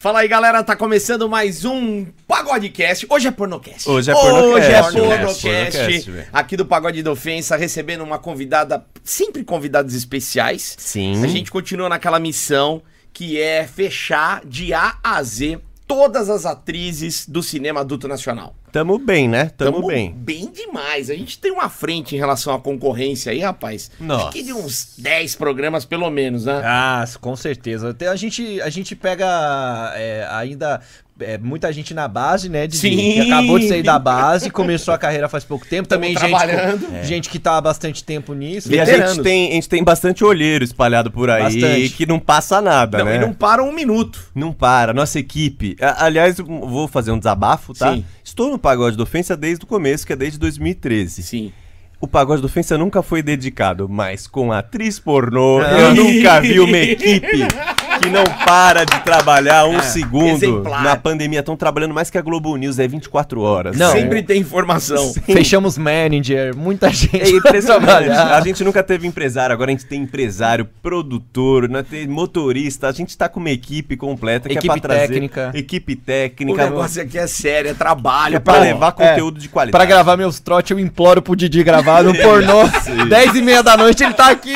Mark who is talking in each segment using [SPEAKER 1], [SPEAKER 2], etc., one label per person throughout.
[SPEAKER 1] Fala aí, galera, tá começando mais um Pagodecast. Hoje é Pornocast.
[SPEAKER 2] Hoje é Pornocast.
[SPEAKER 1] Hoje é
[SPEAKER 2] Pornocast,
[SPEAKER 1] Pornocast.
[SPEAKER 2] Pornocast, velho.
[SPEAKER 1] aqui do Pagode da Ofensa, recebendo uma convidada, sempre convidados especiais.
[SPEAKER 2] Sim.
[SPEAKER 1] A gente continua naquela missão que é fechar de A a Z todas as atrizes do cinema adulto nacional.
[SPEAKER 2] Tamo bem, né? Tamo,
[SPEAKER 1] Tamo
[SPEAKER 2] bem.
[SPEAKER 1] Bem demais. A gente tem uma frente em relação à concorrência aí, rapaz.
[SPEAKER 2] Nossa. É.
[SPEAKER 1] Acho que de uns 10 programas, pelo menos, né?
[SPEAKER 3] Ah, com certeza. Até a gente, a gente pega é, ainda é, muita gente na base, né? Didi?
[SPEAKER 1] Sim.
[SPEAKER 3] Que acabou de sair da base, começou a carreira faz pouco tempo. Também gente,
[SPEAKER 1] trabalhando.
[SPEAKER 3] com- gente que tá há bastante tempo nisso.
[SPEAKER 2] É. E a
[SPEAKER 3] Veteranos.
[SPEAKER 2] gente, tem, a gente tem bastante olheiro espalhado por aí
[SPEAKER 3] Bastante.
[SPEAKER 2] que não passa nada,
[SPEAKER 1] Não,
[SPEAKER 2] né?
[SPEAKER 1] e não
[SPEAKER 2] Não...
[SPEAKER 1] param um minuto.
[SPEAKER 2] para. Nossa equipe. a- aliás, eu vou fazer um desabafo, tá?
[SPEAKER 1] Sim.
[SPEAKER 2] Estou no Pagode do Ofensa desde o começo, que é desde 2013.
[SPEAKER 1] Sim.
[SPEAKER 2] O Pagode do Ofensa nunca foi dedicado, mas com atriz pornô,
[SPEAKER 3] Ah.
[SPEAKER 2] eu nunca vi uma equipe que não para de trabalhar um segundo.
[SPEAKER 1] É, exemplar.
[SPEAKER 2] Na pandemia estão trabalhando mais que a Globo News, é 24 horas.
[SPEAKER 3] Não.
[SPEAKER 1] Sempre tem informação.
[SPEAKER 3] Fechamos manager, muita
[SPEAKER 2] É
[SPEAKER 3] gente.
[SPEAKER 2] impressionante.
[SPEAKER 3] trabalhar.
[SPEAKER 2] a gente nunca teve empresário, agora a gente tem empresário, produtor, nós tem motorista, a gente tá com uma equipe completa que é pra
[SPEAKER 3] Equipe
[SPEAKER 2] trazer
[SPEAKER 3] técnica.
[SPEAKER 2] equipe
[SPEAKER 1] O
[SPEAKER 2] técnica,
[SPEAKER 1] negócio aqui é sério, é trabalho.
[SPEAKER 2] é pra
[SPEAKER 1] pô.
[SPEAKER 2] levar conteúdo de qualidade.
[SPEAKER 3] Pra gravar meus trotes, eu imploro pro Didi gravar no pornô. 10 e meia da noite ele tá aqui.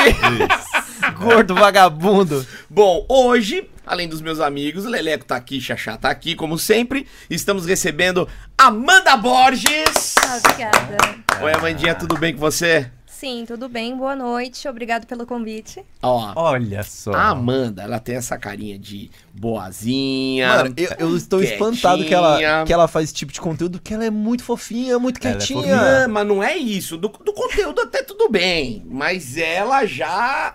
[SPEAKER 3] Gordo, vagabundo.
[SPEAKER 1] Bom, hoje, além dos meus amigos, Leleco tá aqui, Xaxá tá aqui, como sempre, estamos recebendo Amanda Borges.
[SPEAKER 4] Ah, Obrigada.
[SPEAKER 1] Oi, Amandinha, tudo bem com você?
[SPEAKER 4] Sim, tudo bem, boa noite, obrigado pelo convite.
[SPEAKER 1] Ó,
[SPEAKER 2] Olha só.
[SPEAKER 1] a
[SPEAKER 3] Ah,
[SPEAKER 1] Amanda, ela tem essa carinha de boazinha.
[SPEAKER 3] Mano, eu, eu estou
[SPEAKER 1] quietinha.
[SPEAKER 3] espantado que ela, que ela faz esse tipo de conteúdo, porque ela é muito fofinha, muito
[SPEAKER 2] Ela é
[SPEAKER 3] quietinha.
[SPEAKER 2] fofinha.
[SPEAKER 1] Ah, mas não é isso. Do, do conteúdo até tudo bem. Mas ela já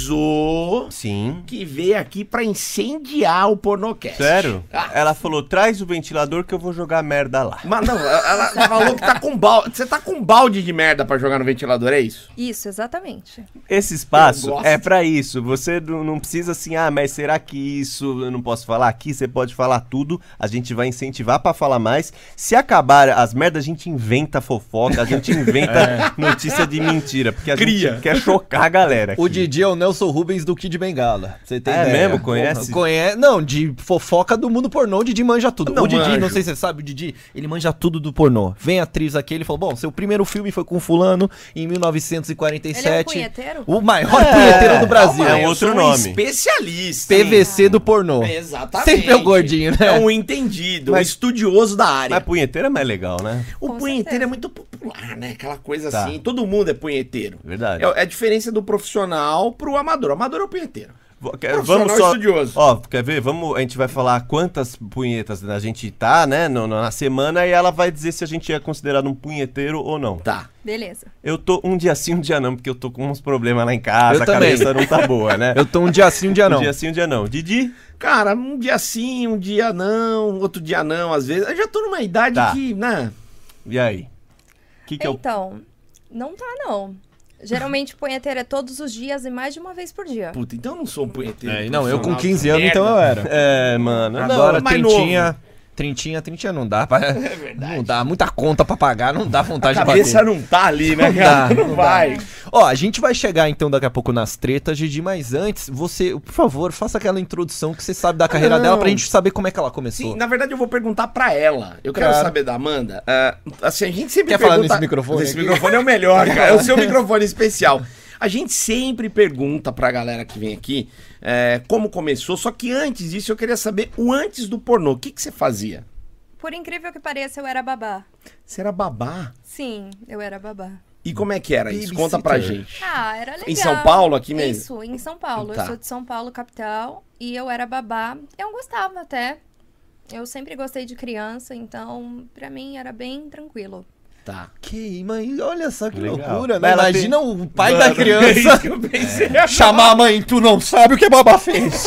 [SPEAKER 1] avisou
[SPEAKER 2] Sim.
[SPEAKER 1] que veio aqui pra incendiar o pornocast.
[SPEAKER 2] Sério?
[SPEAKER 1] Ah.
[SPEAKER 2] Ela falou: traz o ventilador que eu vou jogar merda lá.
[SPEAKER 1] Mas não, ela ela falou que tá com balde. Você tá com balde de merda pra jogar no ventilador, é isso?
[SPEAKER 4] Isso, exatamente.
[SPEAKER 2] Esse
[SPEAKER 1] Eu
[SPEAKER 2] espaço
[SPEAKER 1] gosto.
[SPEAKER 2] é pra isso. Você não não precisa assim, ah, mas será que isso eu não posso falar aqui? Você pode falar tudo. A gente vai incentivar pra falar mais. Se acabar as merdas, a gente inventa fofoca, a gente inventa
[SPEAKER 3] É.
[SPEAKER 2] notícia de mentira, porque a
[SPEAKER 1] Cria.
[SPEAKER 2] gente quer chocar a galera.
[SPEAKER 3] O
[SPEAKER 2] aqui.
[SPEAKER 3] Didi é o Nelson Rubens do Kid Bengala. Você tem
[SPEAKER 2] É
[SPEAKER 3] ideia?
[SPEAKER 2] mesmo? Conhece?
[SPEAKER 3] Conhece? Não, de fofoca do mundo pornô, o Didi manja tudo.
[SPEAKER 1] Não
[SPEAKER 3] o Didi,
[SPEAKER 1] manjo.
[SPEAKER 3] não sei se você sabe, o Didi, ele manja tudo do pornô. Vem a atriz aqui, ele falou: "Bom, seu primeiro filme foi com fulano em 1947".
[SPEAKER 4] Ele é um punheteiro?
[SPEAKER 3] O maior punheteiro do Brasil.
[SPEAKER 2] É um
[SPEAKER 1] eu
[SPEAKER 2] outro
[SPEAKER 1] sou
[SPEAKER 2] nome.
[SPEAKER 1] especialista. em-
[SPEAKER 3] PVC do pornô.
[SPEAKER 1] Exatamente.
[SPEAKER 3] Sempre é o gordinho, né?
[SPEAKER 1] É um entendido,
[SPEAKER 2] Mas-
[SPEAKER 1] um estudioso da área.
[SPEAKER 2] Mas punheteiro é mais legal, né?
[SPEAKER 1] o
[SPEAKER 4] Com
[SPEAKER 1] punheteiro
[SPEAKER 4] certeza.
[SPEAKER 1] é muito popular, né? Aquela coisa
[SPEAKER 2] Tá.
[SPEAKER 1] assim, todo mundo é punheteiro.
[SPEAKER 2] Verdade.
[SPEAKER 1] É, é a diferença do profissional pro amador. O amador é o punheteiro.
[SPEAKER 2] Vo- quer-
[SPEAKER 1] Profissional
[SPEAKER 2] Vamos só.
[SPEAKER 1] estudioso.
[SPEAKER 2] Ó, quer ver? Vamos, a gente vai falar quantas punhetas a gente tá, né, no- na semana, e ela vai dizer se a gente é considerado um punheteiro ou não.
[SPEAKER 1] Tá.
[SPEAKER 4] Beleza.
[SPEAKER 2] Eu tô um dia sim, um dia não, porque eu tô com uns problemas lá em casa,
[SPEAKER 3] Eu
[SPEAKER 2] a
[SPEAKER 3] também.
[SPEAKER 2] cabeça não tá boa, né?
[SPEAKER 3] Eu tô um dia sim, um dia
[SPEAKER 2] Um
[SPEAKER 3] não.
[SPEAKER 2] dia sim, um dia não. Didi?
[SPEAKER 1] Cara, um dia sim, um dia não, outro dia não, às vezes. Eu já tô numa idade
[SPEAKER 2] Tá.
[SPEAKER 1] que, né?
[SPEAKER 2] E aí? O
[SPEAKER 1] é
[SPEAKER 2] que que eu...
[SPEAKER 4] Então, não tá não. Geralmente o punheteiro é todos os dias e mais de uma vez por dia.
[SPEAKER 1] Puta, então eu não sou um punheteiro.
[SPEAKER 3] É, não, eu com
[SPEAKER 1] profissional,
[SPEAKER 3] 15
[SPEAKER 1] essa
[SPEAKER 3] anos, então eu
[SPEAKER 1] merda.
[SPEAKER 3] era.
[SPEAKER 2] É, mano.
[SPEAKER 3] Agora,
[SPEAKER 1] é mais
[SPEAKER 2] um
[SPEAKER 3] trintinha, trintinha, trintinha não dá pra... Não dá, muita conta pra pagar, não dá
[SPEAKER 1] A
[SPEAKER 3] vontade de
[SPEAKER 1] cabeça
[SPEAKER 3] bater.
[SPEAKER 1] não tá ali, né,
[SPEAKER 3] Não
[SPEAKER 1] cara?
[SPEAKER 3] dá,
[SPEAKER 1] não
[SPEAKER 3] não
[SPEAKER 1] vai.
[SPEAKER 3] Ó, a gente vai chegar então daqui a pouco nas tretas, Gigi, mas antes, você, por favor, faça aquela introdução que você sabe da carreira
[SPEAKER 1] não.
[SPEAKER 3] dela pra gente saber como é que ela começou.
[SPEAKER 1] Sim, na verdade eu vou perguntar pra ela. Eu quero
[SPEAKER 3] Claro.
[SPEAKER 1] saber da Amanda. ah, assim, a gente sempre
[SPEAKER 3] Quer falar nesse microfone
[SPEAKER 1] Esse
[SPEAKER 3] aqui?
[SPEAKER 1] microfone é o melhor, cara. É o seu microfone especial. A gente sempre pergunta pra galera que vem aqui eh, como começou. Só que antes disso eu queria saber o antes do pornô. O que, que você fazia?
[SPEAKER 4] Por incrível que pareça, eu era babá.
[SPEAKER 1] Você era babá?
[SPEAKER 4] Sim, eu era babá.
[SPEAKER 1] E como é que era isso? Conta pra
[SPEAKER 3] Babysitter.
[SPEAKER 1] gente.
[SPEAKER 4] Ah, era legal.
[SPEAKER 1] Em São Paulo, aqui mesmo?
[SPEAKER 4] Isso, em São Paulo.
[SPEAKER 1] Tá.
[SPEAKER 4] Eu sou de São Paulo, capital, e eu era babá. Eu gostava até. Eu sempre gostei de criança, então pra mim era bem tranquilo.
[SPEAKER 1] Tá.
[SPEAKER 3] Que, mãe, olha só que
[SPEAKER 2] Legal.
[SPEAKER 3] loucura,
[SPEAKER 2] Mas
[SPEAKER 3] né?
[SPEAKER 2] ela
[SPEAKER 3] Imagina o pai
[SPEAKER 2] Mano,
[SPEAKER 3] da
[SPEAKER 1] É isso
[SPEAKER 3] criança
[SPEAKER 1] que eu pensei.
[SPEAKER 3] chamar a mãe, tu não sabe o que a babá fez.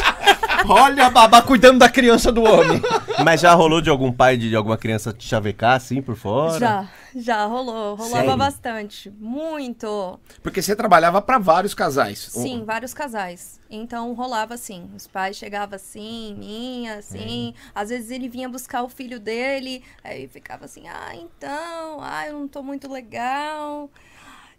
[SPEAKER 3] olha a babá cuidando da criança do homem.
[SPEAKER 2] Mas já rolou de algum pai de, de alguma criança te chavecar assim por fora?
[SPEAKER 4] Já, já rolou. Rolava
[SPEAKER 2] Sério?
[SPEAKER 4] bastante. Muito.
[SPEAKER 1] Porque você trabalhava pra vários casais.
[SPEAKER 4] Sim, vários casais. Então rolava assim. Os pais chegavam assim, minha, assim. Às vezes ele vinha buscar o filho dele, aí ficava assim: ah, então, ah, eu não tô muito legal.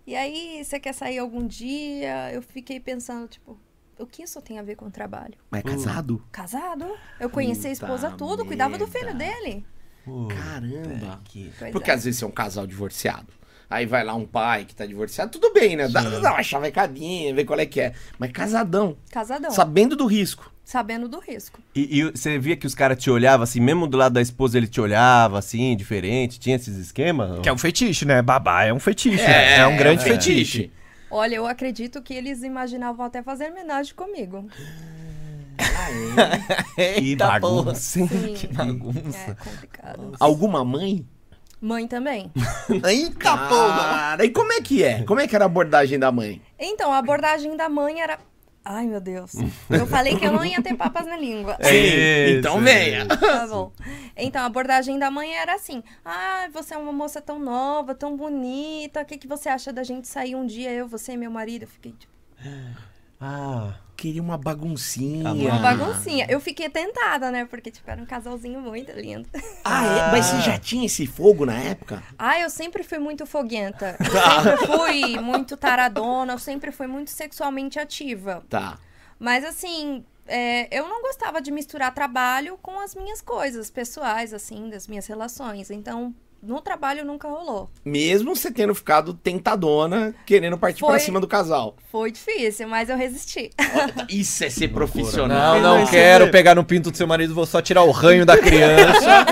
[SPEAKER 4] E aí, você quer sair algum dia? Eu fiquei pensando, tipo, o que isso tem a ver com o trabalho?
[SPEAKER 1] Mas é casado?
[SPEAKER 4] Casado, eu conheci a esposa
[SPEAKER 1] Puta
[SPEAKER 4] tudo, cuidava do filho
[SPEAKER 1] merda.
[SPEAKER 4] dele.
[SPEAKER 1] Hum. Caramba.
[SPEAKER 4] Pois
[SPEAKER 1] Porque
[SPEAKER 4] é.
[SPEAKER 1] às vezes você é um casal divorciado. Aí vai lá um pai que tá divorciado, tudo bem, né? Dá, dá uma chavecadinha, vê qual é que é. Mas casadão,
[SPEAKER 4] Casadão,
[SPEAKER 1] sabendo do risco.
[SPEAKER 4] sabendo do risco.
[SPEAKER 2] E, e você via que os caras te olhavam assim, mesmo do lado da esposa ele te olhava assim, diferente, tinha esses esquemas?
[SPEAKER 3] Que é um fetiche, né? Babá é um fetiche. né? É, um grande fetiche.
[SPEAKER 4] Olha, eu acredito que eles imaginavam até fazer homenagem comigo. Ah, é
[SPEAKER 2] E bagunça. hein?
[SPEAKER 4] Sim,
[SPEAKER 2] Bagunça.
[SPEAKER 4] é complicado.
[SPEAKER 1] Alguma mãe?
[SPEAKER 4] Mãe também.
[SPEAKER 3] Eita
[SPEAKER 4] Tá,
[SPEAKER 1] Cara, e como é que é? Como é que era a abordagem da mãe?
[SPEAKER 4] Então, a abordagem da mãe era. Ai, meu Deus. Eu falei que eu não ia ter papas na língua.
[SPEAKER 2] É
[SPEAKER 1] então
[SPEAKER 2] isso,
[SPEAKER 1] venha.
[SPEAKER 2] é
[SPEAKER 4] Tá bom. Então, a abordagem da mãe era assim: Ah, você é uma moça tão nova, tão bonita. O que, que você acha da gente sair um dia, eu, você e meu marido? Eu fiquei tipo,
[SPEAKER 2] Ah,
[SPEAKER 1] Queria uma baguncinha.
[SPEAKER 4] uma baguncinha. Eu fiquei tentada, né? Porque, tipo, era um casalzinho muito lindo.
[SPEAKER 1] Ah, é? Mas você já tinha esse fogo na época?
[SPEAKER 4] Ah, eu sempre fui muito foguenta. Eu sempre fui muito taradona, eu sempre fui muito sexualmente ativa.
[SPEAKER 1] Tá.
[SPEAKER 4] Mas assim, é, eu não gostava de misturar trabalho com as minhas coisas pessoais, assim, das minhas relações. Então, no trabalho nunca rolou.
[SPEAKER 1] Mesmo você tendo ficado tentadona, querendo partir pra
[SPEAKER 4] Foi.
[SPEAKER 1] cima do casal.
[SPEAKER 4] Foi difícil, mas eu resisti.
[SPEAKER 1] Isso é ser profissional.
[SPEAKER 3] Não, não quero pegar no pinto do seu marido, vou só tirar o ranho da criança.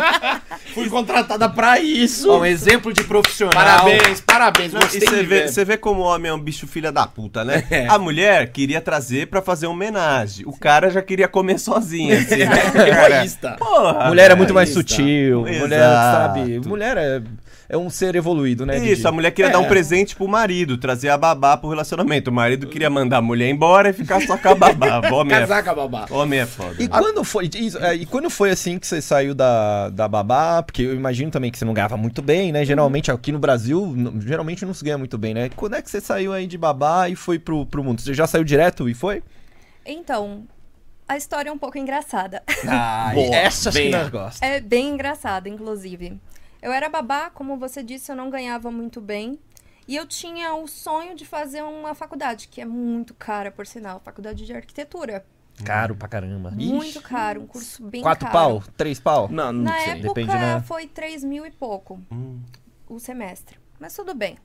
[SPEAKER 1] Fui contratada pra isso.
[SPEAKER 3] um exemplo de profissional.
[SPEAKER 1] Parabéns, parabéns.
[SPEAKER 2] Não,
[SPEAKER 1] gostei
[SPEAKER 2] e você
[SPEAKER 1] de
[SPEAKER 2] vê,
[SPEAKER 1] ver.
[SPEAKER 2] você vê como o homem é um bicho filha da puta, né? A mulher queria trazer pra fazer homenagem. O cara já queria comer sozinho, assim.
[SPEAKER 1] É.
[SPEAKER 3] É.
[SPEAKER 1] Egoísta.
[SPEAKER 2] Porra!
[SPEAKER 3] Mulher é muito mais
[SPEAKER 1] Exato.
[SPEAKER 3] sutil, mulher,
[SPEAKER 2] Exato.
[SPEAKER 3] sabe? Mulher é, é um ser evoluído, né?
[SPEAKER 2] Isso,
[SPEAKER 3] Didi?
[SPEAKER 2] a mulher queria
[SPEAKER 1] É.
[SPEAKER 2] dar um presente pro marido, trazer a babá pro relacionamento. O marido queria mandar a mulher embora e ficar só com a babá. O Homem é, f-
[SPEAKER 1] Casaca, babá.
[SPEAKER 2] homem é foda.
[SPEAKER 3] E quando foi isso, é, e quando foi assim que você saiu da, da babá? Porque eu imagino também que você não ganhava muito bem, né? Geralmente aqui no Brasil, n- geralmente não se ganha muito bem, né? Quando é que você saiu aí de babá e foi pro, pro mundo? Você já saiu direto e foi?
[SPEAKER 4] Então, a história é um pouco engraçada.
[SPEAKER 3] Ah,
[SPEAKER 1] boa,
[SPEAKER 3] essa
[SPEAKER 1] bem.
[SPEAKER 3] que nós gosta.
[SPEAKER 4] É bem engraçada, inclusive. Eu era babá, como você disse, eu não ganhava muito bem. E eu tinha o sonho de fazer uma faculdade, que é muito cara, por sinal, faculdade de arquitetura.
[SPEAKER 3] Caro pra caramba.
[SPEAKER 4] Muito caro, um curso bem
[SPEAKER 3] Quatro
[SPEAKER 4] caro.
[SPEAKER 3] pau? Três pau?
[SPEAKER 1] Não, não
[SPEAKER 4] Na
[SPEAKER 1] sei.
[SPEAKER 4] época
[SPEAKER 3] Depende, né? Hum.
[SPEAKER 4] foi 3 mil e pouco o semestre. Mas tudo bem.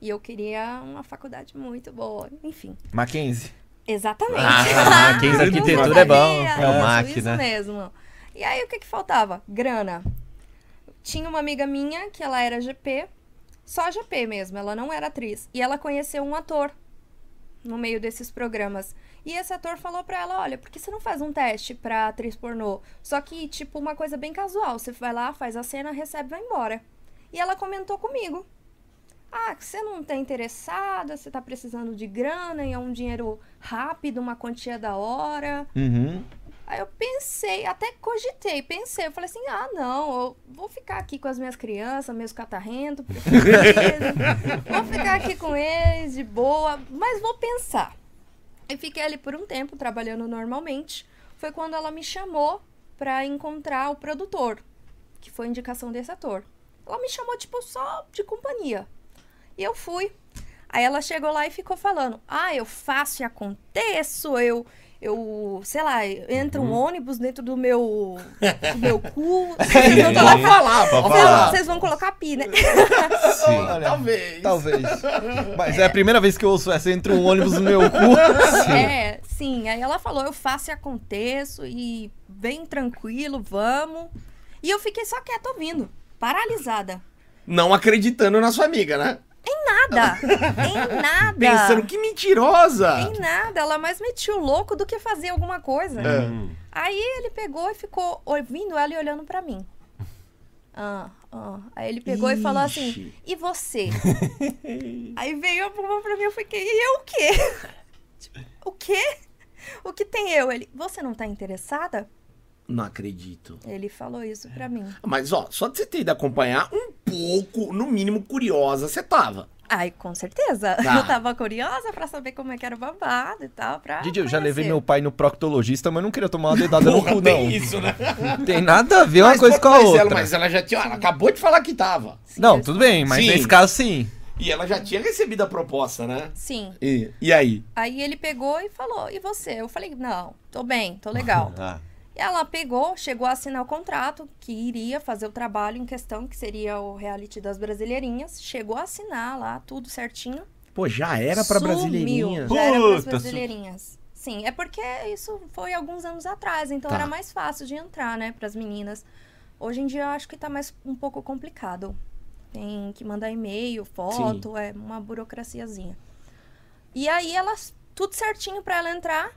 [SPEAKER 4] E eu queria uma faculdade muito boa. Enfim.
[SPEAKER 3] Mackenzie?
[SPEAKER 4] Exatamente.
[SPEAKER 3] Ah, quem diz
[SPEAKER 4] Eu
[SPEAKER 3] arquitetura é bom.
[SPEAKER 4] gostaria.
[SPEAKER 2] É o
[SPEAKER 4] Isso,
[SPEAKER 2] MAC,
[SPEAKER 4] isso
[SPEAKER 2] né?
[SPEAKER 4] mesmo. E aí o que, que faltava? Grana. Tinha uma amiga minha que ela era GP, só GP mesmo, ela não era atriz. E ela conheceu um ator no meio desses programas. E esse ator falou pra ela, olha, por que você não faz um teste pra atriz pornô? Só que, tipo, uma coisa bem casual. Você vai lá, faz a cena, recebe e vai embora. E ela comentou comigo. Ah, que você não tá interessada, você tá precisando de grana e é um dinheiro rápido, uma quantia da hora.
[SPEAKER 3] Uhum.
[SPEAKER 4] Aí eu pensei, até cogitei, pensei. Eu falei assim: ah, não, eu vou ficar aqui com as minhas crianças, meus catarrentos, preferidos. vou ficar aqui com eles de boa, mas vou pensar. E fiquei ali por um tempo, trabalhando normalmente. Foi quando ela me chamou pra encontrar o produtor, que foi a indicação desse ator. Ela me chamou, tipo, só de companhia. E eu fui. Aí ela chegou lá e ficou falando: Ah, eu faço e aconteço, eu, eu sei lá, entra um ônibus dentro do meu, do meu cu. Vocês vão,
[SPEAKER 1] Pode
[SPEAKER 4] colocar,
[SPEAKER 1] falar, pode
[SPEAKER 4] vocês, vão,
[SPEAKER 1] falar.
[SPEAKER 4] vocês vão colocar pi, né?
[SPEAKER 2] Sim.
[SPEAKER 1] Talvez.
[SPEAKER 3] Talvez. Mas é a primeira vez que eu ouço essa entre um ônibus no meu cu.
[SPEAKER 4] É, sim. Aí ela falou: Eu faço e aconteço, e vem tranquilo, vamos. E eu fiquei só quieta ouvindo, paralisada.
[SPEAKER 1] Não acreditando na sua amiga, né?
[SPEAKER 4] Nada! em nada!
[SPEAKER 1] Pensando que mentirosa.
[SPEAKER 4] Em nada, ela mais metia o louco do que fazia alguma coisa.
[SPEAKER 3] É.
[SPEAKER 2] Hum.
[SPEAKER 4] Aí ele pegou e ficou ouvindo ela e olhando pra mim. Ah, ah. Aí ele pegou e falou assim:
[SPEAKER 1] Ixi.
[SPEAKER 4] E você? Aí veio a bomba pra mim, eu fiquei: E eu o quê? Tipo, o quê? O que tem eu? Ele: Você não tá interessada?
[SPEAKER 1] Não acredito.
[SPEAKER 4] Ele falou isso pra mim.
[SPEAKER 1] Mas, ó, só de você ter ido acompanhar, um pouco, no mínimo, curiosa você tava.
[SPEAKER 4] Ai, com certeza.
[SPEAKER 3] Ah.
[SPEAKER 1] Tá.
[SPEAKER 4] Eu tava curiosa pra saber como é que era o babado e tal. Pra
[SPEAKER 3] Didi, eu já levei
[SPEAKER 4] conhecer.
[SPEAKER 3] meu pai no proctologista, mas não queria tomar uma dedada
[SPEAKER 1] Porra,
[SPEAKER 3] no cu,
[SPEAKER 1] tem
[SPEAKER 3] não.
[SPEAKER 1] isso, né?
[SPEAKER 3] Tem nada a ver uma
[SPEAKER 1] Mas,
[SPEAKER 3] coisa com a
[SPEAKER 1] mas
[SPEAKER 3] outra.
[SPEAKER 1] Ela, mas ela já tinha... Ela acabou de falar que tava.
[SPEAKER 4] Sim,
[SPEAKER 3] Não,
[SPEAKER 4] eu-
[SPEAKER 3] tudo bem, mas
[SPEAKER 1] Sim.
[SPEAKER 3] nesse caso sim.
[SPEAKER 1] E ela já tinha recebido a proposta, né?
[SPEAKER 4] Sim.
[SPEAKER 1] E, e aí?
[SPEAKER 4] Aí ele pegou e falou: E você? Eu falei: Não, tô bem, tô legal.
[SPEAKER 2] Ah,
[SPEAKER 4] E Ela pegou, chegou a assinar o contrato que iria fazer o trabalho em questão, que seria o reality das brasileirinhas. Chegou a assinar lá, tudo certinho.
[SPEAKER 1] Pô, já era pra
[SPEAKER 4] Sumiu.
[SPEAKER 1] brasileirinha.
[SPEAKER 4] Já era pras
[SPEAKER 2] Puta,
[SPEAKER 4] brasileirinhas. Sim, é porque isso foi alguns anos atrás, então
[SPEAKER 1] Tá.
[SPEAKER 4] era mais fácil de entrar, né, pras meninas. Hoje em dia eu acho que tá mais um pouco complicado. Tem que mandar e-mail, foto, é uma burocraciazinha. E aí ela, tudo certinho pra ela entrar,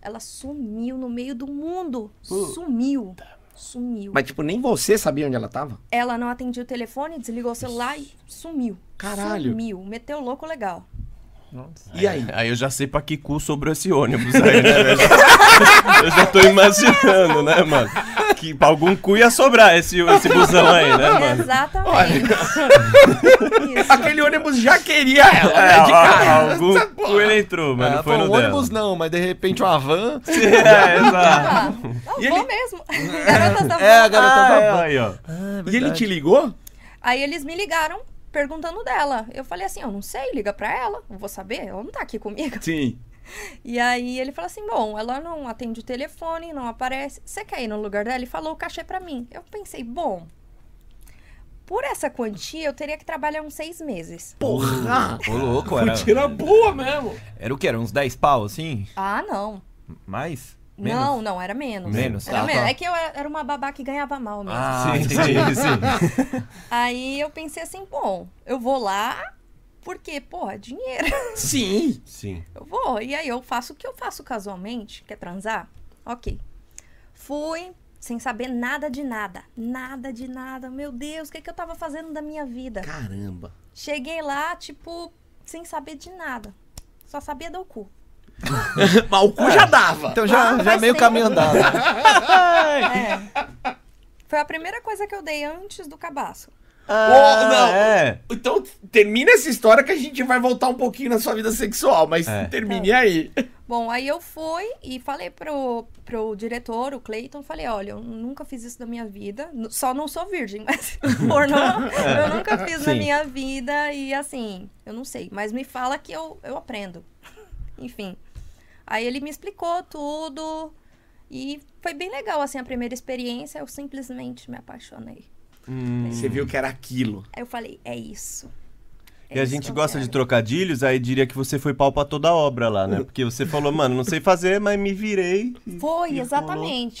[SPEAKER 4] ela sumiu no meio do mundo.
[SPEAKER 2] Puta.
[SPEAKER 4] Sumiu. Sumiu.
[SPEAKER 1] Mas, tipo, nem você sabia onde ela tava?
[SPEAKER 4] Ela não atendia o telefone, desligou o celular e sumiu.
[SPEAKER 1] Caralho.
[SPEAKER 4] Sumiu. Meteu louco legal.
[SPEAKER 1] E aí?
[SPEAKER 2] Aí eu já sei pra que cu sobrou esse ônibus aí, né? velho? Eu já, eu já tô imaginando, né, mano? Que pra algum cu ia sobrar esse, esse busão aí, né,
[SPEAKER 1] Ah,
[SPEAKER 2] mano?
[SPEAKER 4] Exatamente. Isso.
[SPEAKER 1] Aquele ônibus já queria ela,
[SPEAKER 2] É,
[SPEAKER 1] né? De cara.
[SPEAKER 2] ó, algum cu ele entrou, mas não
[SPEAKER 3] Ah,
[SPEAKER 2] foi
[SPEAKER 3] pô,
[SPEAKER 2] no
[SPEAKER 3] um
[SPEAKER 2] dela.
[SPEAKER 3] ônibus não, mas de repente uma van.
[SPEAKER 2] É, exato.
[SPEAKER 4] Ah, não,
[SPEAKER 1] E
[SPEAKER 4] vou
[SPEAKER 1] ele-
[SPEAKER 4] mesmo. Garotas da
[SPEAKER 3] É, a
[SPEAKER 4] van.
[SPEAKER 3] garota
[SPEAKER 2] Ah,
[SPEAKER 3] da
[SPEAKER 2] é,
[SPEAKER 3] van.
[SPEAKER 2] aí, ó.
[SPEAKER 1] E ele te ligou?
[SPEAKER 4] Aí eles me ligaram perguntando dela. Eu falei assim, eu não sei, liga pra ela, eu vou saber, ela não tá aqui comigo.
[SPEAKER 1] Sim.
[SPEAKER 4] E aí ele falou assim, bom, ela não atende o telefone, não aparece, você quer ir no lugar dela? Ele falou o cachê pra mim. Eu pensei, bom, por essa quantia eu teria que trabalhar uns seis meses.
[SPEAKER 1] Porra!
[SPEAKER 3] Ô, louco, era,
[SPEAKER 1] Mentira boa mesmo.
[SPEAKER 3] era o que? Era uns 10 pau, assim?
[SPEAKER 4] Ah, não.
[SPEAKER 3] Mais?
[SPEAKER 4] Não, não, era menos.
[SPEAKER 3] Menos,
[SPEAKER 4] era
[SPEAKER 3] tá,
[SPEAKER 4] menos.
[SPEAKER 3] tá.
[SPEAKER 4] É que eu era era uma babá que ganhava mal mesmo.
[SPEAKER 3] Ah,
[SPEAKER 2] Sim, sim, sim.
[SPEAKER 4] Aí eu pensei assim, bom, eu vou lá porque, porra, dinheiro.
[SPEAKER 1] Sim.
[SPEAKER 2] Sim.
[SPEAKER 4] Eu vou, e aí eu faço o que eu faço casualmente, que é transar. Ok. Fui, sem saber nada de nada. Nada de nada. Meu Deus, o que, que eu tava fazendo da minha vida?
[SPEAKER 1] Caramba.
[SPEAKER 4] Cheguei lá, tipo, sem saber de nada. Só sabia do cu.
[SPEAKER 1] Mas o cu já dava.
[SPEAKER 3] Então já,
[SPEAKER 4] Ah,
[SPEAKER 3] já
[SPEAKER 4] mas
[SPEAKER 3] meio
[SPEAKER 4] tem-
[SPEAKER 3] caminho andado.
[SPEAKER 4] É. Foi a primeira coisa que eu dei antes do cabaço.
[SPEAKER 1] Tá,
[SPEAKER 2] Ah,
[SPEAKER 1] não.
[SPEAKER 2] É.
[SPEAKER 1] Então termina essa história que a gente vai voltar um pouquinho na sua vida sexual, mas
[SPEAKER 2] É.
[SPEAKER 4] Tá.
[SPEAKER 1] termine aí.
[SPEAKER 4] Bom, aí eu fui e falei pro, pro diretor, o Clayton, falei, olha, eu nunca fiz isso na minha vida, n- só não sou virgem, mas pornô
[SPEAKER 2] É.
[SPEAKER 4] eu nunca fiz na
[SPEAKER 3] Sim.
[SPEAKER 4] minha vida e assim, eu não sei, mas me fala que eu, eu aprendo. Enfim, aí ele me explicou tudo e foi bem legal, assim, a primeira experiência, eu simplesmente me apaixonei.
[SPEAKER 1] Você viu que era aquilo.
[SPEAKER 4] Aí eu falei, é isso. é
[SPEAKER 2] E a
[SPEAKER 4] isso que
[SPEAKER 2] gente
[SPEAKER 4] eu
[SPEAKER 2] gosta
[SPEAKER 4] quero."
[SPEAKER 2] de trocadilhos, aí diria que você foi pau pra toda obra lá, né? Porque você falou, mano, não sei fazer, mas me virei. e-
[SPEAKER 4] Foi,
[SPEAKER 2] e
[SPEAKER 4] exatamente,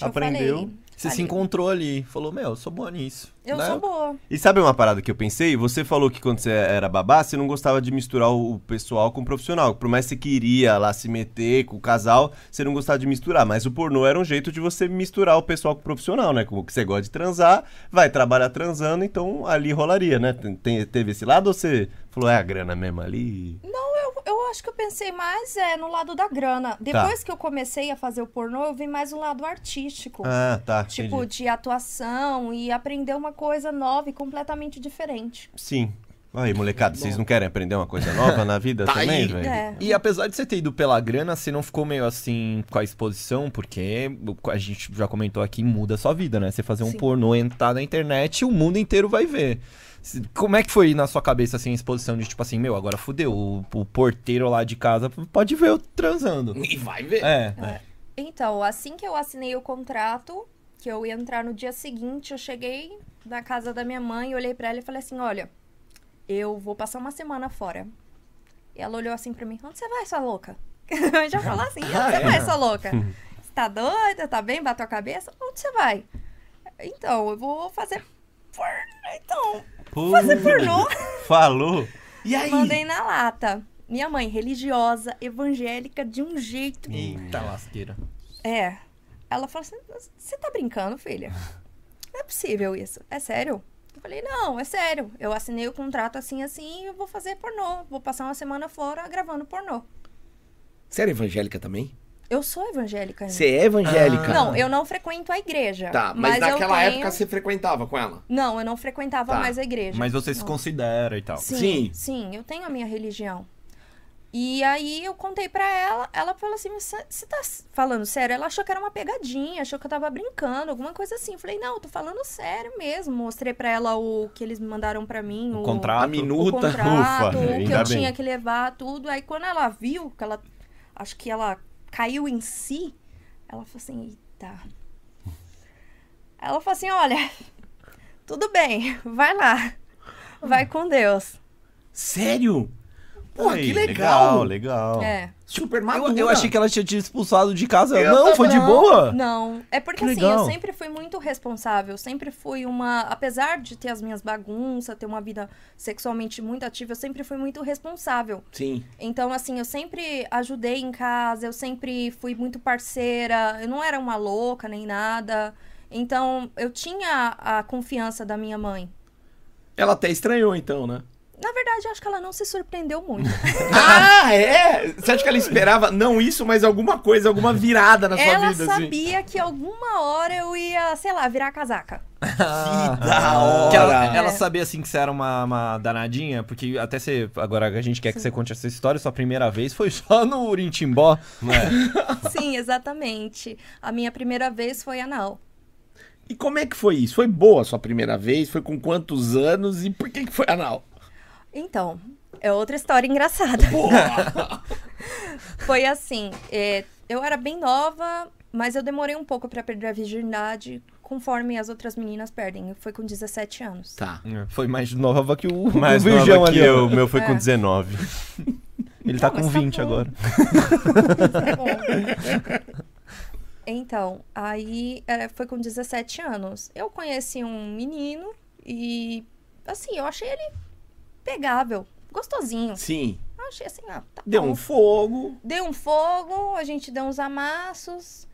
[SPEAKER 2] rolou,
[SPEAKER 4] eu
[SPEAKER 2] aprendeu.
[SPEAKER 4] falei.
[SPEAKER 3] Você se
[SPEAKER 4] falei,
[SPEAKER 3] encontrou ali. Falou, meu, eu sou boa nisso.
[SPEAKER 4] Eu
[SPEAKER 3] né?
[SPEAKER 4] sou boa.
[SPEAKER 2] E sabe uma parada que eu pensei? Você falou que quando você era babá, você não gostava de misturar o pessoal com o profissional. Por mais que você queria lá se meter com o casal, você não gostava de misturar. Mas o pornô era um jeito de você misturar o pessoal com o profissional, né? Como que você gosta de transar, vai trabalhar transando, então ali rolaria, né? Tem- tem- teve esse lado ou você falou, é a grana mesmo ali?
[SPEAKER 4] Eu, eu acho que eu pensei mais é, no lado da
[SPEAKER 2] Tá.
[SPEAKER 4] grana. Depois que eu comecei a fazer o pornô, eu vi mais o lado artístico.
[SPEAKER 2] Ah, tá.
[SPEAKER 4] tipo,
[SPEAKER 2] entendi.
[SPEAKER 4] de atuação e aprender uma coisa nova e completamente diferente.
[SPEAKER 2] Sim. Aí, molecada, vocês não querem aprender uma coisa nova na vida
[SPEAKER 1] Tá aí.
[SPEAKER 2] também, velho?
[SPEAKER 4] É.
[SPEAKER 3] E apesar de você ter ido pela grana, você não ficou meio assim com a exposição, porque a gente já comentou aqui, muda a sua vida, né? Você fazer um
[SPEAKER 4] Sim.
[SPEAKER 3] pornô entrar na internet, o mundo inteiro vai ver. Se- Como é que foi na sua cabeça, assim, a exposição de tipo assim, meu, agora fudeu, o, o porteiro lá de casa pode ver eu transando.
[SPEAKER 1] E vai ver.
[SPEAKER 3] É.
[SPEAKER 4] Então, assim que eu assinei o contrato, que eu ia entrar no dia seguinte, eu cheguei na casa da minha mãe, olhei pra ela e falei assim: Olha, eu vou passar uma semana fora. E ela olhou assim pra mim: Onde você vai, sua louca? Eu já falou assim: Onde você vai, sua louca? Você tá doida? Tá bem? Bateu a cabeça? Onde você vai? Então, eu vou fazer. por- Então,
[SPEAKER 2] Pô,
[SPEAKER 4] fazer pornô.
[SPEAKER 2] Falou.
[SPEAKER 1] E aí?
[SPEAKER 4] Mandei na lata. Minha mãe, religiosa, evangélica, de um jeito.
[SPEAKER 3] Eita lasqueira.
[SPEAKER 4] É. Ela falou assim: você tá brincando, filha? Não é possível isso. É sério? Eu falei, não, é sério. Eu assinei o contrato assim, assim, e eu vou fazer pornô. Vou passar uma semana fora gravando pornô.
[SPEAKER 1] Você era evangélica também?
[SPEAKER 4] Eu sou evangélica ainda.
[SPEAKER 1] Você é evangélica?
[SPEAKER 4] Não, eu não frequento a igreja.
[SPEAKER 1] Tá, mas,
[SPEAKER 4] eu
[SPEAKER 1] naquela
[SPEAKER 4] tenho-
[SPEAKER 1] época você frequentava com ela?
[SPEAKER 4] Não, eu não frequentava
[SPEAKER 1] Tá.
[SPEAKER 4] mais a igreja.
[SPEAKER 3] Mas você se
[SPEAKER 4] Não.
[SPEAKER 3] considera e tal.
[SPEAKER 4] Sim,
[SPEAKER 1] Sim.
[SPEAKER 4] sim, eu tenho a minha religião. E aí eu contei pra ela, ela falou assim: "Mas Você você tá s- falando sério? Ela achou que era uma pegadinha, achou que eu tava brincando, alguma coisa assim. Eu falei: Não, eu tô falando sério mesmo. Mostrei pra ela o que eles mandaram pra mim, o,
[SPEAKER 1] A
[SPEAKER 4] o
[SPEAKER 1] minuta.
[SPEAKER 4] contrato,
[SPEAKER 2] Ufa,
[SPEAKER 3] né?
[SPEAKER 4] o que
[SPEAKER 2] ainda bem.
[SPEAKER 4] eu tinha que levar, tudo. Aí quando ela viu, que ela acho que ela caiu em si, ela falou assim: Eita. Ela falou assim: Olha, tudo bem, vai lá, vai com Deus.
[SPEAKER 1] Sério? Porra,
[SPEAKER 2] Aí,
[SPEAKER 1] que legal.
[SPEAKER 2] Legal, legal.
[SPEAKER 4] É.
[SPEAKER 1] Super
[SPEAKER 3] Eu,
[SPEAKER 1] madura.
[SPEAKER 3] eu achei que ela tinha te expulsado de casa.
[SPEAKER 1] Eu
[SPEAKER 3] não, foi de
[SPEAKER 4] Não,
[SPEAKER 3] boa.
[SPEAKER 4] Não, é porque
[SPEAKER 3] Que
[SPEAKER 4] assim,
[SPEAKER 3] legal.
[SPEAKER 4] eu sempre fui muito responsável, sempre fui uma, apesar de ter as minhas bagunças, ter uma vida sexualmente muito ativa, eu sempre fui muito responsável.
[SPEAKER 1] Sim.
[SPEAKER 4] Então assim, eu sempre ajudei em casa, eu sempre fui muito parceira, eu não era uma louca nem nada. Então, eu tinha a confiança da minha mãe.
[SPEAKER 1] Ela até estranhou, então, né?
[SPEAKER 4] Na verdade, eu acho que ela não se surpreendeu muito.
[SPEAKER 1] ah, é? Você acha que ela esperava, não isso, mas alguma coisa, alguma virada na sua
[SPEAKER 4] ela
[SPEAKER 1] vida, assim?
[SPEAKER 4] sabia que alguma hora eu ia, sei lá, virar casaca.
[SPEAKER 2] Ah,
[SPEAKER 1] Que da hora.
[SPEAKER 3] Que ela, ela
[SPEAKER 4] É.
[SPEAKER 3] sabia, assim, que você era uma, uma danadinha, porque até você... Agora, a gente quer que você conte essa história, sua primeira vez foi só no Urintimbó.
[SPEAKER 4] Sim, exatamente. A minha primeira vez foi anal.
[SPEAKER 1] E como é que foi isso? Foi boa a sua primeira vez? Foi com quantos anos? E por que, que foi Ah, anal?
[SPEAKER 4] Então, é outra história engraçada.
[SPEAKER 1] Porra!
[SPEAKER 4] Foi assim, é, eu era bem nova, mas eu demorei um pouco pra perder a virgindade, conforme as outras meninas perdem. Foi com 17 anos.
[SPEAKER 1] tá.
[SPEAKER 3] Foi mais nova que o,
[SPEAKER 2] Mais
[SPEAKER 3] o
[SPEAKER 2] nova que
[SPEAKER 3] ó.
[SPEAKER 2] eu, o meu foi com
[SPEAKER 4] É.
[SPEAKER 2] 19.
[SPEAKER 3] Ele tá
[SPEAKER 4] Não,
[SPEAKER 3] com
[SPEAKER 4] mas tá
[SPEAKER 3] 20
[SPEAKER 4] bom.
[SPEAKER 3] agora.
[SPEAKER 4] Tá bom. Então, aí é, foi com 17 anos. Eu conheci um menino e, assim, eu achei ele pegável, gostosinho.
[SPEAKER 1] Sim.
[SPEAKER 4] Eu achei assim, ah, tá
[SPEAKER 1] Deu
[SPEAKER 4] bom.
[SPEAKER 1] um fogo.
[SPEAKER 4] Deu um fogo, a gente deu uns amassos.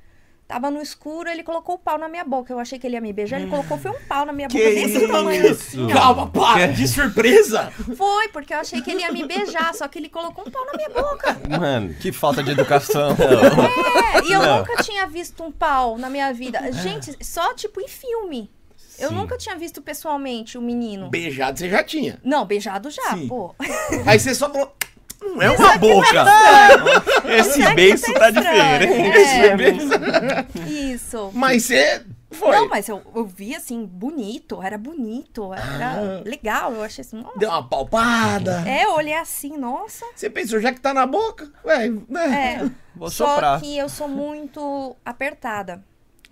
[SPEAKER 4] Tava no escuro, ele colocou o pau na minha boca. Eu achei que ele ia me beijar, ele colocou foi um pau na minha boca desse tamanho.
[SPEAKER 1] Calma, para! De surpresa!
[SPEAKER 4] Foi, porque eu achei que ele ia me beijar, só que ele colocou um pau na minha boca.
[SPEAKER 2] Mano,
[SPEAKER 3] Que falta de educação.
[SPEAKER 4] É, e eu
[SPEAKER 2] Não.
[SPEAKER 4] nunca tinha visto um pau na minha
[SPEAKER 1] É.
[SPEAKER 4] vida. Gente, só tipo em filme. Eu nunca tinha visto pessoalmente o menino.
[SPEAKER 1] Beijado você já tinha.
[SPEAKER 4] Não, beijado já,
[SPEAKER 1] Sim.
[SPEAKER 4] pô.
[SPEAKER 1] Aí você só falou. Não é
[SPEAKER 4] tá
[SPEAKER 1] uma boca!
[SPEAKER 2] esse
[SPEAKER 4] Será que
[SPEAKER 2] beijo tá
[SPEAKER 4] estranho?
[SPEAKER 2] diferente.
[SPEAKER 4] É, isso.
[SPEAKER 1] Mas você. Foi.
[SPEAKER 4] Não, mas eu, eu vi assim, bonito, era bonito,
[SPEAKER 1] Ah.
[SPEAKER 4] era legal. Eu achei assim, nossa.
[SPEAKER 1] Deu uma palpada.
[SPEAKER 4] É, eu olhei assim, nossa.
[SPEAKER 1] Você pensou, já que tá na boca, ué, né?
[SPEAKER 4] É.
[SPEAKER 3] Vou
[SPEAKER 4] Só
[SPEAKER 3] soprar.
[SPEAKER 4] que eu sou muito apertada.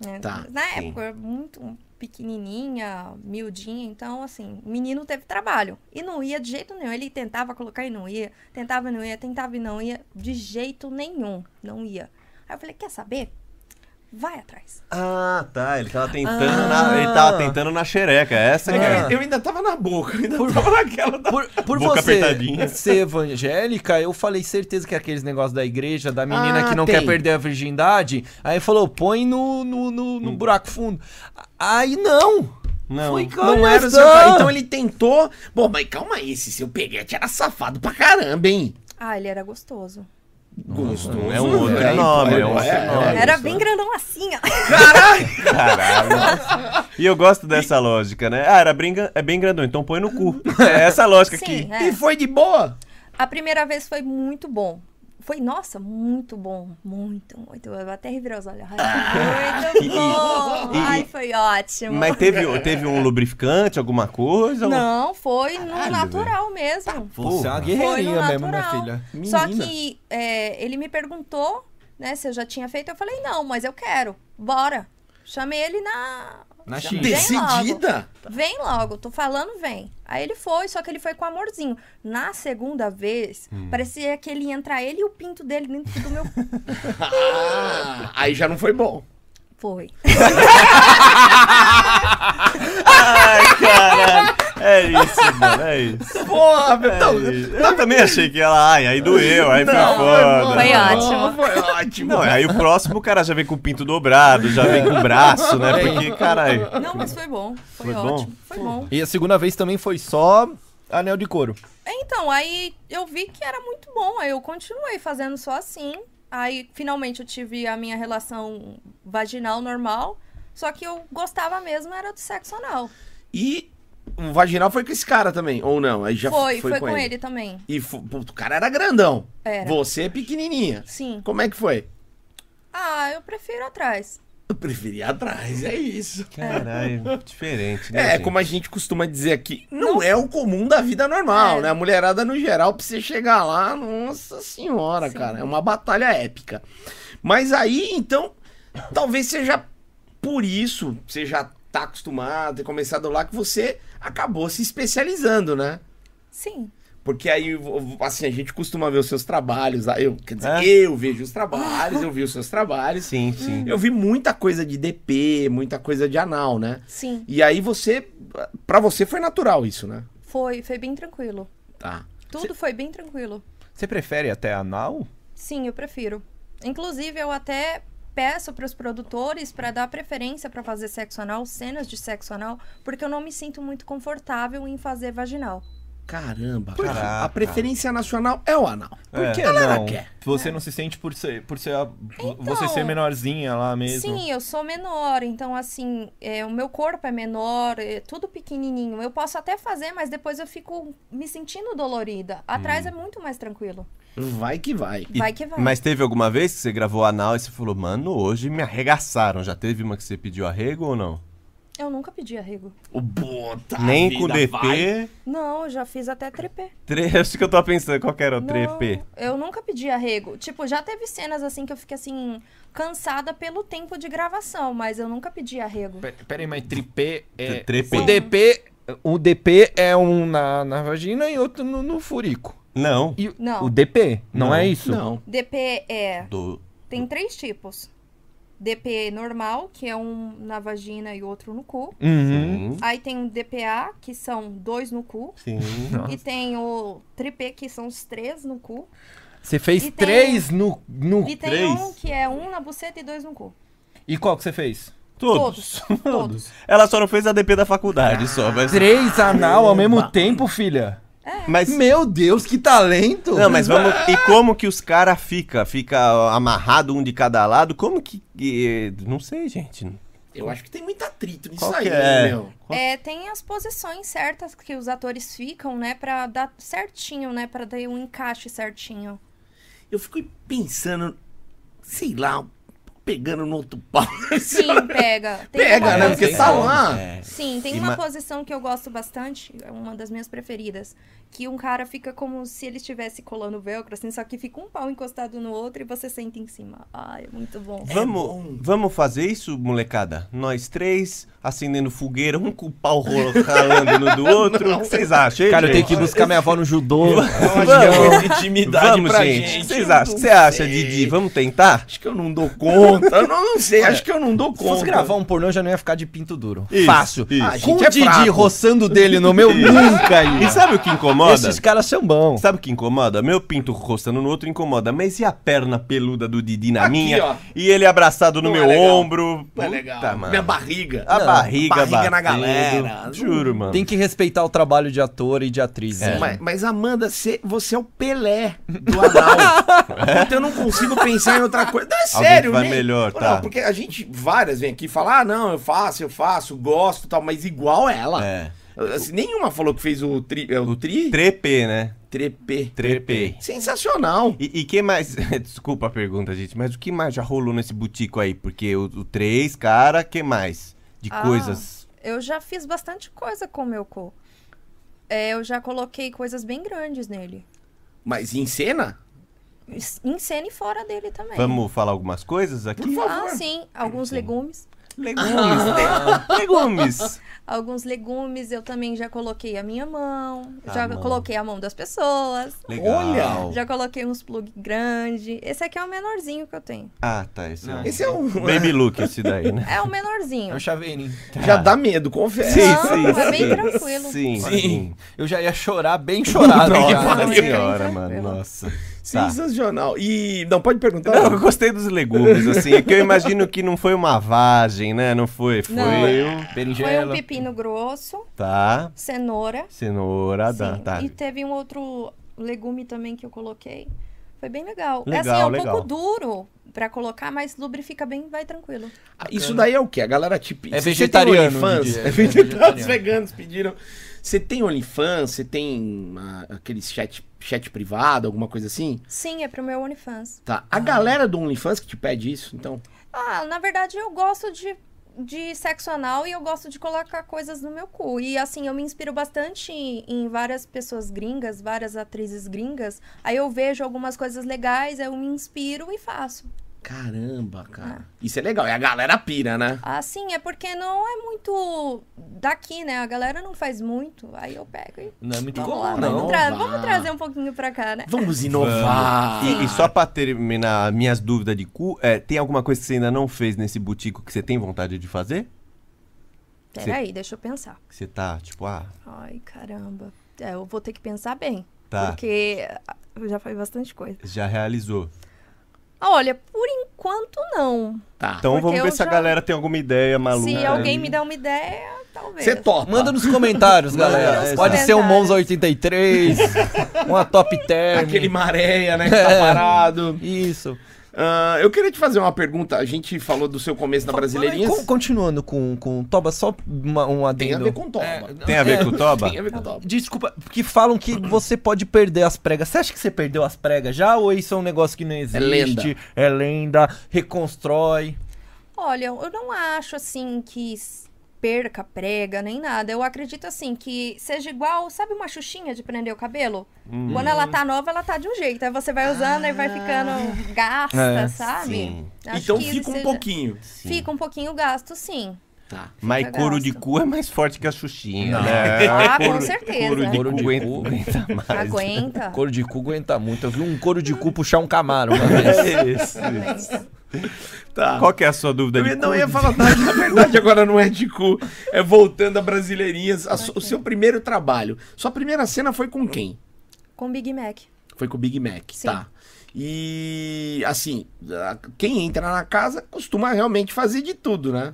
[SPEAKER 4] né?
[SPEAKER 1] Tá,
[SPEAKER 4] Na
[SPEAKER 1] sim.
[SPEAKER 4] época, eu era muito pequenininha, miudinha, então, assim, o menino teve trabalho. E não ia de jeito nenhum. Ele tentava colocar e não ia, tentava e não ia, tentava e não ia, de jeito nenhum, não ia. Aí eu falei: quer saber? Vai atrás.
[SPEAKER 2] Ah, tá. Ele tava tentando,
[SPEAKER 3] Ah.
[SPEAKER 2] na, ele tava tentando na xereca. Essa que é.
[SPEAKER 1] É que Eu ainda tava na boca, eu ainda tava naquela da...
[SPEAKER 3] Por, por
[SPEAKER 2] Boca
[SPEAKER 3] você
[SPEAKER 2] apertadinha.
[SPEAKER 3] ser evangélica, eu falei certeza que é aqueles negócios da igreja, da menina
[SPEAKER 1] Ah,
[SPEAKER 3] que não
[SPEAKER 1] tem.
[SPEAKER 3] quer perder a virgindade. Aí falou, põe no, no, no, no buraco fundo. Aí não!
[SPEAKER 2] Não.
[SPEAKER 3] Foi
[SPEAKER 1] Não
[SPEAKER 3] calma,
[SPEAKER 1] era o seu
[SPEAKER 3] não.
[SPEAKER 1] pai. Então ele tentou. Bom, mas calma aí, esse seu peguete era safado pra caramba, hein?
[SPEAKER 4] Ah, ele era gostoso.
[SPEAKER 1] Gostoso.
[SPEAKER 2] é um outro
[SPEAKER 1] velho.
[SPEAKER 2] nome, é um outro nome.
[SPEAKER 1] é.
[SPEAKER 4] era bem grandão assim, ó.
[SPEAKER 2] E eu gosto dessa lógica, né? Ah, era bem, gra- é bem grandão, então põe no cu. É essa lógica aqui.
[SPEAKER 4] Sim,
[SPEAKER 1] E
[SPEAKER 4] é.
[SPEAKER 1] foi de boa?
[SPEAKER 4] A primeira vez foi muito bom. Foi, nossa, muito bom. Muito, muito. Eu até revirei os olhos. Ai, muito bom.
[SPEAKER 2] e-
[SPEAKER 4] Ai, foi ótimo.
[SPEAKER 2] Mas teve, teve um lubrificante, alguma coisa?
[SPEAKER 4] é Não, foi no natural mesmo.
[SPEAKER 3] Você é uma
[SPEAKER 4] Foi
[SPEAKER 3] guerreirinha
[SPEAKER 4] no
[SPEAKER 3] mesmo, minha
[SPEAKER 4] natural.
[SPEAKER 3] filha.
[SPEAKER 4] Só
[SPEAKER 1] Menina.
[SPEAKER 4] que é, ele me perguntou, né, se eu já tinha feito. Eu falei, não, mas eu quero. Bora. Chamei ele na.
[SPEAKER 3] Na
[SPEAKER 4] Vem
[SPEAKER 3] China.
[SPEAKER 1] Decidida?
[SPEAKER 4] Vem logo, tô falando, vem. Aí ele foi, só que ele foi com amorzinho. Na segunda vez, parecia que ele ia entrar ele e o pinto dele dentro do meu.
[SPEAKER 1] Ah, aí já não foi bom.
[SPEAKER 4] Foi.
[SPEAKER 2] É isso, mano, é isso.
[SPEAKER 1] Porra, meu
[SPEAKER 3] então,
[SPEAKER 2] É isso. Eu também achei que ela, ai, aí doeu, aí foi Tá foda.
[SPEAKER 4] Foi
[SPEAKER 1] Não,
[SPEAKER 4] ótimo.
[SPEAKER 1] foi ótimo.
[SPEAKER 2] Não, é. aí o próximo, o cara já vem com o pinto dobrado, já vem com o braço,
[SPEAKER 4] É.
[SPEAKER 2] né? Porque, caralho.
[SPEAKER 4] Não, mas foi Ah, bom. Foi,
[SPEAKER 2] Foi bom?
[SPEAKER 4] ótimo. Foi bom.
[SPEAKER 3] E a segunda vez também foi só anel de couro.
[SPEAKER 4] Então, aí eu vi que era muito bom. Aí eu continuei fazendo só assim. Aí finalmente eu tive a minha relação vaginal normal. Só que eu gostava mesmo, era do sexo anal.
[SPEAKER 1] E o vaginal foi com esse cara também, ou não? Aí já
[SPEAKER 4] foi, foi, com, ele. também.
[SPEAKER 1] E fo- puto, o cara era grandão.
[SPEAKER 4] Era.
[SPEAKER 1] Você é pequenininha.
[SPEAKER 4] Sim.
[SPEAKER 1] Como é que foi?
[SPEAKER 4] Ah, eu prefiro atrás.
[SPEAKER 1] Eu preferi ir atrás, é isso.
[SPEAKER 2] Caralho, diferente, né?
[SPEAKER 1] É,
[SPEAKER 2] gente?
[SPEAKER 1] como a gente costuma dizer aqui, não, é o comum da vida normal,
[SPEAKER 4] É.
[SPEAKER 1] né? A mulherada no geral, pra você chegar lá, nossa senhora,
[SPEAKER 4] Sim.
[SPEAKER 1] cara, é uma batalha épica. Mas aí, então, talvez seja por isso, você já tá acostumado, ter começado lá, que você acabou se especializando, né?
[SPEAKER 4] Sim.
[SPEAKER 1] Porque aí, vo- assim, a gente costuma ver os seus trabalhos, lá, eu, quer dizer,
[SPEAKER 2] É.
[SPEAKER 1] eu vejo os trabalhos, eu vi os seus trabalhos.
[SPEAKER 2] Sim, sim.
[SPEAKER 1] Eu vi muita coisa de DP, muita coisa de anal, né?
[SPEAKER 4] Sim.
[SPEAKER 1] E aí você. Pra você foi natural isso, né?
[SPEAKER 4] Foi, foi bem tranquilo.
[SPEAKER 1] Tá.
[SPEAKER 4] Tudo foi bem tranquilo.
[SPEAKER 3] Você prefere até anal?
[SPEAKER 4] Sim, eu prefiro. Inclusive, eu até peço para os produtores para dar preferência para fazer sexo anal, cenas de sexo anal, porque eu não me sinto muito confortável em fazer vaginal.
[SPEAKER 1] Caramba,
[SPEAKER 2] Pois é.
[SPEAKER 1] cara. A preferência nacional é o anal.
[SPEAKER 3] Por
[SPEAKER 2] É.
[SPEAKER 3] que
[SPEAKER 1] Galera
[SPEAKER 3] não?
[SPEAKER 1] quer.
[SPEAKER 3] Você não se sente por ser, por ser a- você ser menorzinha lá mesmo?
[SPEAKER 4] Então. Sim, eu sou menor, então assim, é, o meu corpo é menor, é tudo pequenininho. Eu posso até fazer, mas depois eu fico me sentindo dolorida. Atrás é muito mais tranquilo.
[SPEAKER 1] Vai que vai.
[SPEAKER 2] Hum. E-
[SPEAKER 4] Vai que vai.
[SPEAKER 2] Mas teve alguma vez que você gravou anal e você falou, mano, hoje me arregaçaram. Já teve uma que você pediu arrego ou não?
[SPEAKER 4] Eu nunca pedi arrego.
[SPEAKER 1] O
[SPEAKER 4] Ah,
[SPEAKER 1] bota.
[SPEAKER 2] Nem
[SPEAKER 1] vida,
[SPEAKER 2] com DP.
[SPEAKER 1] vai.
[SPEAKER 4] Não, eu já fiz até trepé.
[SPEAKER 2] Tre... Acho que eu tô pensando, qual que era o
[SPEAKER 4] Não,
[SPEAKER 2] trepê?
[SPEAKER 4] eu nunca pedi arrego. Tipo, já teve cenas assim que eu fiquei assim, cansada pelo tempo de gravação, mas eu nunca pedi arrego.
[SPEAKER 3] Pera, pera aí, mas tripé é.
[SPEAKER 2] Tre- trepê.
[SPEAKER 3] O DP. O DP é um na, na vagina e outro no, no furico.
[SPEAKER 2] Não.
[SPEAKER 3] E o-
[SPEAKER 4] Não.
[SPEAKER 3] o DP, não,
[SPEAKER 2] Não.
[SPEAKER 3] é isso?
[SPEAKER 1] Não.
[SPEAKER 4] DP é.
[SPEAKER 2] Do...
[SPEAKER 4] Tem três tipos: DP normal, que é um na vagina e outro no cu.
[SPEAKER 3] Uhum.
[SPEAKER 2] Hum?
[SPEAKER 4] Aí tem o DPA, que são dois no cu.
[SPEAKER 2] Sim.
[SPEAKER 4] E tem o tripé, que são os três no cu.
[SPEAKER 3] Você fez
[SPEAKER 4] E tem- um
[SPEAKER 3] três no, no.
[SPEAKER 4] E tem
[SPEAKER 2] Três?
[SPEAKER 4] um que é um na buceta e dois no cu.
[SPEAKER 3] E qual que você fez?
[SPEAKER 2] Todos.
[SPEAKER 4] Todos. Todos.
[SPEAKER 2] Ela só não fez a DP da faculdade, só. Mas...
[SPEAKER 3] Três anal ao mesmo tempo, filha?
[SPEAKER 2] mas...
[SPEAKER 3] Meu Deus, que talento!
[SPEAKER 2] Não, mas vamos. E como que os caras fica? Fica amarrado um de cada lado? Como que. que- Não sei, gente.
[SPEAKER 1] Eu acho que tem muito atrito nisso
[SPEAKER 2] Qual
[SPEAKER 1] aí,
[SPEAKER 2] que é?
[SPEAKER 1] meu.
[SPEAKER 2] Qual-
[SPEAKER 4] É, tem as posições certas que os atores ficam, né, pra dar certinho, né, pra dar um encaixe certinho.
[SPEAKER 1] Eu fico pensando, sei lá, pegando no outro pau.
[SPEAKER 4] Sim, pega. Tem um
[SPEAKER 1] Pega,
[SPEAKER 4] uma
[SPEAKER 1] né?
[SPEAKER 4] posição-
[SPEAKER 1] Porque tá lá.
[SPEAKER 2] É.
[SPEAKER 4] Sim, tem
[SPEAKER 2] E
[SPEAKER 4] uma
[SPEAKER 2] ma-
[SPEAKER 4] posição que eu gosto bastante, é uma das minhas preferidas, que um cara fica como se ele estivesse colando velcro, assim, só que fica um pau encostado no outro e você senta em cima. Ai, é muito bom.
[SPEAKER 1] bom.
[SPEAKER 2] Vamos, vamos fazer isso, molecada? Nós três acendendo fogueira, um com o pau rolo- ralando no do outro. O que vocês acham? hein,
[SPEAKER 3] Cara, eu tenho
[SPEAKER 2] gente?
[SPEAKER 3] que buscar minha avó no judô.
[SPEAKER 2] Vamos,
[SPEAKER 1] intimidade
[SPEAKER 2] vamos gente. Vocês acham? O que você acha, Didi? Vamos tentar?
[SPEAKER 1] Acho que eu não dou conta. Eu não, não sei, acho que eu não dou
[SPEAKER 3] Se fosse
[SPEAKER 1] conta.
[SPEAKER 3] gravar um pornô, eu já não ia ficar de pinto duro.
[SPEAKER 2] Isso,
[SPEAKER 3] Fácil.
[SPEAKER 2] isso.
[SPEAKER 1] Ah,
[SPEAKER 3] Com
[SPEAKER 1] gente,
[SPEAKER 3] o
[SPEAKER 1] é
[SPEAKER 3] Didi
[SPEAKER 1] fraco.
[SPEAKER 3] roçando dele no meu, nunca
[SPEAKER 2] E
[SPEAKER 3] ia.
[SPEAKER 2] sabe o que incomoda?
[SPEAKER 3] é Esses caras são bons.
[SPEAKER 2] Sabe o que incomoda? Meu pinto roçando no outro incomoda, mas e a perna peluda do Didi na
[SPEAKER 1] Aqui,
[SPEAKER 2] minha?
[SPEAKER 1] ó.
[SPEAKER 2] E ele abraçado no
[SPEAKER 1] Não é
[SPEAKER 2] meu
[SPEAKER 1] legal.
[SPEAKER 2] ombro?
[SPEAKER 1] Não é
[SPEAKER 2] Puta,
[SPEAKER 1] legal.
[SPEAKER 2] mano.
[SPEAKER 1] Minha barriga.
[SPEAKER 2] A
[SPEAKER 1] Não,
[SPEAKER 2] barriga,
[SPEAKER 1] Barriga na
[SPEAKER 2] batendo.
[SPEAKER 1] galera.
[SPEAKER 2] Juro, É. mano.
[SPEAKER 3] Tem que respeitar o trabalho de ator e de atriz. né?
[SPEAKER 1] Mas, mas, Amanda, cê- você é o Pelé do anal. Então eu não consigo pensar em outra coisa. Não, é
[SPEAKER 2] Alguém
[SPEAKER 1] sério,
[SPEAKER 2] que vai
[SPEAKER 1] né?
[SPEAKER 2] melhor,
[SPEAKER 1] Não,
[SPEAKER 2] tá.
[SPEAKER 1] porque a gente, várias, vem aqui falar, ah, não, eu faço, eu faço, gosto e tal, mas igual ela.
[SPEAKER 2] É.
[SPEAKER 1] Assim, nenhuma falou que fez o tri. é, O tri?
[SPEAKER 2] Trepê, né?
[SPEAKER 1] Trepê.
[SPEAKER 2] Trepê.
[SPEAKER 1] Sensacional.
[SPEAKER 2] E, e que mais? Desculpa a pergunta, gente, mas o que mais já rolou nesse butico aí? Porque o, o três, cara, que mais? De
[SPEAKER 4] Ah.
[SPEAKER 2] coisas.
[SPEAKER 4] Eu já fiz bastante coisa com o meu cu. É, eu já coloquei coisas bem grandes nele.
[SPEAKER 1] Mas em cena?
[SPEAKER 4] Es- Em cena e fora dele também.
[SPEAKER 2] Vamos falar algumas coisas aqui?
[SPEAKER 1] Por favor.
[SPEAKER 4] Ah, sim, alguns legumes.
[SPEAKER 2] Legumes. né? Legumes.
[SPEAKER 4] Alguns legumes eu também já coloquei a minha mão,
[SPEAKER 2] A
[SPEAKER 4] já
[SPEAKER 2] mão.
[SPEAKER 4] coloquei a mão das pessoas,
[SPEAKER 2] Legal.
[SPEAKER 4] já coloquei uns plug grande. Esse aqui é o menorzinho que eu tenho.
[SPEAKER 2] Ah, tá. Esse é, um...
[SPEAKER 1] Esse é um.
[SPEAKER 2] Baby look esse daí, né?
[SPEAKER 4] É o
[SPEAKER 3] É
[SPEAKER 4] menorzinho.
[SPEAKER 3] um chaveirinho.
[SPEAKER 1] Já dá medo, confesso.
[SPEAKER 4] Sim. Não, é bem tranquilo.
[SPEAKER 2] Sim,
[SPEAKER 1] Sim.
[SPEAKER 2] sim.
[SPEAKER 3] Eu já ia chorar bem chorado.
[SPEAKER 2] Nossa
[SPEAKER 3] já.
[SPEAKER 4] pariu.
[SPEAKER 2] senhora,
[SPEAKER 4] Não, é
[SPEAKER 2] mano.
[SPEAKER 4] bem
[SPEAKER 2] Nossa. Tá.
[SPEAKER 1] Sensacional. E. Não, pode perguntar.
[SPEAKER 2] Não, eu gostei dos legumes, assim. É que eu imagino que não foi uma vagem, né? Não foi. Foi
[SPEAKER 4] Não.
[SPEAKER 2] um.
[SPEAKER 4] Foi
[SPEAKER 3] Berinjela.
[SPEAKER 4] um pepino grosso,
[SPEAKER 2] Tá.
[SPEAKER 4] cenoura.
[SPEAKER 2] Cenoura, dá,
[SPEAKER 4] sim,
[SPEAKER 2] tá.
[SPEAKER 4] E teve um outro legume também que eu coloquei. Foi bem legal.
[SPEAKER 2] Legal,
[SPEAKER 4] é assim, é um
[SPEAKER 2] legal.
[SPEAKER 4] pouco duro pra colocar, mas lubrifica bem, vai tranquilo.
[SPEAKER 1] Ah, Isso daí é o quê? A galera te pediu.
[SPEAKER 5] É vegetariano,
[SPEAKER 1] OnlyFans?
[SPEAKER 5] Didi, é
[SPEAKER 1] É vegetariano. Os
[SPEAKER 5] vegetariano.
[SPEAKER 1] veganos pediram. Você tem OnlyFans? Você tem ah, aquele chat, chat privado, alguma coisa assim?
[SPEAKER 4] Sim, é pro meu OnlyFans.
[SPEAKER 1] Tá. A galera do OnlyFans que te pede isso, então.
[SPEAKER 4] Ah, na verdade eu gosto de, de sexo anal e eu gosto de colocar coisas no meu cu. E assim, eu me inspiro bastante em, em várias pessoas gringas, várias atrizes gringas. Aí eu vejo algumas coisas legais, eu me inspiro e faço.
[SPEAKER 1] Caramba, cara. Isso é legal. E a galera pira, né?
[SPEAKER 4] Assim, é porque não é muito daqui, né? A galera não faz muito. Aí eu pego e.
[SPEAKER 5] Não é muito
[SPEAKER 4] Vamos
[SPEAKER 5] comum,
[SPEAKER 4] lá,
[SPEAKER 5] não.
[SPEAKER 4] vamos, tra-
[SPEAKER 1] Vamos lá.
[SPEAKER 4] vamos trazer um pouquinho pra cá, né?
[SPEAKER 1] Vamos inovar.
[SPEAKER 2] E, e só pra terminar minhas dúvidas de cu, é, tem alguma coisa que você ainda não fez nesse botico que você tem vontade de fazer?
[SPEAKER 4] Peraí, deixa eu pensar.
[SPEAKER 2] Que você tá, tipo, ah,
[SPEAKER 4] Ai, caramba. É, eu vou ter que pensar bem.
[SPEAKER 2] Tá.
[SPEAKER 4] Porque ah, eu já falei bastante coisa.
[SPEAKER 2] já realizou.
[SPEAKER 4] Ah, Olha, por enquanto não.
[SPEAKER 1] Tá.
[SPEAKER 2] Então
[SPEAKER 4] Porque
[SPEAKER 2] vamos ver
[SPEAKER 4] eu
[SPEAKER 2] se a
[SPEAKER 4] já-
[SPEAKER 2] galera tem alguma ideia maluca.
[SPEAKER 4] Se
[SPEAKER 2] aí.
[SPEAKER 4] alguém me der uma ideia, talvez.
[SPEAKER 1] Você topa.
[SPEAKER 3] Manda nos comentários, galera.
[SPEAKER 4] nos
[SPEAKER 3] Pode ser um
[SPEAKER 4] comentários.
[SPEAKER 3] Monza 83, uma Top Term.
[SPEAKER 1] Aquele maréia, né? Que tá
[SPEAKER 3] É.
[SPEAKER 1] parado.
[SPEAKER 3] Isso.
[SPEAKER 1] Ah, eu queria te fazer uma pergunta. A gente falou do seu começo na Brasileirinha.
[SPEAKER 3] Con- continuando com, com Toba, só uma, um
[SPEAKER 1] Tem a
[SPEAKER 3] adendo.
[SPEAKER 1] ver com topa.
[SPEAKER 2] Tem a ver com o Toba?
[SPEAKER 1] Tem a ver com topa.
[SPEAKER 3] Desculpa, porque falam que você pode perder as pregas. Você acha que você perdeu as pregas já? Ou isso é um negócio que não existe?
[SPEAKER 1] lenda.
[SPEAKER 3] É lenda, reconstrói.
[SPEAKER 4] Olha, eu não acho assim que s- perca prega nem nada. Eu acredito assim que seja igual, sabe uma xuxinha de prender o cabelo?
[SPEAKER 2] Uhum.
[SPEAKER 4] Quando ela tá nova, ela tá de um jeito. Aí você vai usando e vai ficando gasta,
[SPEAKER 3] É,
[SPEAKER 4] sabe?
[SPEAKER 2] Ah. sim.
[SPEAKER 4] Acho
[SPEAKER 1] então
[SPEAKER 4] que
[SPEAKER 1] fica um
[SPEAKER 4] seja-
[SPEAKER 1] pouquinho.
[SPEAKER 4] Fica um pouquinho gasto, sim.
[SPEAKER 1] Tá.
[SPEAKER 2] Mas
[SPEAKER 4] Fica
[SPEAKER 2] couro de
[SPEAKER 4] gasto.
[SPEAKER 2] cu é mais forte que a Xuxinha, né?
[SPEAKER 4] Ah, com
[SPEAKER 2] Couro-
[SPEAKER 4] certeza.
[SPEAKER 2] Couro de
[SPEAKER 3] Couro
[SPEAKER 2] cu
[SPEAKER 3] de cu.
[SPEAKER 2] aguenta aguenta mais.
[SPEAKER 4] Aguenta.
[SPEAKER 3] Couro de cu aguenta muito. Eu vi um couro de cu puxar um camaro uma vez.
[SPEAKER 2] É isso, isso.
[SPEAKER 1] Tá.
[SPEAKER 2] Qual que é a sua dúvida
[SPEAKER 1] Eu
[SPEAKER 2] de
[SPEAKER 1] ia-
[SPEAKER 2] cu?
[SPEAKER 1] não ia falar nada, na verdade agora não é de cu. É voltando a Brasileirinhas. a su- o seu primeiro trabalho. Sua primeira cena foi com quem?
[SPEAKER 4] Com Big Mac.
[SPEAKER 1] Foi com o Big Mac,
[SPEAKER 4] Sim.
[SPEAKER 1] tá? E assim, a- quem entra na casa costuma realmente fazer de tudo, né?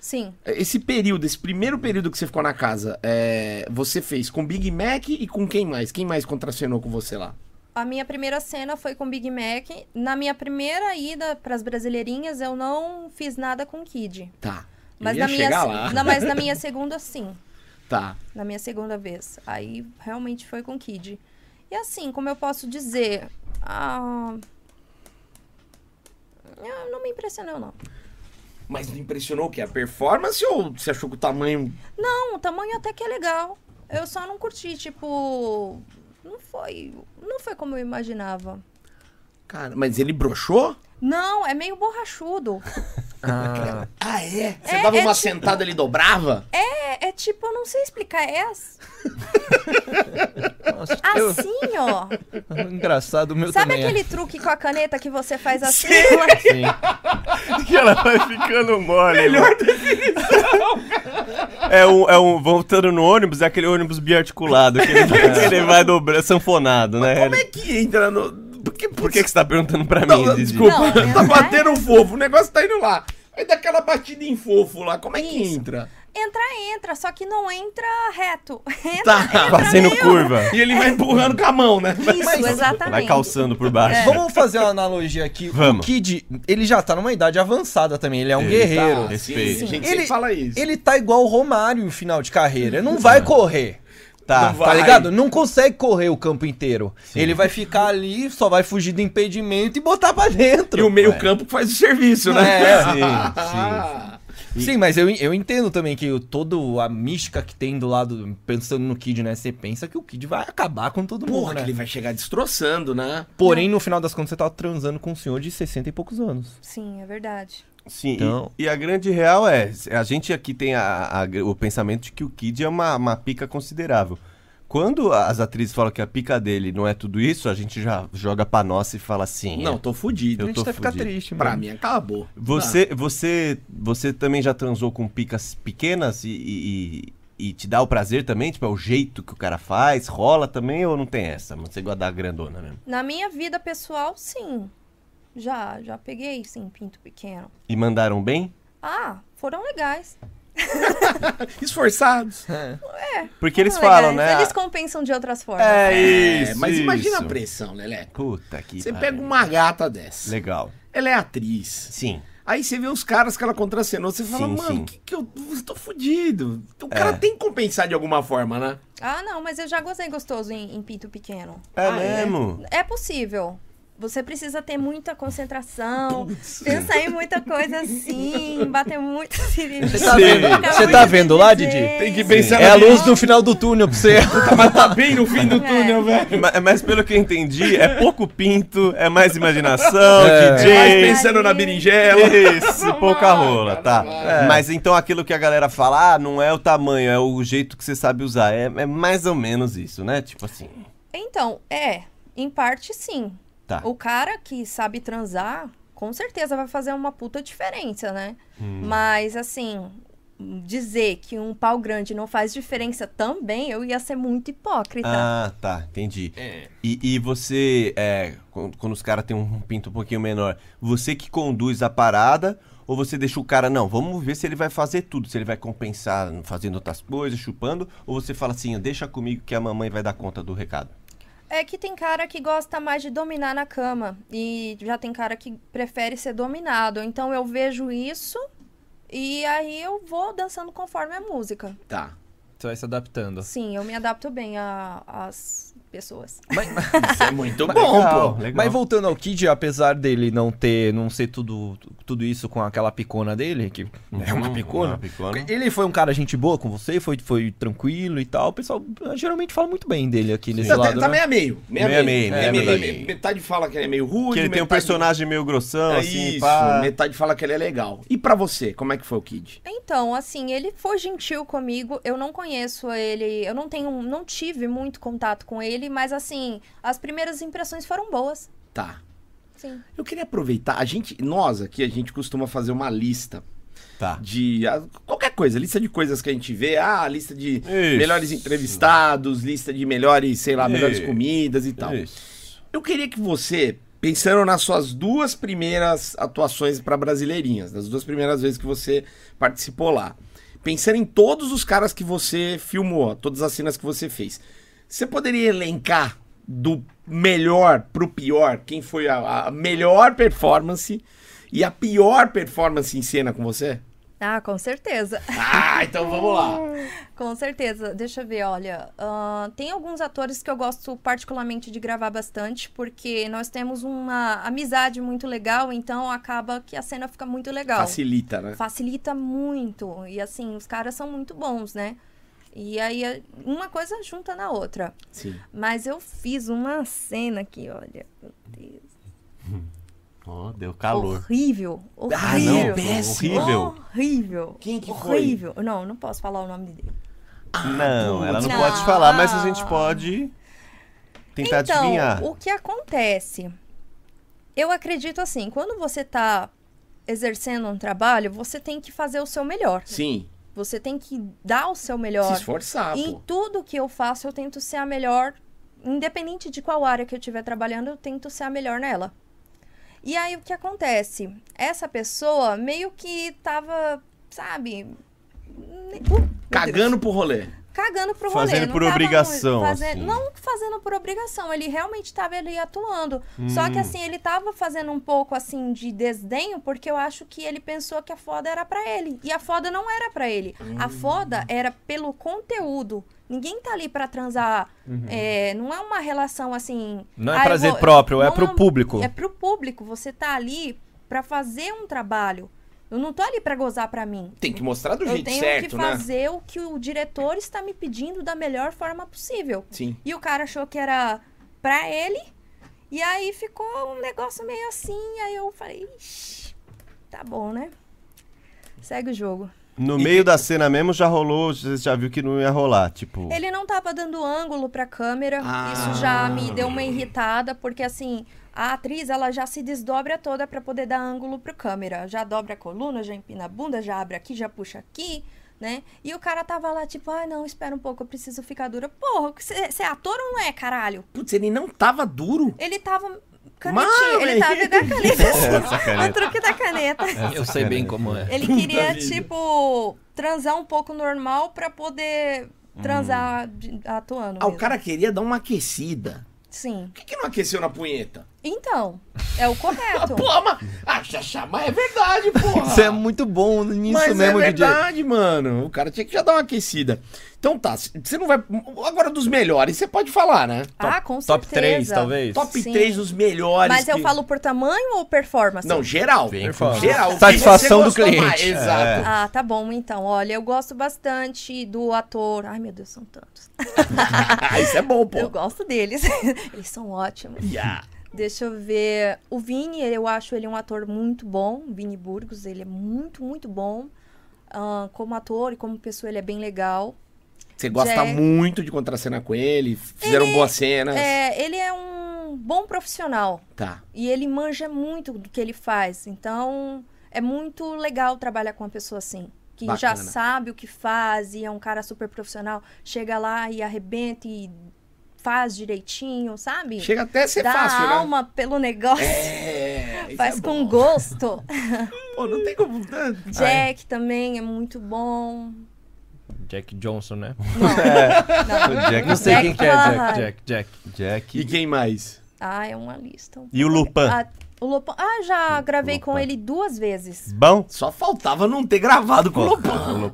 [SPEAKER 4] Sim.
[SPEAKER 1] Esse período, esse primeiro período que você ficou na casa, é, você fez com Big Mac e com quem mais? Quem mais contracenou com você lá?
[SPEAKER 4] A minha primeira cena foi com Big Mac. Na minha primeira ida pras brasileirinhas, eu não fiz nada com Kid.
[SPEAKER 1] Tá. Eu
[SPEAKER 4] Mas
[SPEAKER 1] ia
[SPEAKER 4] na, minha,
[SPEAKER 1] chegar
[SPEAKER 4] se-
[SPEAKER 1] lá.
[SPEAKER 4] não, mas na minha segunda, sim.
[SPEAKER 1] Tá.
[SPEAKER 4] Na minha segunda vez. Aí realmente foi com Kid. E assim, como eu posso dizer. Ah, ah, não me impressionou, não.
[SPEAKER 1] Mas não impressionou o quê? A performance ou você achou que o tamanho.
[SPEAKER 4] Não, o tamanho até que é legal. Eu só não curti, tipo. Não foi. Não foi como eu imaginava.
[SPEAKER 1] Cara, mas ele broxou?
[SPEAKER 4] Não, é meio borrachudo.
[SPEAKER 3] Ah,
[SPEAKER 1] Ah, é? Você
[SPEAKER 4] É,
[SPEAKER 1] dava
[SPEAKER 4] é
[SPEAKER 1] uma
[SPEAKER 4] tipo-
[SPEAKER 1] sentada, ele dobrava?
[SPEAKER 4] É, é tipo, eu não sei explicar. É as-
[SPEAKER 3] nossa, eu-
[SPEAKER 4] assim, ó.
[SPEAKER 3] engraçado o meu
[SPEAKER 4] Sabe
[SPEAKER 3] também. é.
[SPEAKER 4] aquele truque com a caneta que você faz assim?
[SPEAKER 3] Sim.
[SPEAKER 2] que ela vai ficando mole. Melhor É um, é um, voltando no ônibus, é aquele ônibus biarticulado, que ele, que ele vai dobrar, sanfonado, né?
[SPEAKER 1] Como é que entra no. Por que,
[SPEAKER 2] Por que, que você tá perguntando pra
[SPEAKER 1] Não,
[SPEAKER 2] mim,
[SPEAKER 1] não,
[SPEAKER 2] Didi?
[SPEAKER 1] desculpa,
[SPEAKER 4] Não, né?
[SPEAKER 1] tá batendo um fofo, o negócio tá indo lá. Aí dá aquela batida em fofo lá, como é que
[SPEAKER 4] Isso.
[SPEAKER 1] entra?
[SPEAKER 4] Entra, entra, só que não entra reto. Entra,
[SPEAKER 1] Tá.
[SPEAKER 2] Fazendo curva.
[SPEAKER 1] E ele vai empurrando com a mão, né?
[SPEAKER 4] Isso, é. exatamente.
[SPEAKER 2] Vai calçando por baixo.
[SPEAKER 1] É.
[SPEAKER 3] Vamos fazer uma analogia aqui.
[SPEAKER 2] É. Vamos.
[SPEAKER 3] O Kid, ele já tá numa idade avançada também, ele é um guerreiro.
[SPEAKER 1] tá
[SPEAKER 2] Respeito.
[SPEAKER 1] Ah, Sim, a gente
[SPEAKER 3] Ele-
[SPEAKER 1] sempre fala isso.
[SPEAKER 3] Ele tá igual o Romário no final de carreira. Ele não vai correr. Tá,
[SPEAKER 1] Não
[SPEAKER 3] tá
[SPEAKER 1] vai.
[SPEAKER 3] ligado? Não consegue correr o campo inteiro. Ele vai ficar ali, só vai fugir do impedimento e botar pra dentro.
[SPEAKER 1] E o meio campo que faz o serviço, né?
[SPEAKER 3] É.
[SPEAKER 1] Ah,
[SPEAKER 3] Sim, mas eu, eu entendo também que o- todo a mística que tem do lado, pensando no Kid, né? Você pensa que o Kid vai acabar com todo mundo,
[SPEAKER 1] Porra, que
[SPEAKER 3] né?
[SPEAKER 1] ele vai chegar destroçando, né?
[SPEAKER 3] Porém, no final das contas, você tá transando com um senhor de 60 e poucos anos.
[SPEAKER 4] Sim, é verdade.
[SPEAKER 2] Sim, e-
[SPEAKER 3] Então-
[SPEAKER 2] e, a grande real é, a gente aqui tem a- a- o pensamento de que o Kid é uma, uma pica considerável. Quando as atrizes falam que a pica dele não é tudo isso, a gente já joga pra nossa e fala assim.
[SPEAKER 1] Não, tô fudido.
[SPEAKER 2] Eu
[SPEAKER 3] a gente
[SPEAKER 2] tô
[SPEAKER 3] vai ficar
[SPEAKER 2] fudido.
[SPEAKER 3] triste, mano.
[SPEAKER 1] Pra mim, acabou.
[SPEAKER 2] Você,
[SPEAKER 1] Ah.
[SPEAKER 2] você, você também já transou com picas pequenas e, e- e- e te dá o prazer também? Tipo, é o jeito que o cara faz? Rola também ou não tem essa? Mas Você gosta da grandona mesmo.
[SPEAKER 4] Na minha vida pessoal, sim. Já, já peguei, sim, pinto pequeno.
[SPEAKER 2] E mandaram bem?
[SPEAKER 4] Ah, foram legais.
[SPEAKER 1] Esforçados.
[SPEAKER 2] Porque eles
[SPEAKER 4] Não,
[SPEAKER 2] falam,
[SPEAKER 4] legais.
[SPEAKER 2] né?
[SPEAKER 4] Ah, Eles compensam de outras formas.
[SPEAKER 2] É isso.
[SPEAKER 1] É, mas imagina
[SPEAKER 2] isso.
[SPEAKER 1] a pressão, né, Lelé.
[SPEAKER 2] Puta que
[SPEAKER 1] Você
[SPEAKER 2] pariu.
[SPEAKER 1] pega uma gata dessa.
[SPEAKER 2] Legal.
[SPEAKER 1] Ela é atriz.
[SPEAKER 2] Sim.
[SPEAKER 1] Aí você vê os caras que ela contracenou, você fala,
[SPEAKER 2] Sim,
[SPEAKER 1] mano,
[SPEAKER 2] sim. É.
[SPEAKER 1] que que eu. eu tô fudido. Então, O cara tem que compensar de alguma forma, né?
[SPEAKER 4] Ah, não, mas eu já gozei gostoso em, em pinto pequeno.
[SPEAKER 2] É
[SPEAKER 1] Ah,
[SPEAKER 2] mesmo?
[SPEAKER 4] É possível. Você precisa ter muita concentração, pensar em muita coisa assim, bater muito Você
[SPEAKER 3] tá vendo- você tá vendo lá, Didi?
[SPEAKER 1] Tem que pensar
[SPEAKER 3] É a luz no final do túnel pra você.
[SPEAKER 1] Mas tá bem no fim do
[SPEAKER 4] túnel,
[SPEAKER 1] velho.
[SPEAKER 2] Ma- É, Mas pelo que eu entendi, é pouco pinto, é mais imaginação,
[SPEAKER 3] É.
[SPEAKER 1] Mais
[SPEAKER 2] DJ.
[SPEAKER 1] pensando na berinjela.
[SPEAKER 2] Isso, pouca rola, tá?
[SPEAKER 1] Caramba.
[SPEAKER 2] É. Mas então aquilo que a galera fala, ah, não é o tamanho, é o jeito que você sabe usar. É, é mais ou menos isso, né? Tipo assim.
[SPEAKER 4] Então, é, em parte sim.
[SPEAKER 2] Tá.
[SPEAKER 4] O cara que sabe transar, com certeza vai fazer uma puta diferença, né?
[SPEAKER 3] Hum.
[SPEAKER 4] Mas assim, dizer que um pau grande não faz diferença também, eu ia ser muito hipócrita.
[SPEAKER 2] Ah, tá, entendi.
[SPEAKER 3] É.
[SPEAKER 2] E, e você, é, quando, quando os caras têm um pinto um pouquinho menor, você que conduz a parada ou você deixa o cara, não, vamos ver se ele vai fazer tudo, se ele vai compensar fazendo outras coisas, chupando, ou você fala assim, deixa comigo que a mamãe vai dar conta do recado?
[SPEAKER 4] É que tem cara que gosta mais de dominar na cama e já tem cara que prefere ser dominado. Então eu vejo isso e aí eu vou dançando conforme a música.
[SPEAKER 1] Tá.
[SPEAKER 3] Você vai se adaptando.
[SPEAKER 4] Sim, eu me adapto bem a- às pessoas.
[SPEAKER 1] Isso é muito bom,
[SPEAKER 2] Legal.
[SPEAKER 1] pô.
[SPEAKER 3] Mas voltando ao Kid, apesar dele não ter, não ser tudo, tudo isso com aquela picona dele, que é uma
[SPEAKER 2] Uhum,
[SPEAKER 3] picona.
[SPEAKER 2] uma picona.
[SPEAKER 3] Ele foi um cara gente boa com você, foi, foi tranquilo e tal. O pessoal eh, geralmente fala muito bem dele aqui nesse
[SPEAKER 1] Tá,
[SPEAKER 3] lado.
[SPEAKER 1] tá
[SPEAKER 3] né?
[SPEAKER 1] meio a meio. Meio a
[SPEAKER 2] Meio a
[SPEAKER 1] meio.
[SPEAKER 2] meio,
[SPEAKER 1] Meio a
[SPEAKER 2] meio a
[SPEAKER 1] meio.
[SPEAKER 2] meio.
[SPEAKER 1] Metade fala que ele é meio rude.
[SPEAKER 2] Que ele tem um
[SPEAKER 1] metade-
[SPEAKER 2] personagem meio grossão,
[SPEAKER 1] É
[SPEAKER 2] assim,
[SPEAKER 1] isso.
[SPEAKER 2] pá.
[SPEAKER 1] Metade fala que ele é legal. E pra você, como é que foi o Kid?
[SPEAKER 4] Então, assim, ele foi gentil comigo. Eu não conheço ele, eu não tenho, não tive muito contato com ele, mas assim, as primeiras impressões foram boas.
[SPEAKER 1] Tá.
[SPEAKER 4] Sim.
[SPEAKER 1] Eu queria aproveitar, a gente, nós aqui, a gente costuma fazer uma lista
[SPEAKER 2] Tá.
[SPEAKER 1] de ah, qualquer coisa, lista de coisas que a gente vê, ah, lista de
[SPEAKER 2] Isso.
[SPEAKER 1] melhores entrevistados, lista de melhores, sei lá, melhores
[SPEAKER 2] Isso.
[SPEAKER 1] comidas e tal.
[SPEAKER 2] Isso.
[SPEAKER 1] Eu queria que você, pensando nas suas duas primeiras atuações pra Brasileirinhas, das duas primeiras vezes que você participou lá, pensando em todos os caras que você filmou, todas as cenas que você fez, você poderia elencar do melhor pro pior quem foi a, a melhor performance e a pior performance em cena com você?
[SPEAKER 4] Ah, com certeza.
[SPEAKER 1] Ah, então vamos lá.
[SPEAKER 4] Com certeza. Deixa eu ver, olha. ahn, tem alguns atores que eu gosto particularmente de gravar bastante, porque nós temos uma amizade muito legal, então acaba que a cena fica muito legal.
[SPEAKER 1] Facilita, né?
[SPEAKER 4] Facilita muito. E assim, os caras são muito bons, né? E aí, é- uma coisa junta na outra.
[SPEAKER 1] Sim.
[SPEAKER 4] Mas eu fiz uma cena aqui, olha. Meu Deus.
[SPEAKER 2] Ó, deu calor.
[SPEAKER 4] Horrível.
[SPEAKER 1] Ah, não,
[SPEAKER 4] Horrível.
[SPEAKER 1] péssimo.
[SPEAKER 2] horrível.
[SPEAKER 4] Horrível.
[SPEAKER 1] Quem que foi?
[SPEAKER 4] horrível. Não, não posso falar o nome dele.
[SPEAKER 2] não, ela não,
[SPEAKER 4] não.
[SPEAKER 2] pode falar, mas a
[SPEAKER 1] Ah.
[SPEAKER 2] gente pode tentar
[SPEAKER 4] então,
[SPEAKER 2] adivinhar.
[SPEAKER 4] o que acontece? Eu acredito assim, quando você tá exercendo um trabalho, você tem que fazer o seu melhor.
[SPEAKER 1] Sim.
[SPEAKER 4] Você tem que dar o seu
[SPEAKER 1] Se
[SPEAKER 4] melhor.
[SPEAKER 1] esforçar,
[SPEAKER 4] em
[SPEAKER 1] pô.
[SPEAKER 4] tudo que eu faço, eu tento ser a melhor, independente de qual área que eu estiver trabalhando, eu tento ser a melhor nela. E aí o que acontece? Essa pessoa meio que tava, sabe, ne- uh, meu
[SPEAKER 1] Cagando pro rolê.
[SPEAKER 4] cagando pro rolê.
[SPEAKER 2] Fazendo
[SPEAKER 4] não
[SPEAKER 2] por
[SPEAKER 4] tava
[SPEAKER 2] obrigação,
[SPEAKER 4] faze-
[SPEAKER 2] assim.
[SPEAKER 4] Não fazendo por obrigação, ele realmente tava ali atuando. Só que assim, ele tava fazendo um pouco assim de desdenho, porque eu acho que ele pensou que a foda era pra ele. E a foda não era pra ele. A foda era pelo conteúdo. Ninguém tá ali pra transar. É, não é uma relação assim.
[SPEAKER 3] Não é
[SPEAKER 4] "Ah, eu
[SPEAKER 3] prazer
[SPEAKER 4] vou-"
[SPEAKER 3] próprio, é
[SPEAKER 4] não
[SPEAKER 3] pro
[SPEAKER 4] um-
[SPEAKER 3] público.
[SPEAKER 4] É pro público. Você tá ali pra fazer um trabalho. Eu não tô ali pra gozar pra mim.
[SPEAKER 1] Tem que mostrar do
[SPEAKER 4] Eu
[SPEAKER 1] jeito
[SPEAKER 4] tenho
[SPEAKER 1] certo,
[SPEAKER 4] que
[SPEAKER 1] né?
[SPEAKER 4] fazer o que o diretor está me pedindo da melhor forma possível.
[SPEAKER 1] Sim.
[SPEAKER 4] E o cara achou que era pra ele. E aí ficou um negócio meio assim. Aí eu falei, "Ixi, tá bom, né? Segue o jogo.
[SPEAKER 2] No meio da cena mesmo já rolou, você já viu que não ia rolar, tipo...
[SPEAKER 4] Ele não tava dando ângulo pra câmera.
[SPEAKER 1] Ah.
[SPEAKER 4] Isso já me deu uma irritada, porque assim, a atriz ela já se desdobra toda pra poder dar ângulo pro câmera. Já dobra a coluna, já empina a bunda, já abre aqui, já puxa aqui, né? E o cara tava lá, tipo, ah, não, espera um pouco, eu preciso ficar dura. Porra, você é ator ou não é, caralho?
[SPEAKER 1] Putz, ele não tava duro.
[SPEAKER 4] Ele tava canetinha.
[SPEAKER 1] Mas,
[SPEAKER 4] ele tava
[SPEAKER 1] velho.
[SPEAKER 4] pegando a caneta.
[SPEAKER 2] É, sacanagem.
[SPEAKER 4] o truque da caneta.
[SPEAKER 5] Eu sei bem como é.
[SPEAKER 4] Ele queria, tipo, transar um pouco normal pra poder transar de- atuando.
[SPEAKER 1] Hum. Ah, o
[SPEAKER 4] mesmo.
[SPEAKER 1] cara queria dar uma aquecida.
[SPEAKER 4] Sim.
[SPEAKER 1] Por que, que não aqueceu na punheta?
[SPEAKER 4] Então, é o correto.
[SPEAKER 1] Porra, mas. Ah, Xaxá, mas é verdade, porra.
[SPEAKER 3] Você é muito bom nisso
[SPEAKER 1] mas
[SPEAKER 3] mesmo,
[SPEAKER 1] é
[SPEAKER 3] DJ.
[SPEAKER 1] verdade, mano. O cara tinha que já dar uma aquecida. Então tá, c- você não vai. Agora dos melhores, você pode falar, né?
[SPEAKER 4] ah, com
[SPEAKER 3] Top
[SPEAKER 4] certeza.
[SPEAKER 3] 3, talvez.
[SPEAKER 1] Top
[SPEAKER 4] Sim.
[SPEAKER 1] 3 dos melhores.
[SPEAKER 4] Mas eu
[SPEAKER 1] que-
[SPEAKER 4] falo por tamanho ou performance?
[SPEAKER 1] Não, geral.
[SPEAKER 5] Bem,
[SPEAKER 1] Geral. o que
[SPEAKER 3] Satisfação
[SPEAKER 1] você gostou
[SPEAKER 3] do cliente. É.
[SPEAKER 1] mais, Exato.
[SPEAKER 4] Ah, tá bom, então. Olha, eu gosto bastante do ator. Ai, meu Deus, são tantos.
[SPEAKER 1] Ah, isso é bom,
[SPEAKER 4] Eu
[SPEAKER 1] pô.
[SPEAKER 4] gosto deles. Eles são ótimos.
[SPEAKER 1] Yeah.
[SPEAKER 4] Deixa eu ver. O Vini, eu acho ele um ator muito bom. O Vini Burgos, ele é muito, muito bom. Ah, como ator e como pessoa, ele é bem legal.
[SPEAKER 1] Você gosta
[SPEAKER 4] Já é-
[SPEAKER 1] muito de contracenar com ele, fizeram boas cenas.
[SPEAKER 4] É, ele é um bom profissional
[SPEAKER 1] Tá.
[SPEAKER 4] e ele manja muito do que ele faz. Então, é muito legal trabalhar com uma pessoa assim. Que já
[SPEAKER 1] Bacana.
[SPEAKER 4] sabe o que faz e é um cara super profissional. Chega lá e arrebenta e faz direitinho, sabe?
[SPEAKER 1] Chega até a ser
[SPEAKER 4] Dá
[SPEAKER 1] fácil,
[SPEAKER 4] a alma pelo negócio.
[SPEAKER 1] né? É. isso
[SPEAKER 4] Faz
[SPEAKER 1] é bom.
[SPEAKER 4] com gosto.
[SPEAKER 1] Pô, não tem como. né?
[SPEAKER 4] Jack também é muito bom.
[SPEAKER 5] Jack Johnson, né?
[SPEAKER 4] Não.
[SPEAKER 2] Jack,
[SPEAKER 5] Não sei
[SPEAKER 4] Jack
[SPEAKER 5] quem que é Jack,
[SPEAKER 4] Black.
[SPEAKER 5] Jack, Jack.
[SPEAKER 1] E
[SPEAKER 2] Jack.
[SPEAKER 1] quem mais?
[SPEAKER 4] Ah, é uma lista. um
[SPEAKER 2] E o
[SPEAKER 4] pouco-
[SPEAKER 2] Lupin?
[SPEAKER 4] Ah, o Lupin. Ah,
[SPEAKER 1] Hum,
[SPEAKER 4] já gravei com
[SPEAKER 2] Lupin.
[SPEAKER 4] ele duas vezes.
[SPEAKER 2] Bom?
[SPEAKER 1] Só faltava não ter gravado com o Lupin.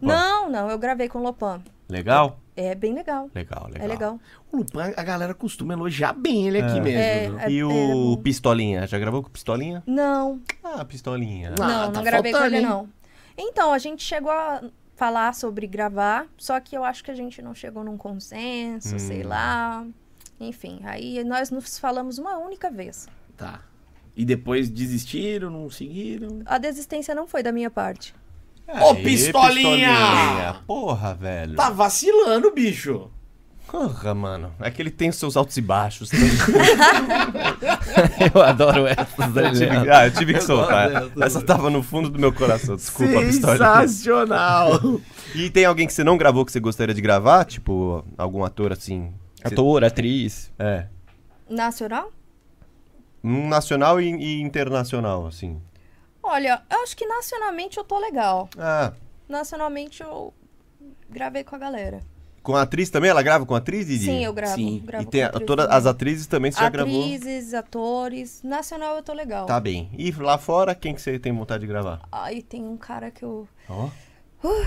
[SPEAKER 4] Não, não, eu gravei com o Lopan.
[SPEAKER 2] Legal?
[SPEAKER 4] É bem legal.
[SPEAKER 2] Legal, legal.
[SPEAKER 4] É legal.
[SPEAKER 1] O Lupin, a galera costuma elogiar bem ele aqui mesmo. viu?
[SPEAKER 4] É, é-
[SPEAKER 2] E
[SPEAKER 4] é
[SPEAKER 2] o
[SPEAKER 4] bom.
[SPEAKER 2] Pistolinha? Já gravou com o Pistolinha?
[SPEAKER 4] Não,
[SPEAKER 2] Ah, Pistolinha.
[SPEAKER 1] Ah,
[SPEAKER 4] não,
[SPEAKER 1] tá
[SPEAKER 4] não gravei com
[SPEAKER 1] faltando,
[SPEAKER 4] ele,
[SPEAKER 1] hein?
[SPEAKER 4] não. Então, a gente chegou a falar sobre gravar, só que eu acho que a gente não chegou num consenso,
[SPEAKER 2] Hum.
[SPEAKER 4] sei lá. Enfim, aí nós nos falamos uma única vez.
[SPEAKER 1] Tá. E depois desistiram, não seguiram.
[SPEAKER 4] A desistência não foi da minha parte.
[SPEAKER 1] Ô,
[SPEAKER 2] Aê,
[SPEAKER 1] Pistolinha!
[SPEAKER 2] Porra, velho.
[SPEAKER 1] Tá vacilando, bicho.
[SPEAKER 2] Porra, mano. É que ele tem os seus altos e baixos. tá?
[SPEAKER 5] Eu adoro essas,
[SPEAKER 2] Eu
[SPEAKER 5] né?
[SPEAKER 2] tive- ah, eu tive que soltar.
[SPEAKER 5] Eu adoro
[SPEAKER 2] Essa tava no fundo do meu coração. Desculpa, Pistolinha.
[SPEAKER 1] Sensacional.
[SPEAKER 2] E tem alguém que você não gravou que você gostaria de gravar? Tipo, algum ator assim? que você-
[SPEAKER 3] Ator, atriz.
[SPEAKER 2] É.
[SPEAKER 4] Nacional?
[SPEAKER 2] Um nacional e, e internacional, assim.
[SPEAKER 4] Olha, eu acho que nacionalmente eu tô legal.
[SPEAKER 2] Ah,
[SPEAKER 4] Nacionalmente eu gravei com a galera.
[SPEAKER 2] com a atriz também? Ela grava com a atriz, Didi?
[SPEAKER 4] Sim, eu gravo.
[SPEAKER 1] Sim,
[SPEAKER 4] gravo
[SPEAKER 2] E tem
[SPEAKER 4] com
[SPEAKER 2] a-
[SPEAKER 4] atriz
[SPEAKER 2] todas
[SPEAKER 4] também.
[SPEAKER 2] as atrizes também você já gravou?
[SPEAKER 4] Atrizes, atores. Nacional eu tô legal.
[SPEAKER 2] Tá bem. E lá fora, quem que você tem vontade de gravar?
[SPEAKER 4] Aí tem um cara que eu.
[SPEAKER 2] Ó.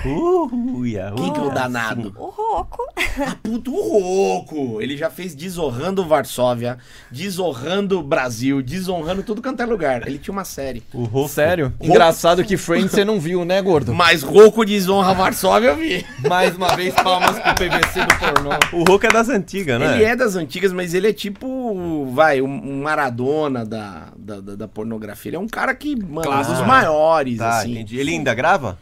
[SPEAKER 2] Uh, uia,
[SPEAKER 1] Quem que é o
[SPEAKER 2] uia.
[SPEAKER 1] danado?
[SPEAKER 4] O Roco.
[SPEAKER 1] Puto rouco. Ele já fez desonrando Varsóvia, desonrando Brasil, desonrando tudo quanto é lugar. Ele tinha uma série.
[SPEAKER 2] O rosto.
[SPEAKER 3] Sério? Engraçado que Friends você não viu, né, gordo?
[SPEAKER 1] Mas rouco desonra Varsóvia, eu vi.
[SPEAKER 3] Mais uma vez, palmas pro PVC do pornô.
[SPEAKER 2] O Hulk é das antigas, né?
[SPEAKER 1] Ele é das antigas, mas ele é tipo, vai, um Maradona da, da, da- da pornografia. Ele é um cara que, mano,
[SPEAKER 2] Clássico.
[SPEAKER 1] um dos maiores,
[SPEAKER 2] Tá,
[SPEAKER 1] assim.
[SPEAKER 2] entendi. Ele ainda grava?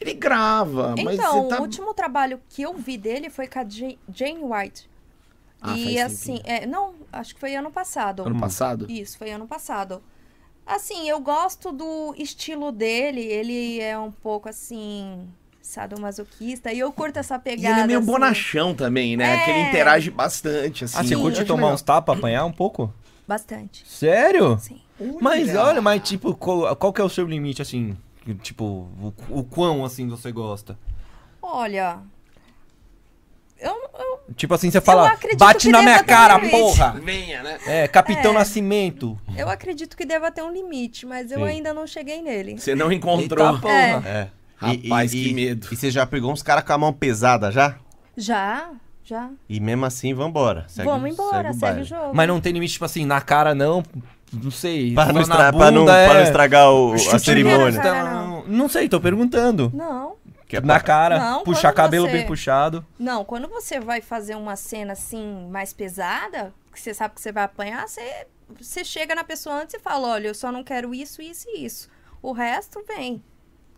[SPEAKER 1] Ele grava, mas
[SPEAKER 4] Então,
[SPEAKER 1] você tá...
[SPEAKER 4] o último trabalho que eu vi dele foi com a Ja- Jane White.
[SPEAKER 1] Ah,
[SPEAKER 4] e
[SPEAKER 1] faz
[SPEAKER 4] assim,
[SPEAKER 1] tempinho.
[SPEAKER 4] é, não, acho que foi ano passado.
[SPEAKER 1] Ano passado?
[SPEAKER 4] Isso, foi ano passado. Assim, eu gosto do estilo dele, ele é um pouco assim, sadomasoquista, e eu curto essa
[SPEAKER 1] E
[SPEAKER 4] pegada.
[SPEAKER 1] ele é meio
[SPEAKER 4] assim.
[SPEAKER 1] bonachão também, né?
[SPEAKER 4] É.
[SPEAKER 1] Que ele interage bastante, assim.
[SPEAKER 3] Ah, você curte tomar uns tapas, apanhar um pouco?
[SPEAKER 4] Bastante,
[SPEAKER 3] Sério?
[SPEAKER 4] sim.
[SPEAKER 3] Mas olha, mas tipo, qual, qual que é o seu limite, assim? Tipo, o, o quão, assim, você gosta?
[SPEAKER 4] Olha. Eu, eu-
[SPEAKER 3] Tipo assim, você
[SPEAKER 4] Eu
[SPEAKER 3] fala,
[SPEAKER 4] acredito
[SPEAKER 3] bate
[SPEAKER 4] que
[SPEAKER 3] na
[SPEAKER 4] deva
[SPEAKER 3] minha
[SPEAKER 4] ter
[SPEAKER 3] cara,
[SPEAKER 4] limite."
[SPEAKER 3] porra!
[SPEAKER 1] Venha, né?
[SPEAKER 3] É, Capitão
[SPEAKER 4] É.
[SPEAKER 3] Nascimento.
[SPEAKER 4] eu acredito que deva ter um limite, mas eu
[SPEAKER 3] Sim.
[SPEAKER 4] ainda não cheguei nele.
[SPEAKER 1] Você não encontrou.
[SPEAKER 3] Eita porra.
[SPEAKER 2] É.
[SPEAKER 1] Rapaz, que medo.
[SPEAKER 2] E você já pegou uns caras com a mão pesada já?
[SPEAKER 4] Já, já.
[SPEAKER 2] E mesmo assim, vambora. Segue,
[SPEAKER 4] Vamos embora, segue,
[SPEAKER 2] baile.
[SPEAKER 4] o jogo.
[SPEAKER 3] Mas não tem limite, tipo assim, na cara não, não sei.
[SPEAKER 2] Pra
[SPEAKER 3] só
[SPEAKER 2] não,
[SPEAKER 3] na
[SPEAKER 2] estra- pra não-
[SPEAKER 3] bunda,
[SPEAKER 2] pra não
[SPEAKER 3] é.
[SPEAKER 2] estragar o- a
[SPEAKER 3] Chute
[SPEAKER 2] cerimônia.
[SPEAKER 4] na
[SPEAKER 3] Então,
[SPEAKER 4] cara,
[SPEAKER 3] não. sei, tô perguntando.
[SPEAKER 4] Não,
[SPEAKER 2] Que é
[SPEAKER 3] na
[SPEAKER 2] pra-
[SPEAKER 3] cara,
[SPEAKER 4] Não,
[SPEAKER 3] puxar
[SPEAKER 4] quando
[SPEAKER 3] cabelo
[SPEAKER 4] você-
[SPEAKER 3] bem puxado.
[SPEAKER 4] não. Quando você vai fazer uma cena assim, mais pesada, que você sabe que você vai apanhar, você, você chega na pessoa antes e fala: olha, eu só não quero isso, isso e isso. O resto vem.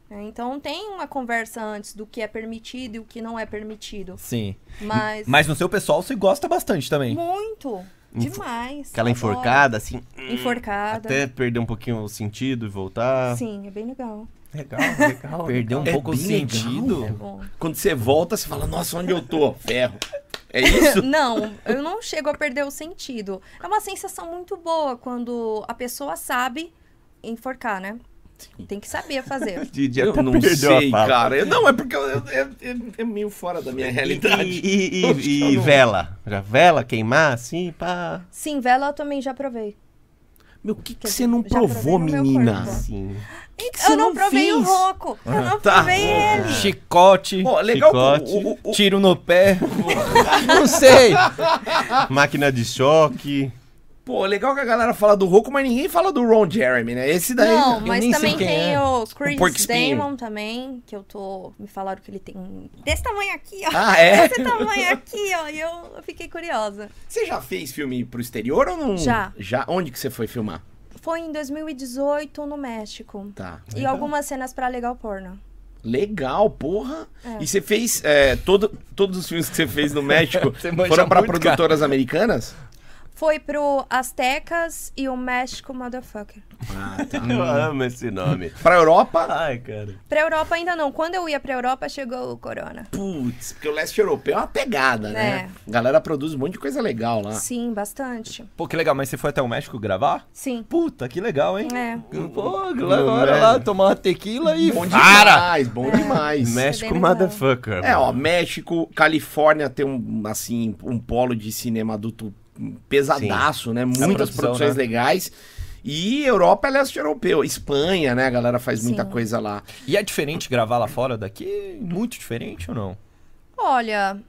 [SPEAKER 4] É, Então tem uma conversa antes do que é permitido e o que não é permitido.
[SPEAKER 3] Sim.
[SPEAKER 4] Mas.
[SPEAKER 3] Mas no seu pessoal você gosta bastante também.
[SPEAKER 4] Muito! Demais!
[SPEAKER 2] Aquela
[SPEAKER 4] adoro.
[SPEAKER 2] enforcada, assim.
[SPEAKER 4] Enforcada.
[SPEAKER 2] Até perder um pouquinho o sentido e voltar.
[SPEAKER 4] Sim, é bem legal. Tá
[SPEAKER 2] Legal, legal.
[SPEAKER 3] Perdeu um
[SPEAKER 1] É
[SPEAKER 3] pouco o
[SPEAKER 1] bem legal,
[SPEAKER 3] sentido.
[SPEAKER 4] Bom,
[SPEAKER 1] Quando você volta, você fala, nossa, onde eu tô? Ferro. É isso?
[SPEAKER 4] Não, eu não chego a perder o sentido. É uma sensação muito boa quando a pessoa sabe enforcar, né? Tem que saber fazer.
[SPEAKER 2] Didi
[SPEAKER 1] Eu
[SPEAKER 2] até
[SPEAKER 1] não
[SPEAKER 2] perdeu a
[SPEAKER 1] sei,
[SPEAKER 2] fala.
[SPEAKER 1] cara. Eu- não, é porque eu- eu- é- é- é meio fora da minha realidade.
[SPEAKER 2] E, e- e-
[SPEAKER 1] Acho que
[SPEAKER 2] e
[SPEAKER 1] eu não-
[SPEAKER 2] vela. Já vela, queimar, assim, pá.
[SPEAKER 4] Sim, vela eu também já provei.
[SPEAKER 1] Meu, o que, que
[SPEAKER 4] Quer
[SPEAKER 1] você
[SPEAKER 4] dizer,
[SPEAKER 1] não
[SPEAKER 4] já provei
[SPEAKER 1] provou,
[SPEAKER 4] no meu
[SPEAKER 1] menina?
[SPEAKER 4] corpo.
[SPEAKER 2] Sim.
[SPEAKER 1] você
[SPEAKER 4] eu não,
[SPEAKER 1] não
[SPEAKER 4] provei o
[SPEAKER 1] fez?
[SPEAKER 4] roco. eu não
[SPEAKER 1] tá.
[SPEAKER 4] provei
[SPEAKER 3] É.
[SPEAKER 4] ele.
[SPEAKER 5] Chicote,
[SPEAKER 1] Pô, legal que o,
[SPEAKER 2] Chicote.
[SPEAKER 1] o- o- o-
[SPEAKER 5] tiro no pé. não sei.
[SPEAKER 1] Ah.
[SPEAKER 2] Máquina de choque.
[SPEAKER 1] pô, legal que a galera fala do Roku, mas ninguém fala do Ron Jeremy, né? Esse daí.
[SPEAKER 4] Não,
[SPEAKER 1] eu
[SPEAKER 4] mas
[SPEAKER 1] nem sei
[SPEAKER 4] também
[SPEAKER 1] quem
[SPEAKER 4] tem
[SPEAKER 1] é.
[SPEAKER 4] o
[SPEAKER 1] Porco
[SPEAKER 4] Chris
[SPEAKER 1] Espinho.
[SPEAKER 4] Damon também, que eu tô. Me falaram que ele tem. Desse tamanho aqui, ó.
[SPEAKER 1] Ah, é?
[SPEAKER 4] Desse tamanho aqui, ó. E eu fiquei curiosa.
[SPEAKER 1] Você já fez filme pro exterior ou não?
[SPEAKER 4] Já.
[SPEAKER 1] Já? Onde que você foi filmar?
[SPEAKER 4] Foi em 2018 no México.
[SPEAKER 1] Tá.
[SPEAKER 4] E algumas cenas pra legal porno.
[SPEAKER 1] Legal, porra.
[SPEAKER 4] É.
[SPEAKER 1] E você fez é, todo, todos os filmes que você fez no México
[SPEAKER 5] Você manja
[SPEAKER 1] foram pra
[SPEAKER 5] muito,
[SPEAKER 1] produtoras americanas?
[SPEAKER 4] Foi pro Aztecas e o México Motherfucker.
[SPEAKER 1] Hum.
[SPEAKER 2] Eu amo esse nome.
[SPEAKER 1] Ah, tá. Pra Europa?
[SPEAKER 2] Ai, cara.
[SPEAKER 4] Pra Europa ainda não. Quando eu ia pra Europa, chegou o Corona.
[SPEAKER 1] Putz, porque o leste europeu é uma pegada, né? A galera produz um monte de coisa legal
[SPEAKER 3] Ah.
[SPEAKER 1] lá.
[SPEAKER 4] É. Sim, bastante.
[SPEAKER 3] Pô, que legal, mas você foi até o México gravar?
[SPEAKER 4] Sim.
[SPEAKER 3] Puta, que legal, hein?
[SPEAKER 4] É.
[SPEAKER 3] Pô, agora lá, tomar uma tequila e...
[SPEAKER 1] Bom
[SPEAKER 2] Para!
[SPEAKER 1] demais, bom
[SPEAKER 4] É.
[SPEAKER 1] demais.
[SPEAKER 5] Né,
[SPEAKER 2] México
[SPEAKER 4] bem legal.
[SPEAKER 2] motherfucker.
[SPEAKER 1] É, ó, México, Califórnia tem um, assim, um polo de cinema adulto pesadaço, né? Muitas
[SPEAKER 5] produção,
[SPEAKER 1] produções
[SPEAKER 5] né?
[SPEAKER 1] legais. E Europa é leste europeu. Espanha, né? A galera faz muita
[SPEAKER 4] Sim.
[SPEAKER 1] coisa lá.
[SPEAKER 3] E é diferente gravar lá fora daqui? Muito diferente ou não?
[SPEAKER 4] Olha,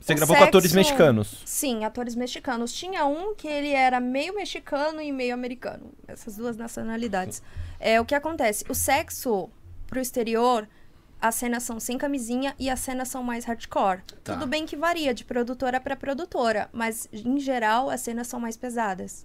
[SPEAKER 3] Você
[SPEAKER 4] O
[SPEAKER 3] gravou com atores
[SPEAKER 4] sexo-
[SPEAKER 3] mexicanos.
[SPEAKER 4] Sim, atores mexicanos. Tinha um que ele era meio mexicano e meio americano. Essas duas nacionalidades. É o que acontece. O sexo pro exterior, as cenas são sem camisinha e as cenas são mais hardcore.
[SPEAKER 1] Tá.
[SPEAKER 4] Tudo bem que varia de produtora pra produtora, mas em geral as cenas são mais pesadas.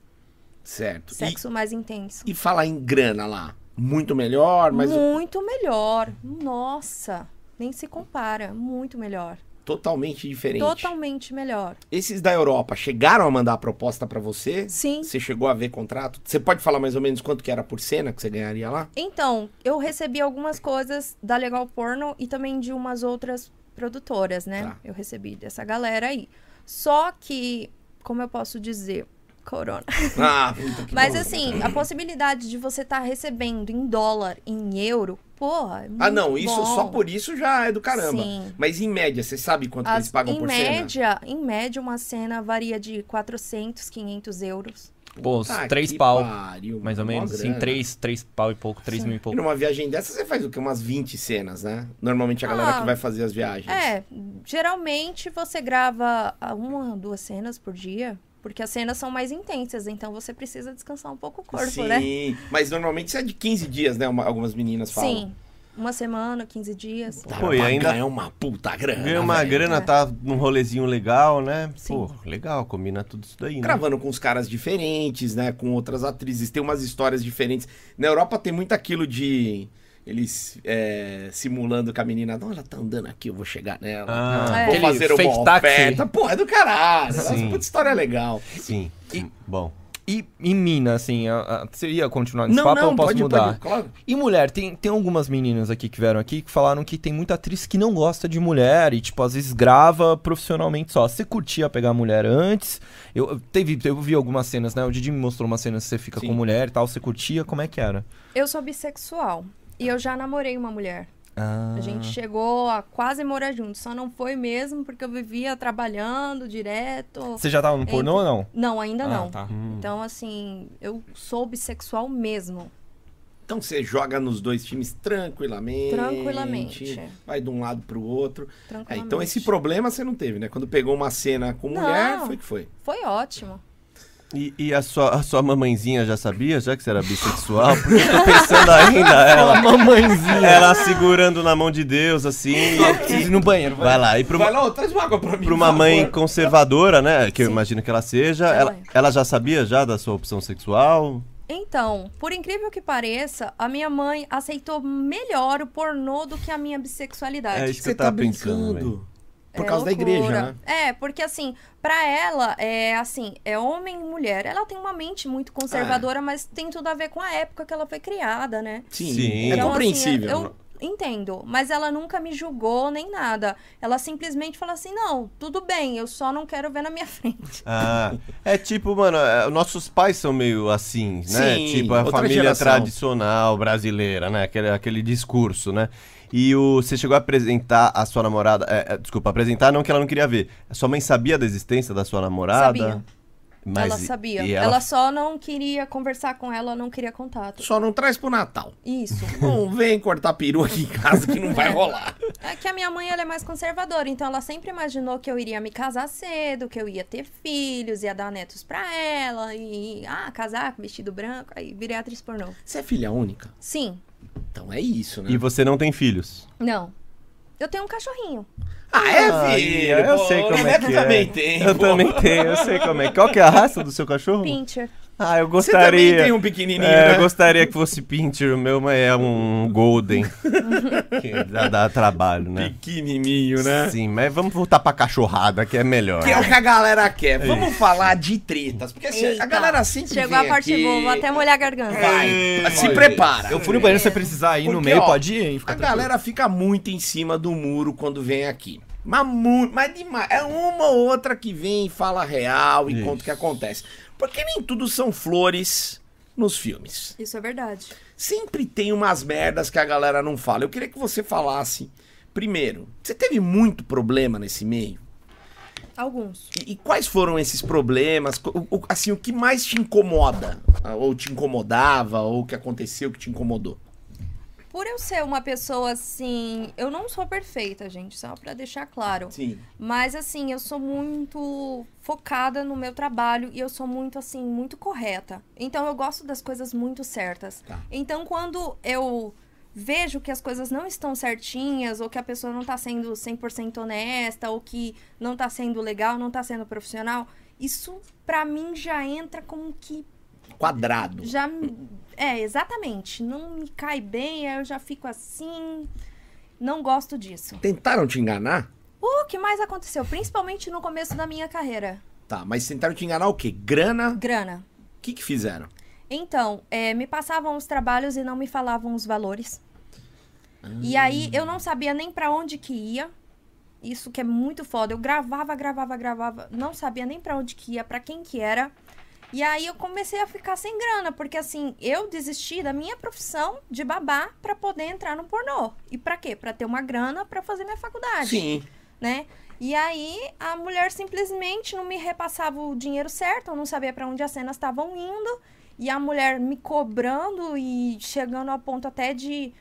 [SPEAKER 1] Certo. E-
[SPEAKER 4] Sexo mais intenso.
[SPEAKER 1] E, falar em grana lá. Muito melhor, mas
[SPEAKER 4] Muito melhor. Nossa, nem se compara. Muito melhor.
[SPEAKER 1] totalmente diferente.
[SPEAKER 4] Totalmente melhor.
[SPEAKER 1] Esses da Europa chegaram a mandar a proposta pra você?
[SPEAKER 4] Sim.
[SPEAKER 1] Você chegou a ver contrato? Você pode falar mais ou menos quanto que era por cena que você ganharia lá?
[SPEAKER 4] Então, eu recebi algumas coisas da Legal Porno e também de umas outras produtoras, né?
[SPEAKER 1] Tá.
[SPEAKER 4] Eu recebi dessa galera aí. Só que, como eu posso dizer, corona.
[SPEAKER 1] Ah, puta que
[SPEAKER 4] Mas
[SPEAKER 1] bom.
[SPEAKER 4] assim, a possibilidade de você estar recebendo em dólar, em euro, porra, é muito
[SPEAKER 1] Ah, não, isso
[SPEAKER 4] bom.
[SPEAKER 1] só por isso já é do caramba.
[SPEAKER 4] Sim.
[SPEAKER 1] Mas em média, você sabe quanto que
[SPEAKER 4] As-
[SPEAKER 1] eles pagam
[SPEAKER 4] em
[SPEAKER 1] por cena?
[SPEAKER 4] média, Em média, uma cena varia de 400, 500 euros.
[SPEAKER 5] Pô, uns
[SPEAKER 1] Tá
[SPEAKER 5] três
[SPEAKER 1] que
[SPEAKER 5] pau.
[SPEAKER 1] pariu,
[SPEAKER 5] Mais ou
[SPEAKER 1] mano,
[SPEAKER 5] menos,
[SPEAKER 1] mó
[SPEAKER 5] sim,
[SPEAKER 1] grana.
[SPEAKER 5] três, três pau e pouco, três mil e
[SPEAKER 1] E
[SPEAKER 5] pouco.
[SPEAKER 1] numa viagem dessa, você faz o quê? Umas 20 cenas, né? Normalmente a galera
[SPEAKER 4] Ah,
[SPEAKER 1] que vai fazer as viagens.
[SPEAKER 4] É, geralmente você grava ah, uma, duas cenas por dia, porque as cenas são mais intensas, então você precisa descansar um pouco o corpo,
[SPEAKER 1] Sim,
[SPEAKER 4] né?
[SPEAKER 1] mas normalmente isso é de 15 dias, né? Uma- algumas meninas falam. Tá.
[SPEAKER 4] Sim. Uma semana, 15 dias.
[SPEAKER 1] Cara,
[SPEAKER 2] Pô, e
[SPEAKER 1] pra
[SPEAKER 2] ainda-
[SPEAKER 1] ganhar uma puta grana.
[SPEAKER 2] Ganha uma
[SPEAKER 1] velho.
[SPEAKER 2] grana,
[SPEAKER 4] É.
[SPEAKER 2] tá num rolezinho legal, né?
[SPEAKER 4] Sim.
[SPEAKER 2] Pô, legal, combina tudo isso daí, né?
[SPEAKER 1] Gravando com os caras diferentes, né? Com outras atrizes. Tem umas histórias diferentes. Na Europa tem muito aquilo de. Eles é, simulando com a menina. Não, ela tá andando aqui, eu vou chegar nela.
[SPEAKER 2] Ah,
[SPEAKER 4] É.
[SPEAKER 1] Vou
[SPEAKER 5] Aquele
[SPEAKER 1] fazer uma
[SPEAKER 5] fake táxi.
[SPEAKER 1] oferta. Porra, é do caralho. Nossa,
[SPEAKER 2] Sim.
[SPEAKER 1] puta história legal.
[SPEAKER 2] sim. sim. Bom.
[SPEAKER 3] E em mina, assim, a- a- você ia continuar nesse papo ou eu posso
[SPEAKER 1] pode,
[SPEAKER 3] mudar?
[SPEAKER 1] pode, claro.
[SPEAKER 3] E mulher, tem, tem algumas meninas aqui que vieram aqui que falaram que tem muita atriz que não gosta de mulher e, tipo, às vezes grava profissionalmente só. Você curtia pegar mulher antes? Eu, eu teve, eu vi algumas cenas, né? O Didi me mostrou uma cena que você fica
[SPEAKER 1] Sim.
[SPEAKER 3] com mulher e tal. Você curtia? Como é que era?
[SPEAKER 4] Eu sou bissexual e eu já namorei uma mulher.
[SPEAKER 3] Ah,
[SPEAKER 4] A gente chegou a quase morar junto, só não foi mesmo porque eu vivia trabalhando direto.
[SPEAKER 3] Você já tava no pornô ou não?
[SPEAKER 4] Não, ainda não.
[SPEAKER 3] Ah, tá.
[SPEAKER 4] Então, assim, eu sou bissexual mesmo.
[SPEAKER 1] Então você joga nos dois times tranquilamente.
[SPEAKER 4] Tranquilamente.
[SPEAKER 1] Vai de um lado pro outro. É,
[SPEAKER 4] Tranquilamente.
[SPEAKER 1] então esse problema você não teve, né? Quando pegou uma cena com
[SPEAKER 4] Não.
[SPEAKER 1] mulher, foi que foi.
[SPEAKER 4] Foi ótimo.
[SPEAKER 2] E, e a, sua, a sua mamãezinha já sabia, já que você era bissexual? Porque eu tô pensando ainda, ela,
[SPEAKER 3] Mamãezinha.
[SPEAKER 2] ela segurando na mão de Deus, assim.
[SPEAKER 3] Preciso ir no banheiro, vai.
[SPEAKER 2] Vai lá, e pra
[SPEAKER 1] Vai
[SPEAKER 2] uma,
[SPEAKER 1] lá, ô, traz uma água pra mim.
[SPEAKER 2] pra uma
[SPEAKER 1] por favor.
[SPEAKER 2] mãe conservadora, né? Que eu
[SPEAKER 4] Sim.
[SPEAKER 2] imagino que ela seja,
[SPEAKER 4] Ela
[SPEAKER 2] ela,
[SPEAKER 4] é.
[SPEAKER 2] ela já sabia já da sua opção sexual?
[SPEAKER 4] Então, por incrível que pareça, a minha mãe aceitou melhor o pornô do que a minha
[SPEAKER 2] É
[SPEAKER 4] bissexualidade.
[SPEAKER 2] isso que
[SPEAKER 1] Você
[SPEAKER 2] eu
[SPEAKER 1] tá
[SPEAKER 2] tava pensando. velho.
[SPEAKER 1] brincando. Por
[SPEAKER 4] É
[SPEAKER 1] causa da
[SPEAKER 4] loucura.
[SPEAKER 1] igreja, né?
[SPEAKER 4] É, porque assim, pra ela, é assim, é homem e mulher. Ela tem uma mente muito
[SPEAKER 1] É.
[SPEAKER 4] conservadora, mas tem tudo a ver com a época que ela foi criada, né?
[SPEAKER 1] Sim.
[SPEAKER 2] Sim.
[SPEAKER 1] É
[SPEAKER 2] Então,
[SPEAKER 1] compreensível. né?
[SPEAKER 4] Assim, eu entendo. Mas ela nunca me julgou nem nada. Ela simplesmente falou assim: não, tudo bem, eu só não quero ver na minha frente.
[SPEAKER 2] Ah, é tipo, mano, é, nossos pais são meio assim, né?
[SPEAKER 1] Sim,
[SPEAKER 2] tipo, a
[SPEAKER 1] outra
[SPEAKER 2] família
[SPEAKER 1] geração.
[SPEAKER 2] tradicional brasileira, né? Aquele, aquele discurso, né? E o, você chegou a apresentar a sua namorada. é, é, desculpa, apresentar não que ela não queria ver. A sua mãe sabia da existência da sua namorada?
[SPEAKER 4] Sabia.
[SPEAKER 2] Mas
[SPEAKER 4] ela
[SPEAKER 2] e-
[SPEAKER 4] sabia.
[SPEAKER 2] e
[SPEAKER 4] ela...
[SPEAKER 2] ela,
[SPEAKER 4] só não queria conversar com ela, não queria contato.
[SPEAKER 1] Só não traz pro Natal.
[SPEAKER 4] Isso.
[SPEAKER 1] Não vem cortar peru aqui em casa que não vai rolar.
[SPEAKER 4] É que a minha mãe ela é mais conservadora, então ela sempre imaginou que eu iria me casar cedo, que eu ia ter filhos, ia dar netos pra ela, e ah, casar com vestido branco, aí virei atriz pornô.
[SPEAKER 1] Você é filha única?
[SPEAKER 4] Sim,
[SPEAKER 1] Então é isso, né?
[SPEAKER 2] E você não tem filhos?
[SPEAKER 4] não. Eu tenho um cachorrinho.
[SPEAKER 1] Ah,
[SPEAKER 2] Ah,
[SPEAKER 1] é, filho?
[SPEAKER 2] eu
[SPEAKER 1] Pô, o
[SPEAKER 2] sei como é
[SPEAKER 1] Neto
[SPEAKER 2] que é.
[SPEAKER 1] também tem.
[SPEAKER 2] Eu
[SPEAKER 1] pô.
[SPEAKER 2] também tenho, eu sei como é. Qual que é a raça do seu cachorro?
[SPEAKER 4] Pincher.
[SPEAKER 2] Ah, eu
[SPEAKER 1] Você
[SPEAKER 2] gostaria.
[SPEAKER 1] também tem um pequenininho,
[SPEAKER 2] É, eu
[SPEAKER 1] né?
[SPEAKER 2] gostaria que fosse Pinter, o meu mas é um Golden. que dá, dá trabalho, né?
[SPEAKER 1] Pequenininho, né?
[SPEAKER 2] Sim, mas vamos voltar pra cachorrada, que é melhor.
[SPEAKER 1] Que é o que a galera quer. Vamos falar de tretas. Porque assim, a
[SPEAKER 4] Eita,
[SPEAKER 1] galera sempre
[SPEAKER 4] Chegou
[SPEAKER 1] vem
[SPEAKER 4] a parte
[SPEAKER 1] aqui,
[SPEAKER 4] boa, vou até molhar a garganta.
[SPEAKER 2] Hum,
[SPEAKER 1] Vai, se prepara.
[SPEAKER 3] Eu fui no banheiro se você precisar ir no
[SPEAKER 1] Porque,
[SPEAKER 3] meio,
[SPEAKER 1] ó,
[SPEAKER 3] pode ir, hein? Fica
[SPEAKER 1] A
[SPEAKER 3] tranquilo.
[SPEAKER 1] galera fica muito em cima do muro quando vem aqui. Mas, mu- mas demais. É uma ou outra que vem e fala real e conta o que acontece. Porque nem tudo são flores nos filmes.
[SPEAKER 4] Isso é verdade.
[SPEAKER 1] Sempre tem umas merdas que a galera não fala. Eu queria que você falasse, primeiro, você teve muito problema nesse meio?
[SPEAKER 4] Alguns.
[SPEAKER 1] E, e quais foram esses problemas? Co- o- o- assim, o que mais te incomoda? Ah, Ou te incomodava? Ou o que aconteceu que te incomodou?
[SPEAKER 4] Por eu ser uma pessoa assim, eu não sou perfeita, gente, só pra deixar claro.
[SPEAKER 1] Sim.
[SPEAKER 4] Mas assim, eu sou muito focada no meu trabalho e eu sou muito assim, muito correta. Então eu gosto das coisas muito certas.
[SPEAKER 1] Tá.
[SPEAKER 4] Então quando eu vejo que as coisas não estão certinhas ou que a pessoa não tá sendo 100% honesta ou que não tá sendo legal, não tá sendo profissional, isso pra mim já entra como que
[SPEAKER 1] Quadrado.
[SPEAKER 4] já me- é exatamente, não me cai bem, aí eu já fico assim, não gosto disso.
[SPEAKER 1] Tentaram te enganar?
[SPEAKER 4] O que mais aconteceu? Principalmente no começo da minha carreira.
[SPEAKER 1] Tá, mas tentaram te enganar o quê? Grana?
[SPEAKER 4] Grana.
[SPEAKER 1] O que que fizeram?
[SPEAKER 4] Então, é, me passavam os trabalhos e não me falavam os valores. E aí eu não sabia nem pra onde que ia. Isso que é muito foda. Eu gravava, gravava, gravava, não sabia nem pra onde que ia, pra quem que era. E aí eu comecei a ficar sem grana, porque assim, eu desisti da minha profissão de babá pra poder entrar no pornô. E pra quê? Pra ter uma grana pra fazer minha faculdade.
[SPEAKER 1] Sim.
[SPEAKER 4] né? E aí a mulher simplesmente não me repassava o dinheiro certo, eu não sabia pra onde as cenas estavam indo, e a mulher me cobrando e chegando ao ponto até de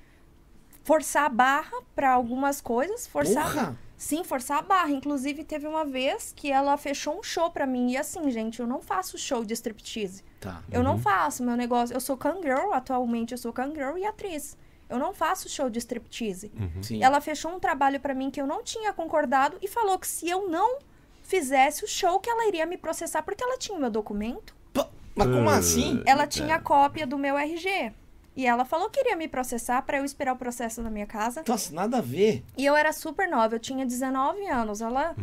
[SPEAKER 4] forçar a barra pra algumas coisas, forçar
[SPEAKER 1] Porra!
[SPEAKER 4] Sim, forçar a barra. Inclusive, teve uma vez que ela fechou um show pra mim. E assim, gente, eu não faço show de striptease.
[SPEAKER 1] Tá.
[SPEAKER 4] Eu não faço meu negócio. Eu sou cangirl, atualmente eu sou cangirl e atriz. Eu não faço show de striptease.
[SPEAKER 1] Uhum. Sim.
[SPEAKER 4] Ela fechou um trabalho pra mim que eu não tinha concordado e falou que se eu não fizesse o show que ela iria me processar porque ela tinha o meu documento,
[SPEAKER 1] Pô, Mas como
[SPEAKER 2] É.
[SPEAKER 1] assim?
[SPEAKER 4] ela tinha cópia do meu RG. E ela falou que iria me processar pra eu esperar o processo na minha casa.
[SPEAKER 1] Nossa, nada a ver.
[SPEAKER 4] E eu era super nova, eu tinha 19 anos. Ela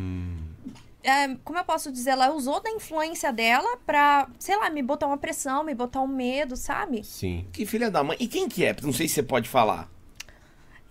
[SPEAKER 4] é, como eu posso dizer, ela usou da influência dela pra, sei lá, me botar uma pressão, me botar um medo, sabe?
[SPEAKER 2] Sim.
[SPEAKER 1] Que filha da mãe. E quem que é? Não sei se você pode falar.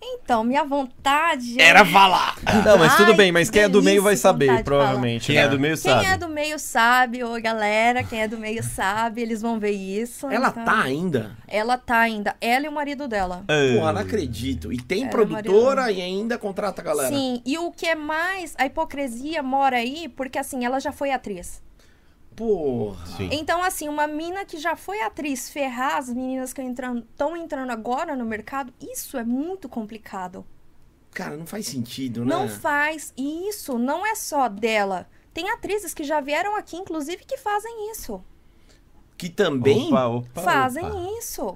[SPEAKER 4] Então, minha vontade
[SPEAKER 1] Era Valar.
[SPEAKER 4] Então,
[SPEAKER 3] Não, mas tudo
[SPEAKER 4] Ai,
[SPEAKER 3] bem, mas quem é do
[SPEAKER 4] delícia,
[SPEAKER 3] meio vai
[SPEAKER 4] que vontade
[SPEAKER 3] saber,
[SPEAKER 4] de
[SPEAKER 3] provavelmente.
[SPEAKER 2] Quem
[SPEAKER 3] né?
[SPEAKER 2] é do meio
[SPEAKER 4] Quem
[SPEAKER 2] sabe.
[SPEAKER 4] é do meio sabe, ô galera, quem é do meio sabe, eles vão ver isso.
[SPEAKER 1] Ela
[SPEAKER 4] então-
[SPEAKER 1] tá É, ainda?
[SPEAKER 4] Ela tá ainda, ela e o marido dela.
[SPEAKER 2] É.
[SPEAKER 1] Porra, não acredito. E tem
[SPEAKER 4] Era
[SPEAKER 1] produtora e ainda contrata a galera.
[SPEAKER 4] Sim, e o que é mais, a hipocrisia mora aí, porque assim, ela já foi atriz.
[SPEAKER 1] Porra.
[SPEAKER 2] Sim.
[SPEAKER 4] Então, assim, uma mina que já foi atriz ferrar as meninas que estão entrando agora no mercado, isso é muito complicado.
[SPEAKER 1] Cara, não faz sentido, né?
[SPEAKER 4] Não faz e isso, não é só dela. Tem atrizes que já vieram aqui, inclusive, que fazem isso.
[SPEAKER 1] Que também.
[SPEAKER 2] Opa, opa,
[SPEAKER 4] fazem
[SPEAKER 2] opa.
[SPEAKER 4] isso.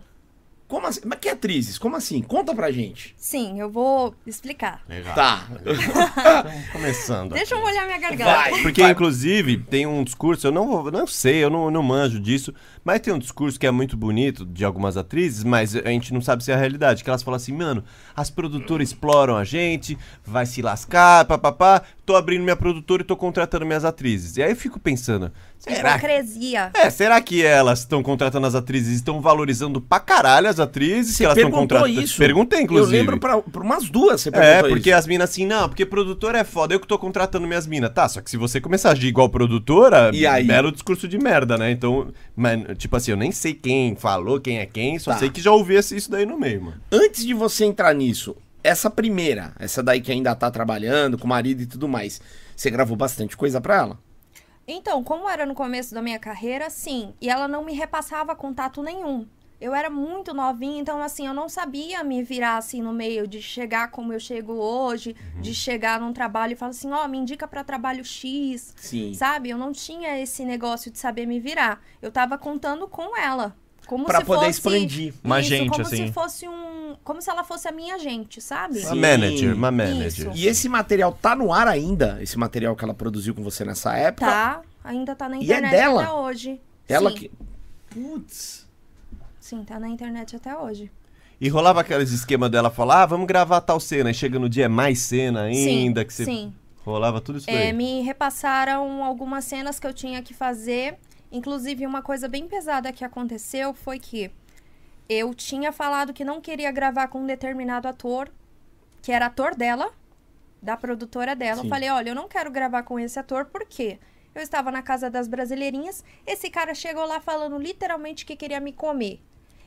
[SPEAKER 1] Como assim? Mas que atrizes? Como assim? Conta pra gente.
[SPEAKER 4] Sim, eu vou explicar.
[SPEAKER 2] Legal. Então,
[SPEAKER 1] Tá.
[SPEAKER 2] É Começando.
[SPEAKER 4] Deixa eu molhar minha garganta.
[SPEAKER 1] Vai.
[SPEAKER 2] Porque,
[SPEAKER 1] Vai.
[SPEAKER 2] inclusive, tem um discurso, eu não, vou- não sei, eu não, não manjo disso, mas tem um discurso que é muito bonito de algumas atrizes, mas a gente não sabe se é a realidade, que elas falam assim, mano, as produtoras exploram a gente, vai se lascar, papapá, tô abrindo minha produtora e tô contratando minhas atrizes. E aí eu fico pensando, será que...
[SPEAKER 4] Tipo, Hipocrisia.
[SPEAKER 2] É, será que elas estão contratando as atrizes e estão valorizando pra caralho as atrizes que elas estão
[SPEAKER 1] perguntou
[SPEAKER 2] contratando?
[SPEAKER 1] isso.
[SPEAKER 2] Perguntei, inclusive.
[SPEAKER 1] Eu lembro pra, pra umas duas, você
[SPEAKER 2] É,
[SPEAKER 1] perguntou
[SPEAKER 2] porque
[SPEAKER 1] isso.
[SPEAKER 2] as minas assim, não, porque produtor é foda, eu que tô contratando minhas minas. Tá, só que se você começar a agir igual produtora, é um
[SPEAKER 1] E aí?
[SPEAKER 2] belo discurso de merda, né? Então, mas, tipo assim, eu nem sei quem falou, quem é quem, só
[SPEAKER 1] Tá.
[SPEAKER 2] sei que já ouvi esse- isso daí no meio, mano.
[SPEAKER 1] Antes de você entrar nisso, essa primeira, essa daí que ainda tá trabalhando com o marido e tudo mais, você gravou bastante coisa pra ela?
[SPEAKER 4] Então, como era no começo da minha carreira, sim. E ela não me repassava contato nenhum. Eu era muito novinha, então assim, eu não sabia me virar assim no meio de chegar como eu chego hoje,
[SPEAKER 1] Uhum.
[SPEAKER 4] de chegar num trabalho e falar assim, ó, me indica pra trabalho X,
[SPEAKER 1] Sim.
[SPEAKER 4] sabe? Eu não tinha esse negócio de saber me virar. Eu tava contando com ela. Como
[SPEAKER 1] Pra
[SPEAKER 4] se
[SPEAKER 1] poder
[SPEAKER 4] fosse...
[SPEAKER 1] expandir.
[SPEAKER 5] Uma
[SPEAKER 4] Isso,
[SPEAKER 5] gente,
[SPEAKER 4] como
[SPEAKER 5] assim.
[SPEAKER 4] se fosse um. Como se ela fosse a minha gente, sabe?
[SPEAKER 1] Sim.
[SPEAKER 2] Uma manager, uma
[SPEAKER 4] Isso.
[SPEAKER 2] manager.
[SPEAKER 1] E esse material tá no ar ainda? Esse material que ela produziu com você nessa época?
[SPEAKER 4] Tá, ainda tá na
[SPEAKER 1] E é
[SPEAKER 4] internet
[SPEAKER 1] dela?
[SPEAKER 4] até hoje.
[SPEAKER 1] Ela
[SPEAKER 4] sim,
[SPEAKER 1] que. Putz.
[SPEAKER 4] sim, tá na internet até hoje.
[SPEAKER 2] E rolava aqueles esquema dela falar, ah, vamos gravar tal cena, e chega no dia é mais cena ainda,
[SPEAKER 4] sim,
[SPEAKER 2] que você
[SPEAKER 4] sim.
[SPEAKER 2] rolava tudo isso
[SPEAKER 4] É,
[SPEAKER 2] daí.
[SPEAKER 4] me repassaram algumas cenas que eu tinha que fazer. Inclusive, uma coisa bem pesada que aconteceu foi que eu tinha falado que não queria gravar com um determinado ator, que era ator dela, da produtora dela.
[SPEAKER 1] Sim.
[SPEAKER 4] Eu falei, olha, eu não quero gravar com esse ator, porque eu estava na casa das brasileirinhas, esse cara chegou lá falando literalmente que queria me comer.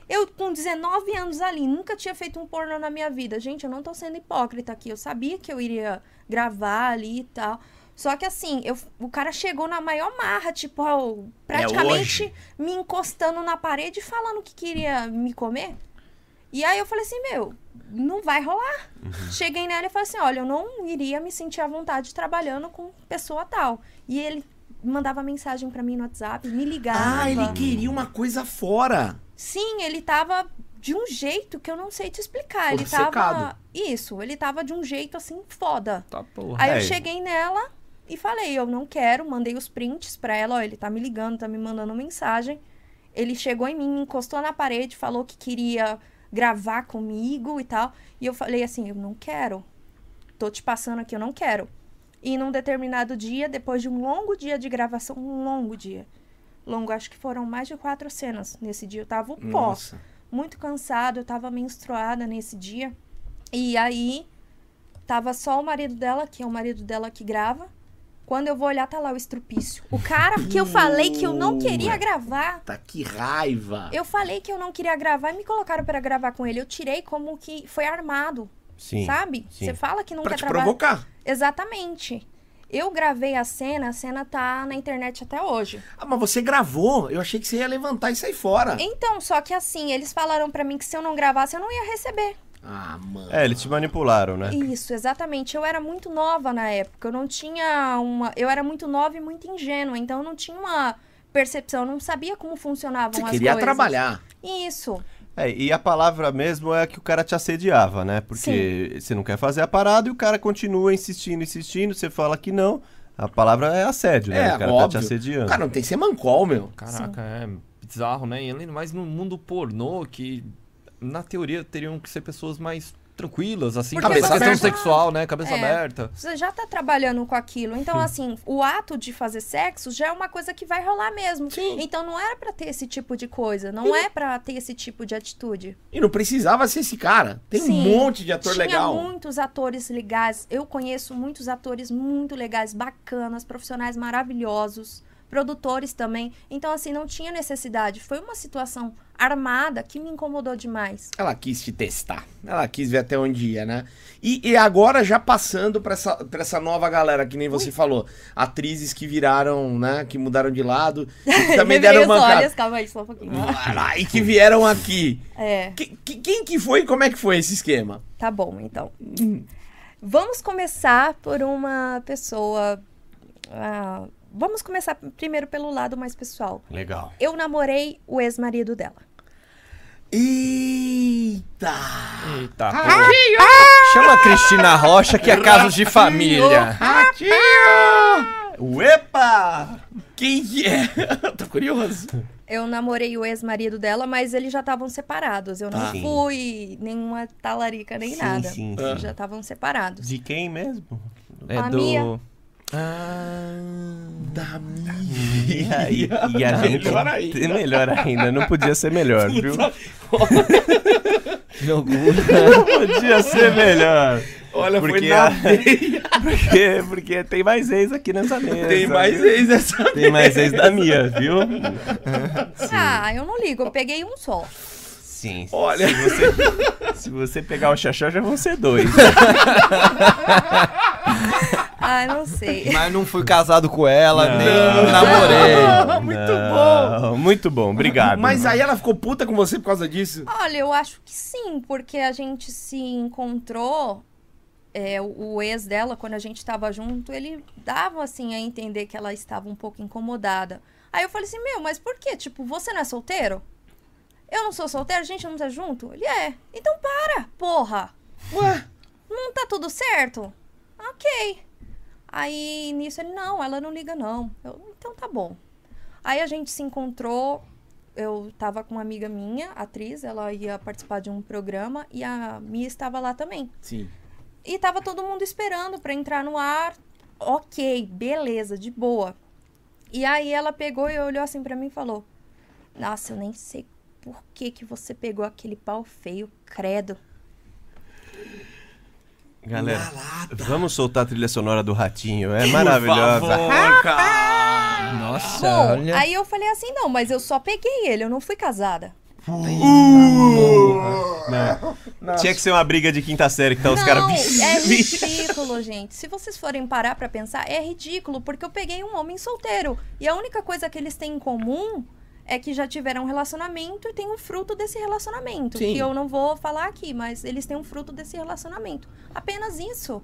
[SPEAKER 4] Eu, com 19 anos ali, nunca tinha feito um pornô na minha vida. Gente, eu não tô sendo hipócrita aqui. Eu sabia que eu iria gravar ali e tal. Só que assim, eu, o cara chegou na maior marra, tipo, ó, praticamente
[SPEAKER 1] É hoje.
[SPEAKER 4] me encostando na parede e falando que queria me comer. E aí eu falei assim, meu, não vai rolar.
[SPEAKER 1] Uhum.
[SPEAKER 4] Cheguei nela e falei assim, olha, eu não iria me sentir à vontade trabalhando com pessoa tal. E ele mandava mensagem pra mim no WhatsApp, me ligava.
[SPEAKER 1] Ah, ele queria uma coisa fora.
[SPEAKER 4] Sim, ele tava de um jeito que eu não sei te explicar. Ele
[SPEAKER 1] Obcecado.
[SPEAKER 4] tava. Isso, ele tava de um jeito assim foda.
[SPEAKER 5] Tá porra.
[SPEAKER 4] Aí
[SPEAKER 2] É.
[SPEAKER 4] eu cheguei nela e falei, eu não quero, mandei os prints pra ela, ó, ele tá me ligando, tá me mandando mensagem. Ele chegou em mim, me encostou na parede, falou que queria gravar comigo e tal. E eu falei assim, eu não quero. Tô te passando aqui, eu não quero. E num determinado dia, depois de um longo dia de gravação, um longo dia. Longo, acho que foram mais de quatro cenas. Nesse dia eu tava o pó
[SPEAKER 1] Nossa.
[SPEAKER 4] muito cansada, eu tava menstruada nesse dia. E aí tava só o marido dela, que é o marido dela que grava. Quando eu vou olhar, tá lá o estrupício. O cara que eu falei que eu não
[SPEAKER 1] Hum.
[SPEAKER 4] queria gravar.
[SPEAKER 1] Tá que raiva.
[SPEAKER 4] Eu falei que eu não queria gravar e me colocaram pra gravar com ele. Eu tirei como que foi armado,
[SPEAKER 2] Sim.
[SPEAKER 4] sabe?
[SPEAKER 2] sim.
[SPEAKER 4] Você fala que não
[SPEAKER 1] Pra
[SPEAKER 4] quer
[SPEAKER 1] te
[SPEAKER 4] trabalhar.
[SPEAKER 1] provocar.
[SPEAKER 4] Exatamente. Eu gravei a cena, a cena tá na internet até hoje.
[SPEAKER 1] Ah, mas você gravou. Eu achei que você ia levantar e sair fora.
[SPEAKER 4] Então, só que assim, eles falaram pra mim que se eu não gravasse, eu não ia receber.
[SPEAKER 1] Ah, mano.
[SPEAKER 2] É, eles te manipularam, né?
[SPEAKER 4] Isso, exatamente. Eu era muito nova na época. Eu não tinha uma. Eu era muito nova e muito ingênua, então eu não tinha uma percepção, eu não sabia como funcionavam
[SPEAKER 1] Você
[SPEAKER 4] as
[SPEAKER 1] queria
[SPEAKER 4] coisas.
[SPEAKER 1] trabalhar.
[SPEAKER 4] Isso.
[SPEAKER 2] É, e a palavra mesmo é a que o cara te assediava, né? Porque você não quer fazer a parada e o cara continua insistindo, insistindo, você fala que não. A palavra é assédio, né?
[SPEAKER 1] É,
[SPEAKER 2] O cara tá te
[SPEAKER 1] óbvio.
[SPEAKER 2] assediando.
[SPEAKER 1] Cara, não tem que ser mancol, meu.
[SPEAKER 5] Caraca, é bizarro, né? E além do mais, no mundo pornô, que na teoria teriam que ser pessoas mais tranquilas, assim,
[SPEAKER 4] Porque
[SPEAKER 5] com essa
[SPEAKER 1] cabeça
[SPEAKER 5] questão
[SPEAKER 1] aberta.
[SPEAKER 5] sexual, né? Cabeça
[SPEAKER 4] É.
[SPEAKER 5] aberta.
[SPEAKER 4] Você já tá trabalhando com aquilo. Então,
[SPEAKER 1] Hum.
[SPEAKER 4] assim, o ato de fazer sexo já é uma coisa que vai rolar mesmo.
[SPEAKER 1] Sim.
[SPEAKER 4] Então não era pra ter esse tipo de coisa. Não é pra ter esse tipo de atitude.
[SPEAKER 1] E não precisava ser esse cara. Tem um
[SPEAKER 4] Sim.
[SPEAKER 1] monte de ator
[SPEAKER 4] Tinha
[SPEAKER 1] legal.
[SPEAKER 4] muitos atores legais. Eu conheço muitos atores muito legais, bacanas, profissionais maravilhosos, produtores também. Então, assim, não tinha necessidade. Foi uma situação armada que me incomodou demais.
[SPEAKER 1] Ela quis te testar. Ela quis ver até onde ia, né? E, e agora já passando pra essa, pra essa nova galera, que nem você falou. Atrizes que viraram, né? Que mudaram de lado. E que também deram
[SPEAKER 4] Revirei
[SPEAKER 1] uma.
[SPEAKER 4] os
[SPEAKER 1] cara-
[SPEAKER 4] olhos, calma aí, só um pouquinho.
[SPEAKER 1] Vai lá, E que vieram aqui.
[SPEAKER 4] É,
[SPEAKER 1] Que- que- quem que foi e como é que foi esse esquema?
[SPEAKER 4] tá bom, então. Vamos começar por uma pessoa. ah, vamos começar primeiro pelo lado mais pessoal.
[SPEAKER 2] Legal.
[SPEAKER 4] Eu namorei o ex-marido dela.
[SPEAKER 1] Eita!
[SPEAKER 5] Eita,
[SPEAKER 3] Chama a Cristina Rocha que é caso de família.
[SPEAKER 2] Uepa!
[SPEAKER 1] Quem que é? Tô curioso.
[SPEAKER 4] Eu namorei o ex-marido dela, mas eles já estavam separados. Eu
[SPEAKER 2] Tá.
[SPEAKER 4] não
[SPEAKER 2] Sim.
[SPEAKER 4] fui nenhuma talarica nem
[SPEAKER 2] Sim,
[SPEAKER 4] nada.
[SPEAKER 2] sim,
[SPEAKER 4] Já estavam separados.
[SPEAKER 2] De quem mesmo?
[SPEAKER 5] É
[SPEAKER 4] A
[SPEAKER 5] do.
[SPEAKER 4] minha-
[SPEAKER 1] Ah, Da minha.
[SPEAKER 2] E, aí, e a gente.
[SPEAKER 1] Melhor ainda.
[SPEAKER 2] Melhor ainda, não podia ser melhor, viu? Não podia ser melhor.
[SPEAKER 1] Olha,
[SPEAKER 2] Porque
[SPEAKER 1] foi na
[SPEAKER 2] a-
[SPEAKER 1] veia.
[SPEAKER 2] Porque, porque tem mais ex aqui nessa mesa.
[SPEAKER 1] Tem mais
[SPEAKER 2] viu?
[SPEAKER 1] ex essa.
[SPEAKER 2] Tem mais ex da minha, viu?
[SPEAKER 4] Ah, eu não ligo, eu peguei um só.
[SPEAKER 2] Sim.
[SPEAKER 1] Olha.
[SPEAKER 2] Se você, se você pegar o xaxá, já vão ser dois.
[SPEAKER 4] Ah, não sei.
[SPEAKER 3] Mas não fui casado com ela,
[SPEAKER 2] Não.
[SPEAKER 3] nem namorei.
[SPEAKER 1] Ah, muito bom.
[SPEAKER 2] Não, Muito bom, obrigado.
[SPEAKER 1] Mas aí ela ficou puta com você por causa disso?
[SPEAKER 4] Olha, eu acho que sim, porque a gente se encontrou. é, o o ex dela, quando a gente tava junto, ele dava assim a entender que ela estava um pouco incomodada. Aí eu falei assim: Meu, mas por quê? Tipo, você não é solteiro? Eu não sou solteiro, a gente não tá junto? Ele é. Então para, porra!
[SPEAKER 1] Ué,
[SPEAKER 4] Não tá tudo certo? Ok. Aí nisso ele: Não, ela não liga não. Eu, então tá bom. Aí a gente se encontrou. Eu tava com uma amiga minha, atriz, ela ia participar de um programa e a Mia estava lá também.
[SPEAKER 1] sim.
[SPEAKER 4] E tava todo mundo esperando pra entrar no ar. Ok, beleza, de boa. E aí ela pegou e olhou assim pra mim e falou: Nossa, eu nem sei por que que você pegou aquele pau feio, credo.
[SPEAKER 2] Galera, vamos soltar a trilha sonora do Ratinho. É
[SPEAKER 1] tá. Por
[SPEAKER 2] maravilhosa.
[SPEAKER 1] favor, cara.
[SPEAKER 3] Nossa,
[SPEAKER 4] Bom,
[SPEAKER 3] olha.
[SPEAKER 4] aí eu falei assim: Não, mas eu só peguei ele, eu não fui casada.
[SPEAKER 2] Tinha que ser uma briga de quinta série que tá os
[SPEAKER 4] não,
[SPEAKER 2] caras.
[SPEAKER 4] é ridículo, gente. Se vocês forem parar pra pensar, é ridículo, porque eu peguei um homem solteiro. E a única coisa que eles têm em comum é que já tiveram um relacionamento e tem um fruto desse relacionamento.
[SPEAKER 1] Sim.
[SPEAKER 4] Que eu não vou falar aqui, mas eles têm um fruto desse relacionamento. Apenas isso.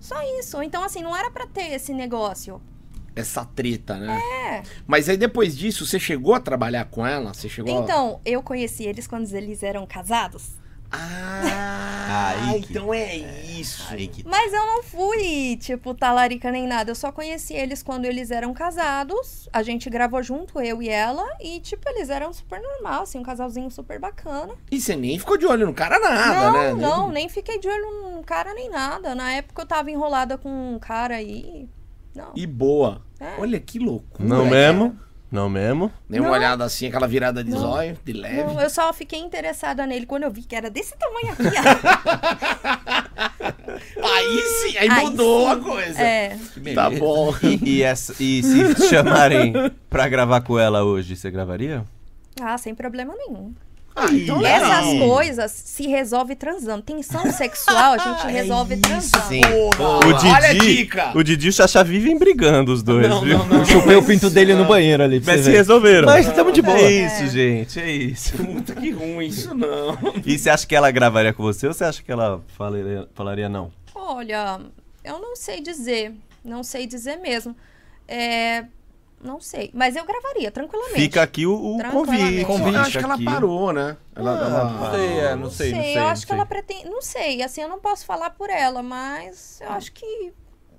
[SPEAKER 4] Só isso. Então, assim, não era pra ter esse negócio.
[SPEAKER 1] Essa treta, né?
[SPEAKER 4] É.
[SPEAKER 1] Mas aí depois disso, você chegou a trabalhar com ela? Você chegou a-
[SPEAKER 4] Então, eu conheci eles quando eles eram casados.
[SPEAKER 1] Ah,
[SPEAKER 2] Aí que-
[SPEAKER 1] então é isso.
[SPEAKER 2] Aí que-
[SPEAKER 4] Mas eu não fui, tipo, talarica nem nada. Eu só conheci eles quando eles eram casados. A gente gravou junto, eu e ela. E, tipo, eles eram super normal, assim, um casalzinho super bacana.
[SPEAKER 1] E você nem ficou de olho no cara nada,
[SPEAKER 4] não,
[SPEAKER 1] né? Nem-
[SPEAKER 4] não, nem fiquei de olho num cara nem nada. Na época eu tava enrolada com um cara aí. Não.
[SPEAKER 1] E boa.
[SPEAKER 4] É.
[SPEAKER 1] Olha que loucura.
[SPEAKER 2] Não mesmo? Não mesmo?
[SPEAKER 1] Dei uma
[SPEAKER 4] Não.
[SPEAKER 1] olhada assim, aquela virada de
[SPEAKER 4] Não.
[SPEAKER 1] zóio, de leve.
[SPEAKER 4] Não, eu só fiquei interessada nele quando eu vi que era desse tamanho aqui. ó.
[SPEAKER 1] Aí sim, aí,
[SPEAKER 4] Aí
[SPEAKER 1] mudou
[SPEAKER 4] sim.
[SPEAKER 1] a coisa.
[SPEAKER 4] é.
[SPEAKER 1] Tá bom.
[SPEAKER 2] E, e essa- e se te chamarem pra gravar com ela hoje, você gravaria?
[SPEAKER 4] Ah, sem problema nenhum.
[SPEAKER 1] Ah, então legal.
[SPEAKER 4] Essas coisas se resolve transando. Tensão sexual a gente resolve transando.
[SPEAKER 1] Boa.
[SPEAKER 2] O Didi,
[SPEAKER 1] Olha a dica.
[SPEAKER 2] O Didi e o Xaxá vivem brigando os dois,
[SPEAKER 1] Não,
[SPEAKER 2] viu?
[SPEAKER 1] não, não.
[SPEAKER 3] Chupei o pinto dele no banheiro ali. pra
[SPEAKER 2] Mas
[SPEAKER 3] você
[SPEAKER 2] se
[SPEAKER 3] ver.
[SPEAKER 2] resolveram.
[SPEAKER 3] Mas estamos de boa.
[SPEAKER 2] É isso, gente, é isso.
[SPEAKER 1] Puta que ruim isso não.
[SPEAKER 2] E você acha que ela gravaria com você ou você acha que ela falaria, falaria não?
[SPEAKER 4] Olha, eu não sei dizer. Não sei dizer mesmo. É, não sei. Mas eu gravaria, tranquilamente.
[SPEAKER 2] Fica aqui o, o convite.
[SPEAKER 4] Tranquilamente.
[SPEAKER 1] Eu acho que ela
[SPEAKER 2] aqui.
[SPEAKER 1] parou, né? Ela,
[SPEAKER 3] Não
[SPEAKER 1] ela-
[SPEAKER 3] sei, é, não
[SPEAKER 4] Não
[SPEAKER 3] sei,
[SPEAKER 4] sei,
[SPEAKER 3] não sei.
[SPEAKER 4] eu
[SPEAKER 3] não
[SPEAKER 4] acho que
[SPEAKER 3] sei.
[SPEAKER 4] ela pretende. Não sei, assim, eu não posso falar por ela, mas eu acho que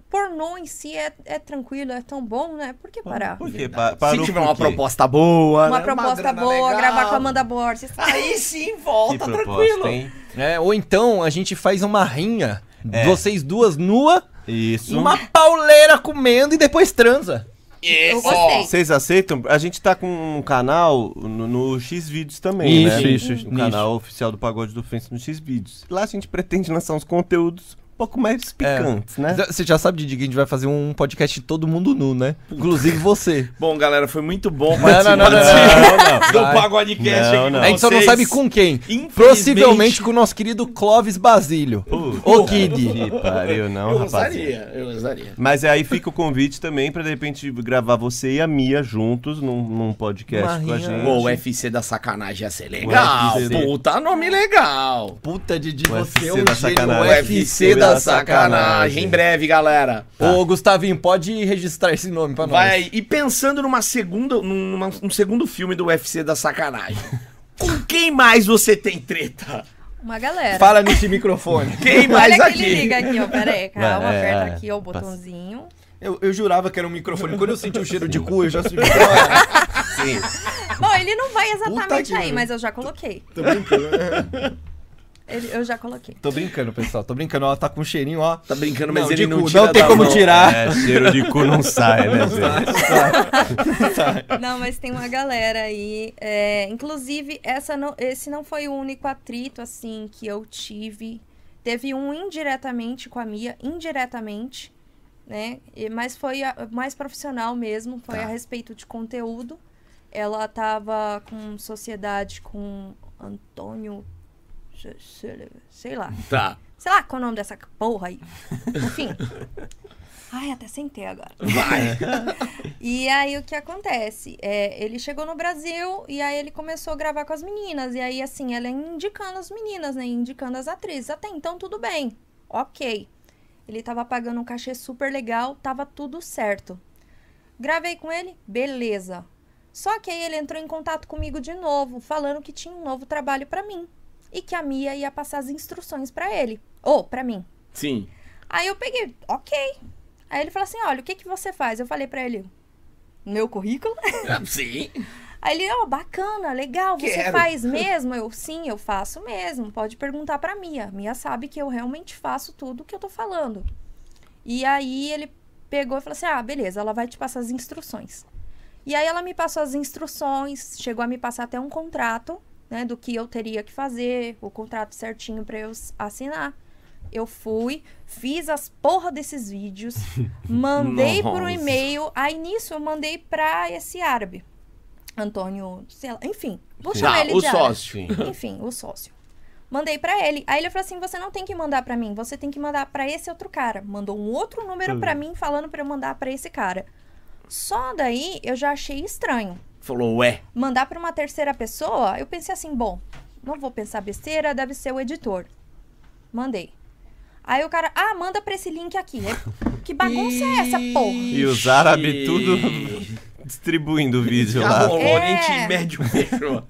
[SPEAKER 4] pornô em si é, é tranquilo, é tão bom, né? Por que parar?
[SPEAKER 2] Por quê? Pa- parou
[SPEAKER 1] Se tiver
[SPEAKER 2] por
[SPEAKER 1] uma
[SPEAKER 2] quê?
[SPEAKER 1] proposta boa,
[SPEAKER 4] Uma
[SPEAKER 1] né?
[SPEAKER 4] proposta
[SPEAKER 1] grana
[SPEAKER 4] boa,
[SPEAKER 1] legal.
[SPEAKER 4] gravar com a Amanda Borges.
[SPEAKER 1] Aí sim,
[SPEAKER 2] Que
[SPEAKER 1] volta,
[SPEAKER 2] proposta,
[SPEAKER 1] tranquilo.
[SPEAKER 2] hein?
[SPEAKER 3] É, ou então a gente faz uma rinha.
[SPEAKER 2] É. um
[SPEAKER 3] Vocês duas nua, e
[SPEAKER 2] Isso.
[SPEAKER 3] uma pauleira comendo e depois transa.
[SPEAKER 4] Eu gostei.
[SPEAKER 2] Vocês aceitam? A gente tá com um canal no, no Xvideos também,
[SPEAKER 3] Isso,
[SPEAKER 2] né?
[SPEAKER 3] isso,
[SPEAKER 2] Um
[SPEAKER 3] isso.
[SPEAKER 2] canal oficial do Pagode do Ofensa no Xvideos. Lá a gente pretende lançar uns conteúdos um pouco mais
[SPEAKER 1] É.
[SPEAKER 2] picantes, né?
[SPEAKER 3] Você já sabe, Didi, que a gente vai fazer um podcast de todo mundo nu, né? Inclusive você.
[SPEAKER 1] Bom, galera, foi muito bom
[SPEAKER 3] não, não, não,
[SPEAKER 1] participar
[SPEAKER 2] Ah, não,
[SPEAKER 1] do
[SPEAKER 3] vai.
[SPEAKER 1] Pagodecast.
[SPEAKER 2] Não,
[SPEAKER 1] aqui
[SPEAKER 2] não.
[SPEAKER 1] com
[SPEAKER 3] a gente só não
[SPEAKER 1] vocês.
[SPEAKER 3] sabe com quem.
[SPEAKER 1] Infelizmente-
[SPEAKER 3] Possivelmente com o nosso querido Clóvis Basílio.
[SPEAKER 2] Puta
[SPEAKER 3] Ô, Kid.
[SPEAKER 2] Que pariu, não,
[SPEAKER 1] Eu
[SPEAKER 2] rapaziada.
[SPEAKER 1] gostaria, eu gostaria.
[SPEAKER 2] Mas aí fica o convite também pra de repente gravar você e a Mia juntos num, num podcast com a
[SPEAKER 3] Marrinha.
[SPEAKER 2] gente.
[SPEAKER 1] Pô, o UFC da sacanagem ia ser legal.
[SPEAKER 2] O UFC.
[SPEAKER 1] Puta nome legal.
[SPEAKER 3] Puta, Didi,
[SPEAKER 2] UFC
[SPEAKER 3] você é
[SPEAKER 2] da
[SPEAKER 3] um gênio.
[SPEAKER 2] sacanagem.
[SPEAKER 3] O
[SPEAKER 1] UFC da sacanagem.
[SPEAKER 2] sacanagem.
[SPEAKER 1] Em breve, galera.
[SPEAKER 3] Ô, Gustavinho, pode registrar esse nome pra
[SPEAKER 1] Vai
[SPEAKER 3] nós.
[SPEAKER 1] aí. E pensando numa segunda, num, numa- um segundo filme do UFC da sacanagem. Com quem mais você tem treta?
[SPEAKER 4] Uma galera.
[SPEAKER 3] Fala nesse microfone.
[SPEAKER 1] Quem
[SPEAKER 4] Olha
[SPEAKER 1] mais
[SPEAKER 4] que
[SPEAKER 1] aqui?
[SPEAKER 4] ele liga aqui, ó. Pera aí, calma,
[SPEAKER 2] é,
[SPEAKER 4] aperta
[SPEAKER 2] é.
[SPEAKER 4] aqui ó, o
[SPEAKER 2] Passa.
[SPEAKER 4] botãozinho.
[SPEAKER 3] Eu, eu jurava que era um microfone. Quando eu senti o cheiro de cu, eu já subi.
[SPEAKER 4] Bom, ele não vai
[SPEAKER 3] Puta que
[SPEAKER 4] exatamente aí,
[SPEAKER 3] pariu.
[SPEAKER 4] mas eu já coloquei.
[SPEAKER 3] Tô brincando.
[SPEAKER 4] Ele- eu já coloquei.
[SPEAKER 3] Tô brincando, pessoal. Tô brincando. Ela tá com um cheirinho, ó.
[SPEAKER 1] Tá brincando, mas
[SPEAKER 3] Não,
[SPEAKER 1] ele
[SPEAKER 3] de
[SPEAKER 1] não
[SPEAKER 3] cu,
[SPEAKER 1] tira
[SPEAKER 3] não tem
[SPEAKER 1] da
[SPEAKER 3] como
[SPEAKER 1] mão.
[SPEAKER 3] tirar. tá.
[SPEAKER 2] É, cheiro de cu não sai, né, gente?
[SPEAKER 4] Não, mas tem uma galera aí. é, inclusive, essa não- esse não foi o único atrito, assim, que eu tive. Teve um indiretamente com a Mia, indiretamente, né? E- mas foi a- mais profissional mesmo, foi
[SPEAKER 1] Tá.
[SPEAKER 4] a respeito de conteúdo. Ela tava com sociedade com Antônio. Sei lá.
[SPEAKER 1] Tá.
[SPEAKER 4] Sei lá qual é o nome dessa porra aí. Enfim. Ai, até sentei agora.
[SPEAKER 1] Vai.
[SPEAKER 4] E aí o que acontece? É, ele chegou no Brasil e aí ele começou a gravar com as meninas. E aí, assim, ela indicando as meninas, né? Indicando as atrizes. Até então, tudo bem. Ok. Ele tava pagando um cachê super legal, tava tudo certo. Gravei com ele, beleza. Só que aí ele entrou em contato comigo de novo, falando que tinha um novo trabalho pra mim. E que a Mia ia passar as instruções pra ele. Ou, pra mim.
[SPEAKER 1] Sim.
[SPEAKER 4] Aí eu peguei, ok. Aí ele falou assim: olha, o que, que você faz? Eu falei pra ele: meu currículo?
[SPEAKER 1] Ah, Sim.
[SPEAKER 4] Aí ele, ó, bacana, legal, você
[SPEAKER 1] Quero.
[SPEAKER 4] faz mesmo? Eu, sim, eu faço mesmo. Pode perguntar pra Mia. Mia sabe que eu realmente faço tudo que eu tô falando. E aí ele pegou e falou assim: ah, beleza, ela vai te passar as instruções. E aí ela me passou as instruções, chegou a me passar até um contrato, né, do que eu teria que fazer, o contrato certinho pra eu s- assinar. Eu fui, fiz as porra desses vídeos, mandei por um
[SPEAKER 1] Nossa.
[SPEAKER 4] e-mail, aí nisso eu mandei pra esse árabe. Antônio, sei lá, enfim, vou chamar
[SPEAKER 1] Tá,
[SPEAKER 4] ele
[SPEAKER 1] o
[SPEAKER 4] de árabe.
[SPEAKER 1] sócio.
[SPEAKER 4] Enfim, o sócio. Mandei pra ele. Aí ele falou assim: "Você não tem que mandar pra mim, você tem que mandar pra esse outro cara". Mandou um outro número pra mim falando pra eu mandar pra esse cara. Só daí eu já achei estranho.
[SPEAKER 1] Falou, ué.
[SPEAKER 4] Mandar pra uma terceira pessoa, eu pensei assim: "Bom, não vou pensar besteira, deve ser o editor". Mandei. Aí o cara: "Ah, manda pra esse link aqui". É- Que bagunça é essa, porra?
[SPEAKER 2] E os árabes tudo
[SPEAKER 1] Ixi.
[SPEAKER 2] distribuindo o vídeo
[SPEAKER 1] Já
[SPEAKER 2] lá.
[SPEAKER 1] rolou,
[SPEAKER 4] É.
[SPEAKER 1] Oriente Médio fechou.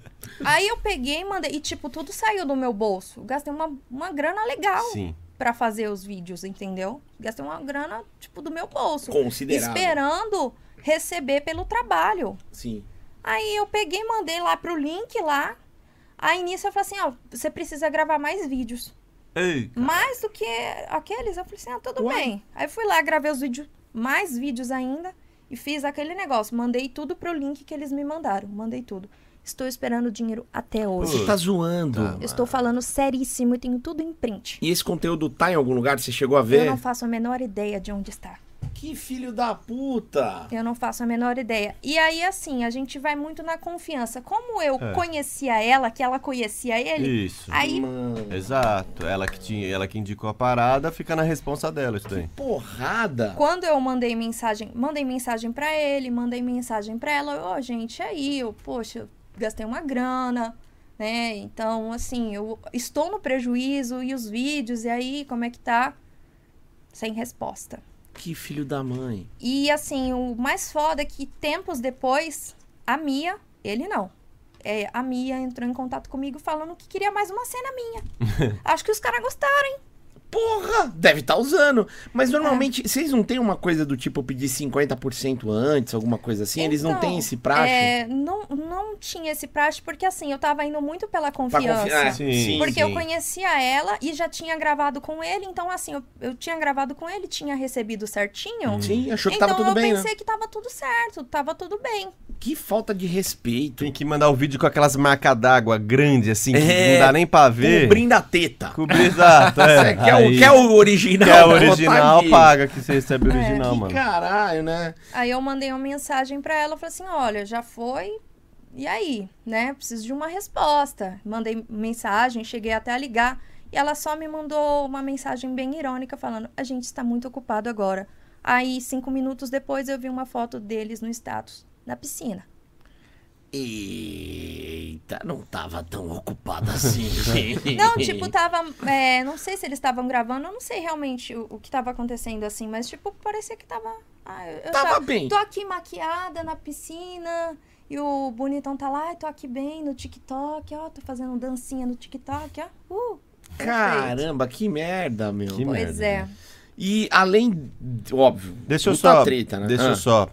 [SPEAKER 4] Aí eu peguei e mandei e tipo, tudo saiu do meu bolso. Gastei uma, uma grana legal.
[SPEAKER 2] Sim.
[SPEAKER 4] Pra fazer os vídeos, entendeu? Gastei uma grana, tipo, do meu bolso.
[SPEAKER 1] Considerável.
[SPEAKER 4] Esperando receber pelo trabalho.
[SPEAKER 1] Sim.
[SPEAKER 4] Aí eu peguei e mandei lá pro link lá. Aí nisso eu falei assim, ó, você precisa gravar mais vídeos.
[SPEAKER 2] Ei,
[SPEAKER 4] Mais do que aqueles, eu falei assim, ah, tudo
[SPEAKER 1] Ué.
[SPEAKER 4] bem. Aí fui lá, gravei os vídeos, mais vídeos ainda. E fiz aquele negócio, mandei tudo pro link que eles me mandaram. Mandei tudo. Estou esperando o dinheiro até hoje.
[SPEAKER 1] Você tá zoando.
[SPEAKER 4] Eu Estou falando seríssimo, eu tenho tudo em print.
[SPEAKER 1] E esse conteúdo tá em algum lugar? Você chegou a
[SPEAKER 4] Eu
[SPEAKER 1] ver?
[SPEAKER 4] não faço a menor ideia de onde está.
[SPEAKER 1] Que filho da puta!
[SPEAKER 4] Eu não faço a menor ideia. E aí, assim, a gente vai muito na confiança. Como eu conhecia ela, que ela conhecia ele,
[SPEAKER 2] Isso.
[SPEAKER 4] aí
[SPEAKER 1] Mano,
[SPEAKER 2] Exato. Ela que, tinha, ela que indicou a parada, fica na responsa dela isso daí.
[SPEAKER 1] porrada!
[SPEAKER 4] quando eu mandei mensagem, mandei mensagem pra ele, mandei mensagem pra ela, ô, gente, aí, eu, poxa, eu gastei uma grana, né? Então, assim, eu estou no prejuízo e os vídeos, e aí, como é que tá? Sem resposta.
[SPEAKER 1] Que filho da mãe!
[SPEAKER 4] E assim, o mais foda é que tempos depois, a Mia, ele não. É, a Mia entrou em contato comigo falando que queria mais uma cena minha. Acho que os caras gostaram.
[SPEAKER 1] Porra! Deve estar usando.
[SPEAKER 4] É.
[SPEAKER 1] Mas normalmente, vocês não tem uma coisa do tipo pedir 50% antes, alguma coisa assim? Eles não
[SPEAKER 4] Então,
[SPEAKER 1] têm esse praxe?
[SPEAKER 4] É, não, não tinha esse praxe, porque assim, eu tava indo muito pela
[SPEAKER 1] Pra
[SPEAKER 4] confiança.
[SPEAKER 1] confiar. Ah,
[SPEAKER 2] Sim, sim.
[SPEAKER 4] Porque eu conhecia ela e já tinha gravado com ele, então assim, eu, eu tinha gravado com ele, tinha recebido certinho.
[SPEAKER 1] Sim, achou que
[SPEAKER 4] Então
[SPEAKER 1] tava tudo
[SPEAKER 4] eu
[SPEAKER 1] bem,
[SPEAKER 4] pensei que tava tudo certo, tava tudo bem.
[SPEAKER 1] né? Que falta de respeito.
[SPEAKER 2] Tem que mandar o vídeo com aquelas marcas d'água grande, assim, que
[SPEAKER 1] É,
[SPEAKER 2] não dá nem pra ver.
[SPEAKER 1] Cobrindo a teta.
[SPEAKER 2] Cobrir, exato. É.
[SPEAKER 1] É, quer, o,
[SPEAKER 2] Aí,
[SPEAKER 1] quer o original?
[SPEAKER 2] quer o
[SPEAKER 1] vou botar
[SPEAKER 2] original,
[SPEAKER 1] aqui.
[SPEAKER 2] paga que você recebe o original,
[SPEAKER 1] Que
[SPEAKER 2] mano.
[SPEAKER 1] caralho, né?
[SPEAKER 4] Aí eu mandei uma mensagem pra ela, falei assim, olha, já foi, e aí, né? Preciso de uma resposta. Mandei mensagem, cheguei até a ligar, e ela só me mandou uma mensagem bem irônica falando, a gente está muito ocupado agora. Aí, cinco minutos depois, eu vi uma foto deles no status, na piscina.
[SPEAKER 1] Eita, não tava tão ocupado assim.
[SPEAKER 4] Não, tipo, tava. é, não sei se eles estavam gravando, eu não sei realmente o, o que tava acontecendo assim, mas, tipo, parecia que tava. Ah, eu, eu
[SPEAKER 1] Tava
[SPEAKER 4] já-
[SPEAKER 1] bem.
[SPEAKER 4] Tô aqui maquiada na piscina. E o bonitão tá lá, "Ai, tô aqui bem no TikTok, ó, tô fazendo dancinha no TikTok, ó. Uh, perfeito."
[SPEAKER 1] Caramba, que merda, meu.
[SPEAKER 2] Que
[SPEAKER 4] Pois
[SPEAKER 2] merda, né?
[SPEAKER 4] é.
[SPEAKER 1] E além, óbvio,
[SPEAKER 2] Deixa eu
[SPEAKER 1] muita
[SPEAKER 2] só.
[SPEAKER 1] treta, né?
[SPEAKER 2] Deixa
[SPEAKER 1] Ah,
[SPEAKER 2] eu só.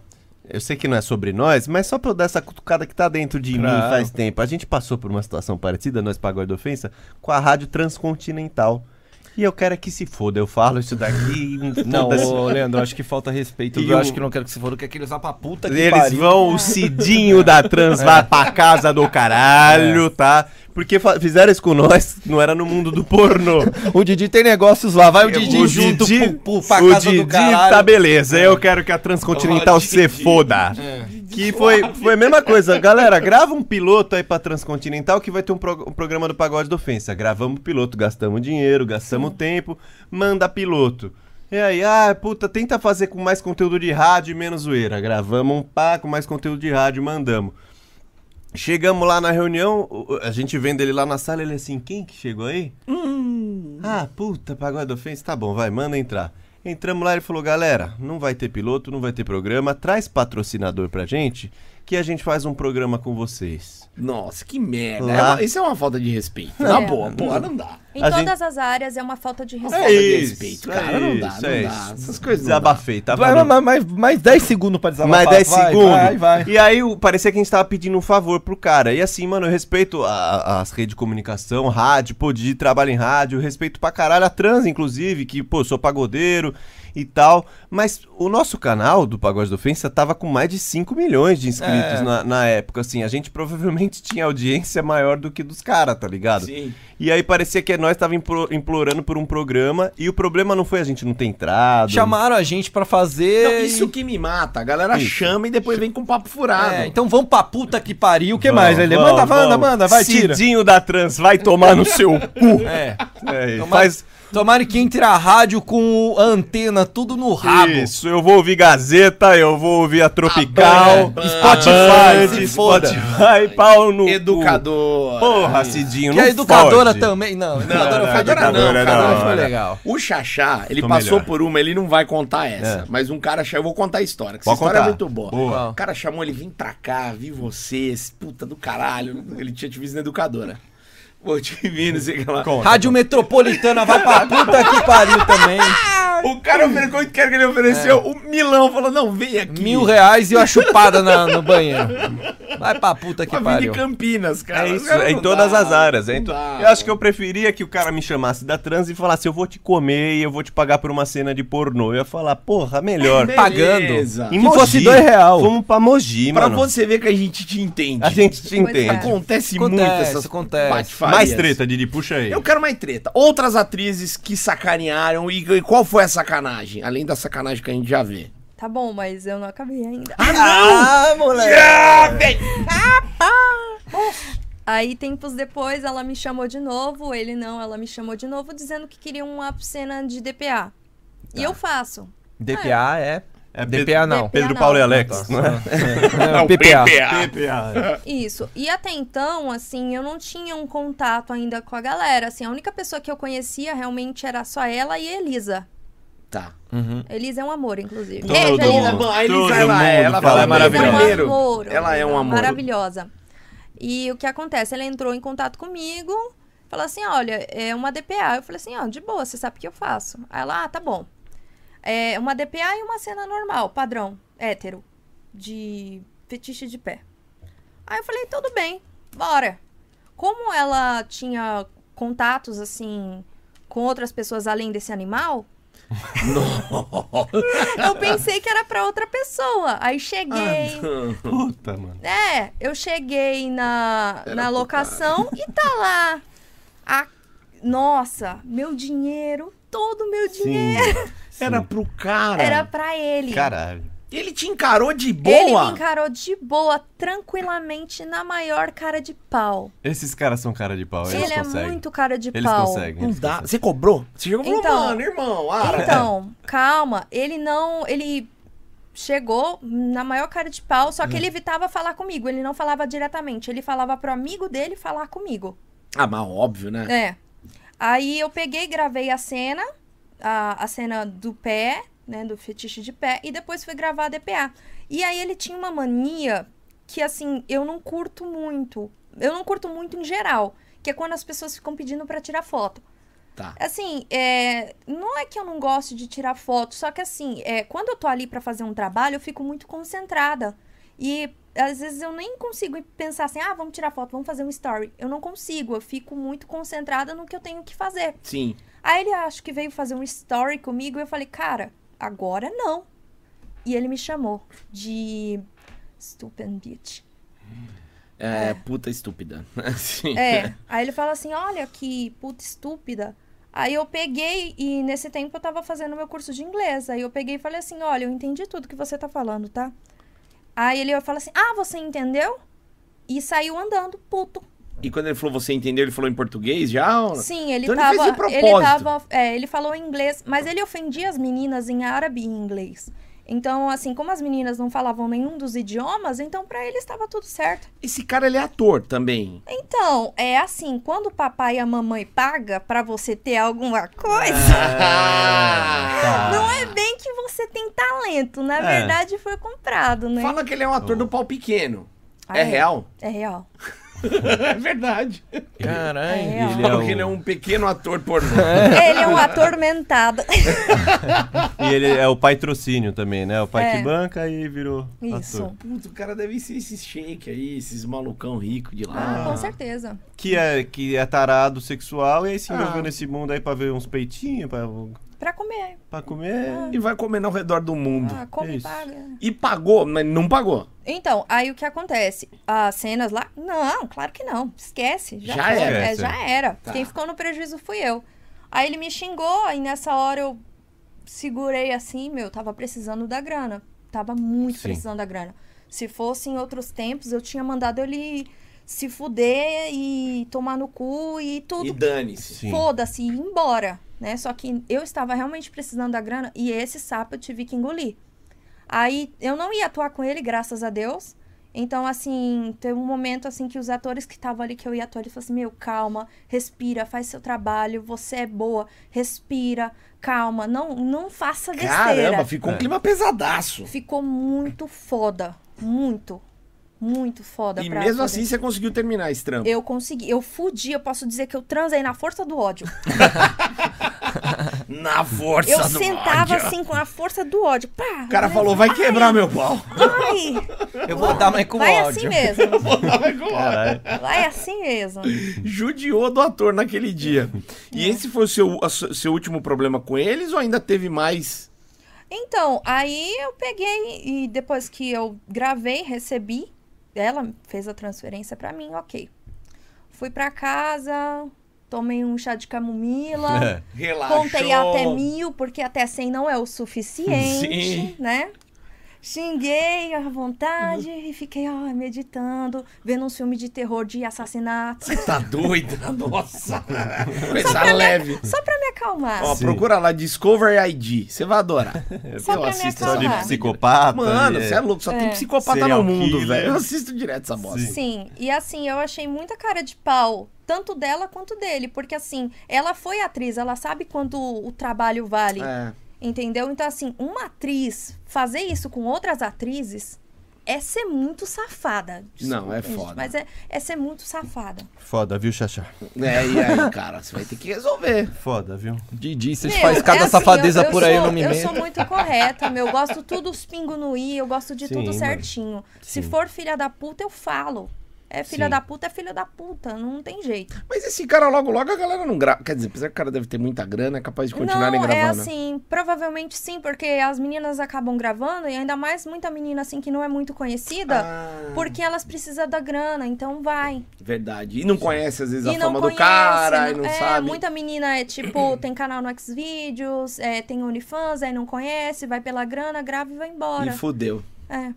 [SPEAKER 2] Eu sei que não é sobre nós, mas só pra eu dar essa cutucada que tá dentro de mim
[SPEAKER 3] Claro.
[SPEAKER 2] faz tempo. A gente passou por uma situação parecida, nós pra Guarda Ofensa, com a rádio transcontinental. E eu quero é que se foda, eu falo isso daqui.
[SPEAKER 3] Não,
[SPEAKER 2] foda-se.
[SPEAKER 3] ô, Leandro, acho que falta respeito.
[SPEAKER 2] E
[SPEAKER 3] eu
[SPEAKER 2] o-
[SPEAKER 3] acho que não quero que você fale que aquele usar pra puta que
[SPEAKER 2] Eles
[SPEAKER 3] pariu. É.
[SPEAKER 2] vão, o Cidinho da Trans vai pra casa do caralho, tá? Porque fa- fizeram isso com nós, não era no mundo do pornô.
[SPEAKER 3] O Didi tem negócios lá, vai o Didi
[SPEAKER 2] o
[SPEAKER 3] junto
[SPEAKER 2] Didi-
[SPEAKER 3] pro- pro- pra
[SPEAKER 2] o
[SPEAKER 3] casa do
[SPEAKER 2] Didi
[SPEAKER 3] caralho.
[SPEAKER 2] tá beleza, eu quero que a Transcontinental se foda. Que foi, foi a mesma coisa. Galera, grava um piloto aí pra Transcontinental que vai ter um, pro- um programa do Pagode da Ofensa. Gravamos o piloto, gastamos dinheiro, gastamos tempo, manda piloto. E aí, ah, puta, tenta fazer com mais conteúdo de rádio e menos zoeira. Gravamos um pá com mais conteúdo de rádio, mandamos. Chegamos lá na reunião, o- o- a gente vendo ele lá na sala, ele assim, quem que chegou aí? Ah, puta, pagode ofensa, tá bom, vai, manda entrar. Entramos lá, ele falou, galera, não vai ter piloto, não vai ter programa, traz patrocinador pra gente, que a gente faz um programa com vocês.
[SPEAKER 1] Nossa, que merda.
[SPEAKER 2] Lá.
[SPEAKER 1] É uma- isso é uma falta de respeito. Na
[SPEAKER 4] É.
[SPEAKER 1] boa, porra, não dá.
[SPEAKER 4] Em
[SPEAKER 2] A
[SPEAKER 4] todas as áreas é uma falta de
[SPEAKER 1] É
[SPEAKER 4] respeito.
[SPEAKER 1] falta de
[SPEAKER 2] isso,
[SPEAKER 1] respeito,
[SPEAKER 2] é
[SPEAKER 1] cara. Não dá,
[SPEAKER 2] isso,
[SPEAKER 1] não
[SPEAKER 2] é
[SPEAKER 1] dá.
[SPEAKER 2] isso.
[SPEAKER 1] Essas coisas não dá.
[SPEAKER 2] Desabafei, tá?
[SPEAKER 3] Vai, vai, vai, mais, mais 10 segundos pra desabafar.
[SPEAKER 2] Mais 10
[SPEAKER 3] vai,
[SPEAKER 2] segundos.
[SPEAKER 3] Vai, vai.
[SPEAKER 2] E aí o- parecia que a gente tava pedindo um favor pro cara. E assim, mano, eu respeito a- as redes de comunicação, rádio, pô, de trabalho em rádio, eu respeito pra caralho a trans, inclusive, que, pô, sou pagodeiro e tal. Mas o nosso canal do Pagode da Ofensa tava com mais de 5 milhões de inscritos
[SPEAKER 3] É.
[SPEAKER 2] na, na época, assim. A gente provavelmente tinha audiência maior do que dos caras, tá ligado?
[SPEAKER 1] Sim.
[SPEAKER 2] E aí parecia que nós tava impro- implorando por um programa e o problema não foi a gente não ter entrado.
[SPEAKER 3] Chamaram a gente pra fazer.
[SPEAKER 1] Não,
[SPEAKER 3] e-
[SPEAKER 1] isso que me mata. A galera chama e depois vem com papo furado.
[SPEAKER 3] É, então vamos pra puta que pariu. O que
[SPEAKER 2] Vão,
[SPEAKER 3] mais, Lelê?
[SPEAKER 2] vão,
[SPEAKER 3] Manda,
[SPEAKER 2] vão.
[SPEAKER 3] manda, manda, vai, tira.
[SPEAKER 2] Cidinho da trans, vai tomar no seu cu.
[SPEAKER 3] É.
[SPEAKER 2] É,
[SPEAKER 3] Tomara,
[SPEAKER 2] faz
[SPEAKER 3] tomara que entre a rádio com o- a antena tudo no rabo.
[SPEAKER 2] isso, eu vou ouvir Gazeta, eu vou ouvir a Tropical,
[SPEAKER 1] Band,
[SPEAKER 2] Spotify,
[SPEAKER 3] Band,
[SPEAKER 2] Spotify,
[SPEAKER 3] se foda.
[SPEAKER 2] pau no cu.
[SPEAKER 1] Educador. É.
[SPEAKER 2] Porra, Cidinho,
[SPEAKER 3] E
[SPEAKER 2] não
[SPEAKER 3] a educadora
[SPEAKER 2] fode.
[SPEAKER 3] também. Não, educadora,
[SPEAKER 2] não,
[SPEAKER 3] foi,
[SPEAKER 1] educadora
[SPEAKER 3] legal.
[SPEAKER 1] não, é
[SPEAKER 3] Educadora foi
[SPEAKER 2] não, não.
[SPEAKER 3] legal.
[SPEAKER 1] O Xaxá, ele
[SPEAKER 2] Tô
[SPEAKER 1] passou
[SPEAKER 2] melhor.
[SPEAKER 1] por uma, ele não vai contar essa. Mas um cara chamou. Eu vou contar a história, que essa
[SPEAKER 2] Pode
[SPEAKER 1] história é
[SPEAKER 2] contar.
[SPEAKER 1] muito boa.
[SPEAKER 2] Boa.
[SPEAKER 1] O cara chamou ele, vim pra cá, vi vocês, puta do caralho. Ele tinha te visto na educadora. Pô, te vi, não sei o que lá.
[SPEAKER 3] Rádio Metropolitana vai pra puta que pariu também.
[SPEAKER 1] O cara ofereceu, quanto que era que ele
[SPEAKER 2] É.
[SPEAKER 1] ofereceu? O Milão falou: não, vem aqui.
[SPEAKER 3] Mil reais e uma chupada na- no banheiro. Vai pra puta que
[SPEAKER 1] Pra vir de
[SPEAKER 3] pariu.
[SPEAKER 1] Campinas, cara.
[SPEAKER 2] É
[SPEAKER 1] Os
[SPEAKER 2] isso,
[SPEAKER 1] caras
[SPEAKER 2] é em
[SPEAKER 1] não
[SPEAKER 2] todas
[SPEAKER 1] dá,
[SPEAKER 2] as áreas. é em
[SPEAKER 1] não
[SPEAKER 2] to-
[SPEAKER 1] dá.
[SPEAKER 2] Eu acho que eu preferia que o cara me chamasse da trans e falasse, eu vou te comer e eu vou te pagar por uma cena de pornô. Eu ia falar, porra, melhor.
[SPEAKER 1] Beleza.
[SPEAKER 3] pagando.
[SPEAKER 2] Em
[SPEAKER 3] Que fosse dois real.
[SPEAKER 2] Fomos pra Mogi,
[SPEAKER 1] Pra
[SPEAKER 2] mano.
[SPEAKER 1] você ver que a gente te entende.
[SPEAKER 2] A gente te
[SPEAKER 4] Pois é.
[SPEAKER 2] entende.
[SPEAKER 1] Acontece, muito
[SPEAKER 3] Acontece,
[SPEAKER 1] essas
[SPEAKER 3] acontece.
[SPEAKER 1] patifarias.
[SPEAKER 2] Mais treta, Didi, puxa aí.
[SPEAKER 1] Eu quero mais treta. Outras atrizes que sacanearam e, e qual foi a sacanagem? Além da sacanagem que a gente já vê.
[SPEAKER 4] Tá bom, mas eu não acabei ainda.
[SPEAKER 2] Ah, moleque!
[SPEAKER 4] Aí, tempos depois, ela me chamou de novo, ele não, ela me chamou de novo, dizendo que queria uma cena de DPA.
[SPEAKER 2] Tá.
[SPEAKER 4] E eu faço.
[SPEAKER 3] DPA é.
[SPEAKER 2] É
[SPEAKER 3] DPA não.
[SPEAKER 4] DPA.
[SPEAKER 2] Pedro Paulo e Alex, não é?
[SPEAKER 3] Não, PPA.
[SPEAKER 4] Isso. E até então, assim, eu não tinha um contato ainda com a galera. Assim, a única pessoa que eu conhecia realmente era só ela e a Elisa.
[SPEAKER 1] Tá. é
[SPEAKER 4] Elisa é um amor, inclusive.
[SPEAKER 2] Todo
[SPEAKER 4] Beijo, Elisa.
[SPEAKER 2] mundo.
[SPEAKER 1] A
[SPEAKER 2] Todo
[SPEAKER 1] Elisa, ela é.
[SPEAKER 2] mundo
[SPEAKER 1] Ela
[SPEAKER 2] fala
[SPEAKER 1] fala
[SPEAKER 2] é maravilhosa.
[SPEAKER 1] primeiro.
[SPEAKER 4] Ela é um amor.
[SPEAKER 1] Ela é um amor.
[SPEAKER 4] Maravilhosa. E o que acontece? Ela entrou em contato comigo, falou assim: olha, é uma DPA. Eu falei assim: ó, de boa, você sabe o que eu faço. Aí ela, ah, tá bom. É uma DPA e uma cena normal, padrão, hétero, de fetiche de pé. Aí eu falei: tudo bem, bora. Como ela tinha contatos assim com outras pessoas além desse animal, eu pensei que era pra outra pessoa. Aí
[SPEAKER 1] Ah,
[SPEAKER 4] cheguei,
[SPEAKER 2] Puta, mano.
[SPEAKER 4] é, eu cheguei na, na locação e tá lá. A, nossa, meu dinheiro, todo meu dinheiro
[SPEAKER 1] Era pro cara.
[SPEAKER 4] era pra ele.
[SPEAKER 2] Caralho.
[SPEAKER 1] Ele te encarou de
[SPEAKER 4] Ele me
[SPEAKER 1] boa.
[SPEAKER 4] encarou de boa, tranquilamente, na maior cara de pau.
[SPEAKER 2] Esses caras são cara de pau, eles
[SPEAKER 4] ele é
[SPEAKER 2] conseguem.
[SPEAKER 4] muito cara de
[SPEAKER 2] Eles
[SPEAKER 4] pau.
[SPEAKER 2] conseguem.
[SPEAKER 1] Não
[SPEAKER 2] eles
[SPEAKER 1] dá.
[SPEAKER 2] conseguem.
[SPEAKER 1] Você cobrou? Você chegou e falou,
[SPEAKER 4] Então-
[SPEAKER 1] mano, irmão. Ah,
[SPEAKER 4] Então, calma, ele não. Ele chegou na maior cara de pau, só
[SPEAKER 2] Hum.
[SPEAKER 4] que ele evitava falar comigo. Ele não falava diretamente. Ele falava pro amigo dele falar comigo.
[SPEAKER 1] Ah, mas óbvio, né?
[SPEAKER 4] É. Aí eu peguei, gravei a cena, a, a cena do pé, né, do fetiche de pé, e depois fui gravar a DPA. E aí ele tinha uma mania que, assim, eu não curto muito. Eu não curto muito em geral, que é quando as pessoas ficam pedindo pra tirar foto.
[SPEAKER 1] Tá.
[SPEAKER 4] Assim, é, não é que eu não gosto de tirar foto, só que assim, é, quando eu tô ali pra fazer um trabalho, eu fico muito concentrada. E às vezes eu nem consigo pensar assim, ah, vamos tirar foto, vamos fazer um story. Eu não consigo, eu fico muito concentrada no que eu tenho que fazer.
[SPEAKER 1] Sim.
[SPEAKER 4] Aí ele acho que veio fazer um story comigo e eu falei, cara, agora não. E ele me chamou de stupid bitch.
[SPEAKER 1] É, puta estúpida. Sim.
[SPEAKER 4] É. Aí ele fala assim: olha que puta estúpida. Aí eu peguei, e nesse tempo eu tava fazendo meu curso de inglês. Aí eu peguei e falei assim: olha, eu entendi tudo que você tá falando, tá? Aí ele fala assim: ah, você entendeu? E saiu andando, puto.
[SPEAKER 1] E quando ele falou, você entendeu? Ele falou em português já? ou não?
[SPEAKER 4] Sim, ele
[SPEAKER 1] Então ele
[SPEAKER 4] tava.
[SPEAKER 1] fez de propósito.
[SPEAKER 4] ele tava. é, ele falou em inglês, mas ele ofendia as meninas em árabe e em inglês. Então, assim, como as meninas não falavam nenhum dos idiomas, então pra ele estava tudo certo.
[SPEAKER 1] Esse cara, ele é ator também.
[SPEAKER 4] Então, é assim, quando o papai e a mamãe paga pra você ter alguma coisa,
[SPEAKER 1] Ah,
[SPEAKER 4] não é bem que você tem talento,
[SPEAKER 2] É.
[SPEAKER 4] na verdade foi comprado, né?
[SPEAKER 1] Fala que ele é um ator do pau pequeno.
[SPEAKER 4] Ah,
[SPEAKER 1] é real?
[SPEAKER 4] É real.
[SPEAKER 1] É verdade.
[SPEAKER 5] Caralho.
[SPEAKER 4] É real.
[SPEAKER 2] Ele é
[SPEAKER 1] Fala
[SPEAKER 2] o-
[SPEAKER 1] que ele é um pequeno ator pornô.
[SPEAKER 4] Ele é um atormentado.
[SPEAKER 2] E ele é o pai trocínio também, né? O pai
[SPEAKER 4] É.
[SPEAKER 2] que banca e virou
[SPEAKER 4] Isso.
[SPEAKER 2] ator.
[SPEAKER 1] Puta, o cara deve ser esses shake aí, esses malucão rico de
[SPEAKER 4] Ah,
[SPEAKER 1] lá.
[SPEAKER 4] com certeza.
[SPEAKER 2] Que é, que é tarado sexual e aí se envolveu
[SPEAKER 1] Ah.
[SPEAKER 2] nesse mundo aí pra ver uns peitinhos, pra,
[SPEAKER 4] Pra comer.
[SPEAKER 2] pra comer.
[SPEAKER 1] E vai comendo ao redor do mundo.
[SPEAKER 4] Ah, come e
[SPEAKER 2] Isso.
[SPEAKER 4] paga.
[SPEAKER 1] E pagou, mas não pagou.
[SPEAKER 4] Então, aí o que acontece? As cenas lá? Não, claro que não. Esquece. Já,
[SPEAKER 1] Já
[SPEAKER 4] foi.
[SPEAKER 1] era.
[SPEAKER 4] É, já era.
[SPEAKER 1] Tá.
[SPEAKER 4] Quem ficou no prejuízo fui eu. Aí ele me xingou, aí nessa hora eu segurei assim, meu, tava precisando da grana. Tava muito
[SPEAKER 2] Sim.
[SPEAKER 4] precisando da grana. Se fosse em outros tempos, eu tinha mandado ele se fuder e tomar no cu e tudo
[SPEAKER 1] E dane-se.
[SPEAKER 2] Sim.
[SPEAKER 4] foda-se e ir embora, né? Só que eu estava realmente precisando da grana e esse sapo eu tive que engolir. Aí eu não ia atuar com ele, graças a Deus. Então, assim, teve um momento assim que os atores que estavam ali, que eu ia atuar, eles falaram assim: Meu, calma, respira, faz seu trabalho, você é boa, respira, calma, não, não faça besteira.
[SPEAKER 1] Caramba, ficou um
[SPEAKER 2] É.
[SPEAKER 1] clima pesadaço.
[SPEAKER 4] Ficou muito foda. Muito, muito foda.
[SPEAKER 1] E
[SPEAKER 4] pra
[SPEAKER 1] mesmo
[SPEAKER 4] fazer.
[SPEAKER 1] assim você conseguiu terminar esse trampo.
[SPEAKER 4] Eu consegui, eu fudi, eu posso dizer que eu transei na força do ódio.
[SPEAKER 1] Na força
[SPEAKER 4] Eu
[SPEAKER 1] do
[SPEAKER 4] sentava
[SPEAKER 1] ódio.
[SPEAKER 4] assim né? com a força do ódio. Pá,
[SPEAKER 1] O cara falou, vai quebrar meu pau.
[SPEAKER 4] Vai,
[SPEAKER 3] Eu vou dar, mas com
[SPEAKER 4] vai
[SPEAKER 3] ódio.
[SPEAKER 4] assim mesmo.
[SPEAKER 1] Vai colar.
[SPEAKER 2] Caralho.
[SPEAKER 4] Vai assim mesmo.
[SPEAKER 1] Judiou do ator naquele dia.
[SPEAKER 4] É.
[SPEAKER 1] E esse foi o seu, a su- seu último problema com eles ou ainda teve mais?
[SPEAKER 4] Então, aí eu peguei e depois que eu gravei, recebi. Ela fez a transferência pra mim, ok. Fui pra casa, tomei um chá de
[SPEAKER 1] É.
[SPEAKER 4] camomila.
[SPEAKER 1] Relaxou.
[SPEAKER 4] Contei até mil, porque até 100 não é o
[SPEAKER 1] Sim.
[SPEAKER 4] suficiente, né? Xinguei à vontade e fiquei ó, meditando, vendo um filme de terror de assassinato.
[SPEAKER 1] Tá doida? Nossa. Coisa leve.
[SPEAKER 4] Só pra me acalmar.
[SPEAKER 1] Ó,
[SPEAKER 2] Sim.
[SPEAKER 1] procura lá, Discover ID. Você vai adorar.
[SPEAKER 4] Só
[SPEAKER 1] eu
[SPEAKER 4] pra me
[SPEAKER 1] assisto
[SPEAKER 2] Só de
[SPEAKER 4] acalmar.
[SPEAKER 2] psicopata.
[SPEAKER 1] Mano,
[SPEAKER 2] e-
[SPEAKER 1] você é louco, só tem
[SPEAKER 4] É.
[SPEAKER 1] psicopata
[SPEAKER 2] Serial
[SPEAKER 1] no mundo,
[SPEAKER 2] killer.
[SPEAKER 1] velho. Eu assisto direto essa bosta.
[SPEAKER 4] Sim, e assim, eu achei muita cara de pau, tanto dela quanto dele, porque assim, ela foi atriz, ela sabe quanto o trabalho vale,
[SPEAKER 1] É.
[SPEAKER 4] entendeu? Então, assim, uma atriz fazer isso com outras atrizes é ser muito safada.
[SPEAKER 1] Não, é
[SPEAKER 4] gente,
[SPEAKER 1] foda.
[SPEAKER 4] Mas é, é ser muito safada.
[SPEAKER 2] Foda, viu, Xaxá?
[SPEAKER 1] É, e aí, cara, você vai ter que resolver.
[SPEAKER 2] Foda, viu?
[SPEAKER 3] Didi, vocês
[SPEAKER 4] Meu,
[SPEAKER 3] fazem cada
[SPEAKER 4] é assim,
[SPEAKER 3] safadeza por aí,
[SPEAKER 4] sou,
[SPEAKER 3] eu não me
[SPEAKER 4] Eu
[SPEAKER 3] meto.
[SPEAKER 4] sou muito correta, meu. Eu gosto tudo os pingos no i, eu gosto de
[SPEAKER 2] Sim,
[SPEAKER 4] tudo
[SPEAKER 2] mano.
[SPEAKER 4] certinho. Se
[SPEAKER 2] Sim.
[SPEAKER 4] for filha da puta, eu falo. É filha
[SPEAKER 2] Sim.
[SPEAKER 4] da puta, é filha da puta. Não tem jeito.
[SPEAKER 1] Mas esse cara, logo, logo a galera não grava. Quer dizer, apesar que o cara deve ter muita grana, é capaz de continuarem
[SPEAKER 4] não,
[SPEAKER 1] gravando.
[SPEAKER 4] é assim, provavelmente sim, porque as meninas acabam gravando e ainda mais muita menina assim que não é muito conhecida,
[SPEAKER 1] Ah,
[SPEAKER 4] porque elas precisam da grana, então vai.
[SPEAKER 1] Verdade. E não conhece, às vezes,
[SPEAKER 4] e
[SPEAKER 1] a
[SPEAKER 4] não
[SPEAKER 1] fama
[SPEAKER 4] conhece,
[SPEAKER 1] do cara, e não
[SPEAKER 4] é,
[SPEAKER 1] sabe.
[SPEAKER 4] Muita menina é tipo, tem canal no Xvideos, é, tem OnlyFans, aí não conhece, vai pela grana, grava e vai
[SPEAKER 1] E
[SPEAKER 4] embora.
[SPEAKER 1] fodeu.
[SPEAKER 4] É.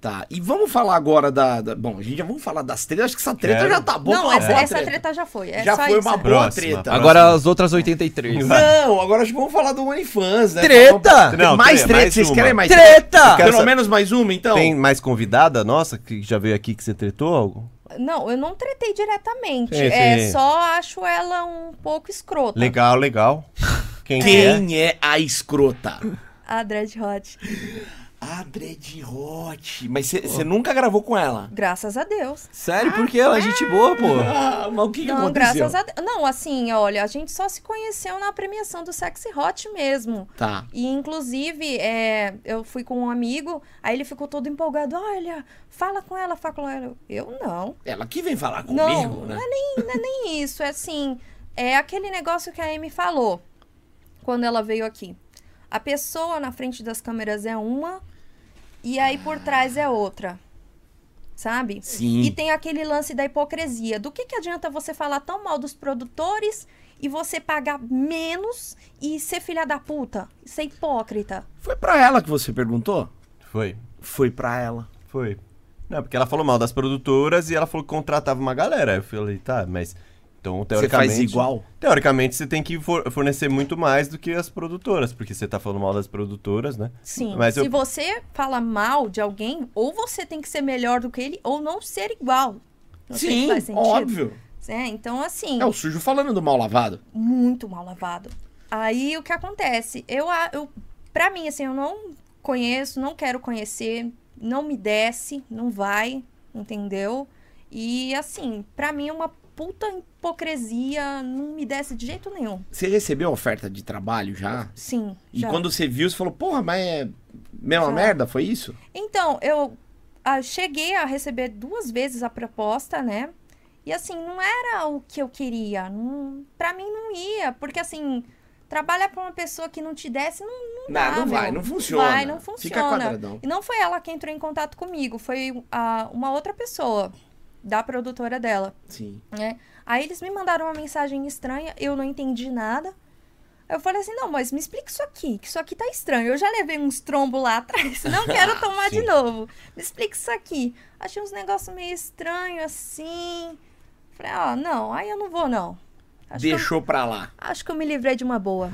[SPEAKER 1] Tá. E vamos falar agora da. da- Bom, a gente já vamos falar das tretas. Acho que essa treta
[SPEAKER 2] Quero.
[SPEAKER 1] já tá boa.
[SPEAKER 4] não,
[SPEAKER 1] uma
[SPEAKER 4] essa,
[SPEAKER 1] boa
[SPEAKER 4] essa treta. já foi. É
[SPEAKER 1] já
[SPEAKER 4] só
[SPEAKER 1] foi
[SPEAKER 4] isso.
[SPEAKER 1] uma boa
[SPEAKER 2] Próxima,
[SPEAKER 1] treta.
[SPEAKER 2] próxima.
[SPEAKER 3] Agora as outras 83.
[SPEAKER 1] Não, agora acho que vamos falar do OnlyFans, né?
[SPEAKER 3] Treta!
[SPEAKER 2] Não,
[SPEAKER 1] mais
[SPEAKER 2] tre-
[SPEAKER 1] treta,
[SPEAKER 2] mais
[SPEAKER 1] vocês
[SPEAKER 2] uma.
[SPEAKER 1] querem mais
[SPEAKER 3] Treta!
[SPEAKER 2] quero
[SPEAKER 1] Pelo
[SPEAKER 2] sa-
[SPEAKER 1] menos mais uma, então?
[SPEAKER 2] Tem mais convidada nossa que já veio aqui que você tretou algo?
[SPEAKER 4] Não, eu não tretei diretamente.
[SPEAKER 2] Sim,
[SPEAKER 4] é
[SPEAKER 2] sim.
[SPEAKER 4] só acho ela um pouco escrota.
[SPEAKER 2] Legal, legal. Quem, que é?
[SPEAKER 1] Quem é a escrota?
[SPEAKER 4] A Dread Hot.
[SPEAKER 1] Ah, Dread Hot. Mas você nunca gravou com ela?
[SPEAKER 4] Graças a Deus.
[SPEAKER 5] Sério, porque ela é gente boa, pô.
[SPEAKER 1] Ah, mas o que, que
[SPEAKER 4] Não,
[SPEAKER 1] aconteceu?
[SPEAKER 4] graças a Deus. Não, assim, olha, a gente só se conheceu na premiação do Sexy Hot mesmo.
[SPEAKER 1] Tá.
[SPEAKER 4] E, inclusive, é, eu fui com um amigo, aí ele ficou todo empolgado. Olha, fala com ela, fala com ela. Eu não.
[SPEAKER 1] Ela que vem falar comigo,
[SPEAKER 4] Não,
[SPEAKER 1] né?
[SPEAKER 4] não é nem, não é nem isso. É assim, é aquele negócio que a Amy falou quando ela veio aqui. A pessoa na frente das câmeras é uma e aí por trás é outra. Sabe?
[SPEAKER 1] Sim.
[SPEAKER 4] E tem aquele lance da hipocrisia. Do que, que adianta você falar tão mal dos produtores e você pagar menos e ser filha da puta? Ser hipócrita.
[SPEAKER 1] Foi pra ela que você perguntou?
[SPEAKER 2] é? Foi.
[SPEAKER 1] Foi pra ela.
[SPEAKER 2] Foi. Não, porque ela falou mal das produtoras e ela falou que contratava uma galera. Aí Eu falei, tá, mas. Então,
[SPEAKER 1] Você
[SPEAKER 2] teoricamente.
[SPEAKER 1] faz igual?
[SPEAKER 2] Teoricamente, você tem que for- fornecer muito mais do que as produtoras, porque você tá falando mal das produtoras, né?
[SPEAKER 4] Sim.
[SPEAKER 2] Mas
[SPEAKER 4] Se
[SPEAKER 2] eu-
[SPEAKER 4] você fala mal de alguém, ou você tem que ser melhor do que ele, ou não ser igual. Não sei se
[SPEAKER 1] Sim,
[SPEAKER 4] faz sentido.
[SPEAKER 1] óbvio.
[SPEAKER 4] É, então, assim,
[SPEAKER 1] É o sujo falando do mal lavado.
[SPEAKER 4] muito mal lavado. Aí o que acontece? Eu, a- eu para mim, assim, eu não conheço, não quero conhecer, não me desce, não vai, entendeu? E assim, pra mim é uma puta hipocrisia, não me desce de jeito nenhum.
[SPEAKER 1] Você recebeu a oferta de trabalho já?
[SPEAKER 4] Sim.
[SPEAKER 1] E
[SPEAKER 4] já.
[SPEAKER 1] quando você viu, você falou, porra, mas é. Mesma
[SPEAKER 4] Já.
[SPEAKER 1] merda, foi isso?
[SPEAKER 4] Então, eu ah, cheguei a receber duas vezes a proposta, né? E assim, não era o que eu queria. Não, pra mim não ia, porque assim, trabalhar pra uma pessoa que não te desce não
[SPEAKER 1] Não, não
[SPEAKER 4] dá,
[SPEAKER 1] vai,
[SPEAKER 4] meu.
[SPEAKER 1] não funciona.
[SPEAKER 4] Vai, não
[SPEAKER 1] Fica
[SPEAKER 4] funciona.
[SPEAKER 1] quadradão.
[SPEAKER 4] E não foi ela que entrou em contato comigo, foi a- uma outra pessoa da produtora dela.
[SPEAKER 1] Sim.
[SPEAKER 4] Aí eles me mandaram uma mensagem estranha, eu não entendi nada. Eu falei assim, não, mas me explica isso aqui, que isso aqui tá estranho. Eu já levei uns trombos lá atrás, não quero tomar de novo. Me explica isso aqui. Achei uns negócios meio estranhos, assim. Falei, ó, não, aí eu não vou, não. Acho que eu-
[SPEAKER 1] Deixou pra lá.
[SPEAKER 4] acho que eu me livrei de uma boa.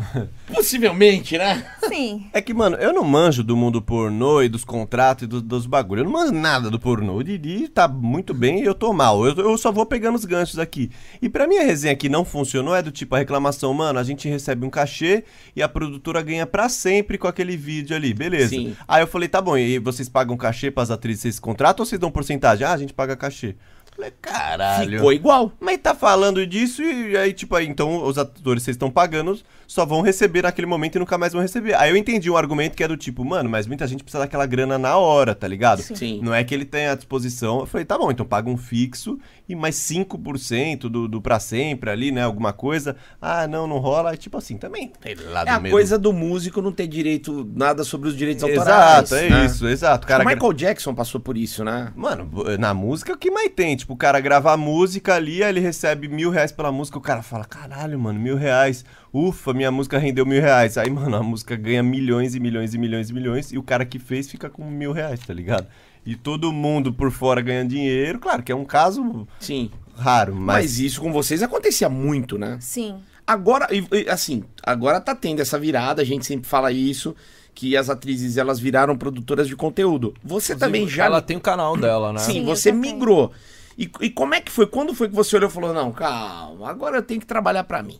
[SPEAKER 1] Possivelmente, né?
[SPEAKER 4] Sim.
[SPEAKER 2] É que, mano, eu não manjo do mundo pornô e dos contratos e do- dos bagulho. Eu não manjo nada do pornô. O Didi tá muito bem e eu tô mal. Eu, eu só vou pegando os ganchos aqui. E pra mim a resenha que não funcionou é do tipo a reclamação, mano, a gente recebe um cachê e a produtora ganha pra sempre com aquele vídeo ali, beleza.
[SPEAKER 1] Sim.
[SPEAKER 2] Aí eu falei, tá bom, e vocês pagam cachê pras atrizes, vocês contratam ou vocês dão porcentagem? Ah, a gente paga cachê. Eu Falei, caralho.
[SPEAKER 1] Ficou igual.
[SPEAKER 2] Mas tá falando disso e aí, tipo, aí, então os atores vocês estão pagando só vão receber naquele momento e nunca mais vão receber. Aí eu entendi um argumento que é do tipo, mano, mas muita gente precisa daquela grana na hora, tá ligado?
[SPEAKER 4] Sim.
[SPEAKER 1] Sim.
[SPEAKER 2] Não é que ele tenha à disposição. Eu falei, tá bom, então paga um fixo e mais 5% do, do pra sempre ali, né? Alguma coisa. Ah, não, não rola. É tipo assim, também. Sei lá,
[SPEAKER 1] É a
[SPEAKER 2] do medo.
[SPEAKER 1] coisa do músico não ter direito nada sobre os direitos autorais.
[SPEAKER 2] Exato, é
[SPEAKER 1] né?
[SPEAKER 2] isso, exato. O cara
[SPEAKER 1] o Michael Jackson passou por isso, né?
[SPEAKER 2] Mano, bo- na música o que mais tem? Tipo, o cara grava a música ali, aí ele recebe mil reais pela música, o cara fala, caralho, mano, mil reais. Ufa, minha música rendeu mil reais. Aí, mano, a música ganha milhões e milhões e milhões e milhões, e o cara que fez fica com mil reais, tá ligado? E todo mundo por fora ganha dinheiro, claro que é um caso
[SPEAKER 1] Sim.
[SPEAKER 2] raro,
[SPEAKER 1] Mas,
[SPEAKER 2] mas.
[SPEAKER 1] isso com vocês acontecia muito, né?
[SPEAKER 4] Sim.
[SPEAKER 1] Agora, e- e, assim, agora tá tendo essa virada, a gente sempre fala isso, que as atrizes elas viraram produtoras de conteúdo. Você também já
[SPEAKER 5] Ela tem o canal dela, né?
[SPEAKER 1] Sim,
[SPEAKER 4] Sim,
[SPEAKER 1] você
[SPEAKER 4] eu também.
[SPEAKER 1] migrou. E, e como é que foi? Quando foi que você olhou e falou, não, calma, agora eu tenho que trabalhar pra mim?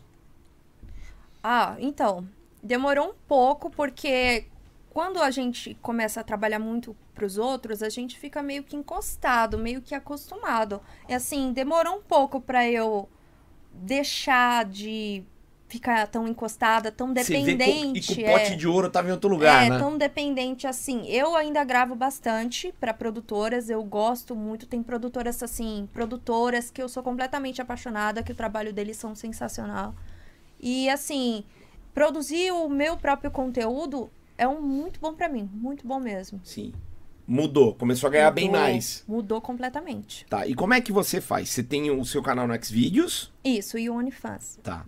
[SPEAKER 4] Ah, então, demorou um pouco porque quando a gente começa a trabalhar muito pros outros, a gente fica meio que encostado, meio que acostumado. E assim, demorou um pouco pra eu deixar de ficar tão encostada, tão dependente,
[SPEAKER 1] Você vê que o- e que o
[SPEAKER 4] é.
[SPEAKER 1] pote de ouro tava em outro lugar,
[SPEAKER 4] É,
[SPEAKER 1] né?
[SPEAKER 4] tão dependente assim. Eu ainda gravo bastante pra produtoras, eu gosto muito. Tem produtoras assim, produtoras que eu sou completamente apaixonada, que o trabalho deles são sensacional. E assim, produzir o meu próprio conteúdo é um muito bom pra mim, muito bom mesmo.
[SPEAKER 1] Sim. Mudou, começou a ganhar bem
[SPEAKER 4] Mudou-
[SPEAKER 1] mais.
[SPEAKER 4] Mudou completamente.
[SPEAKER 1] Tá, e como é que você faz? Você tem o seu canal no Xvideos,
[SPEAKER 4] Isso, e o OnlyFans.
[SPEAKER 1] tá.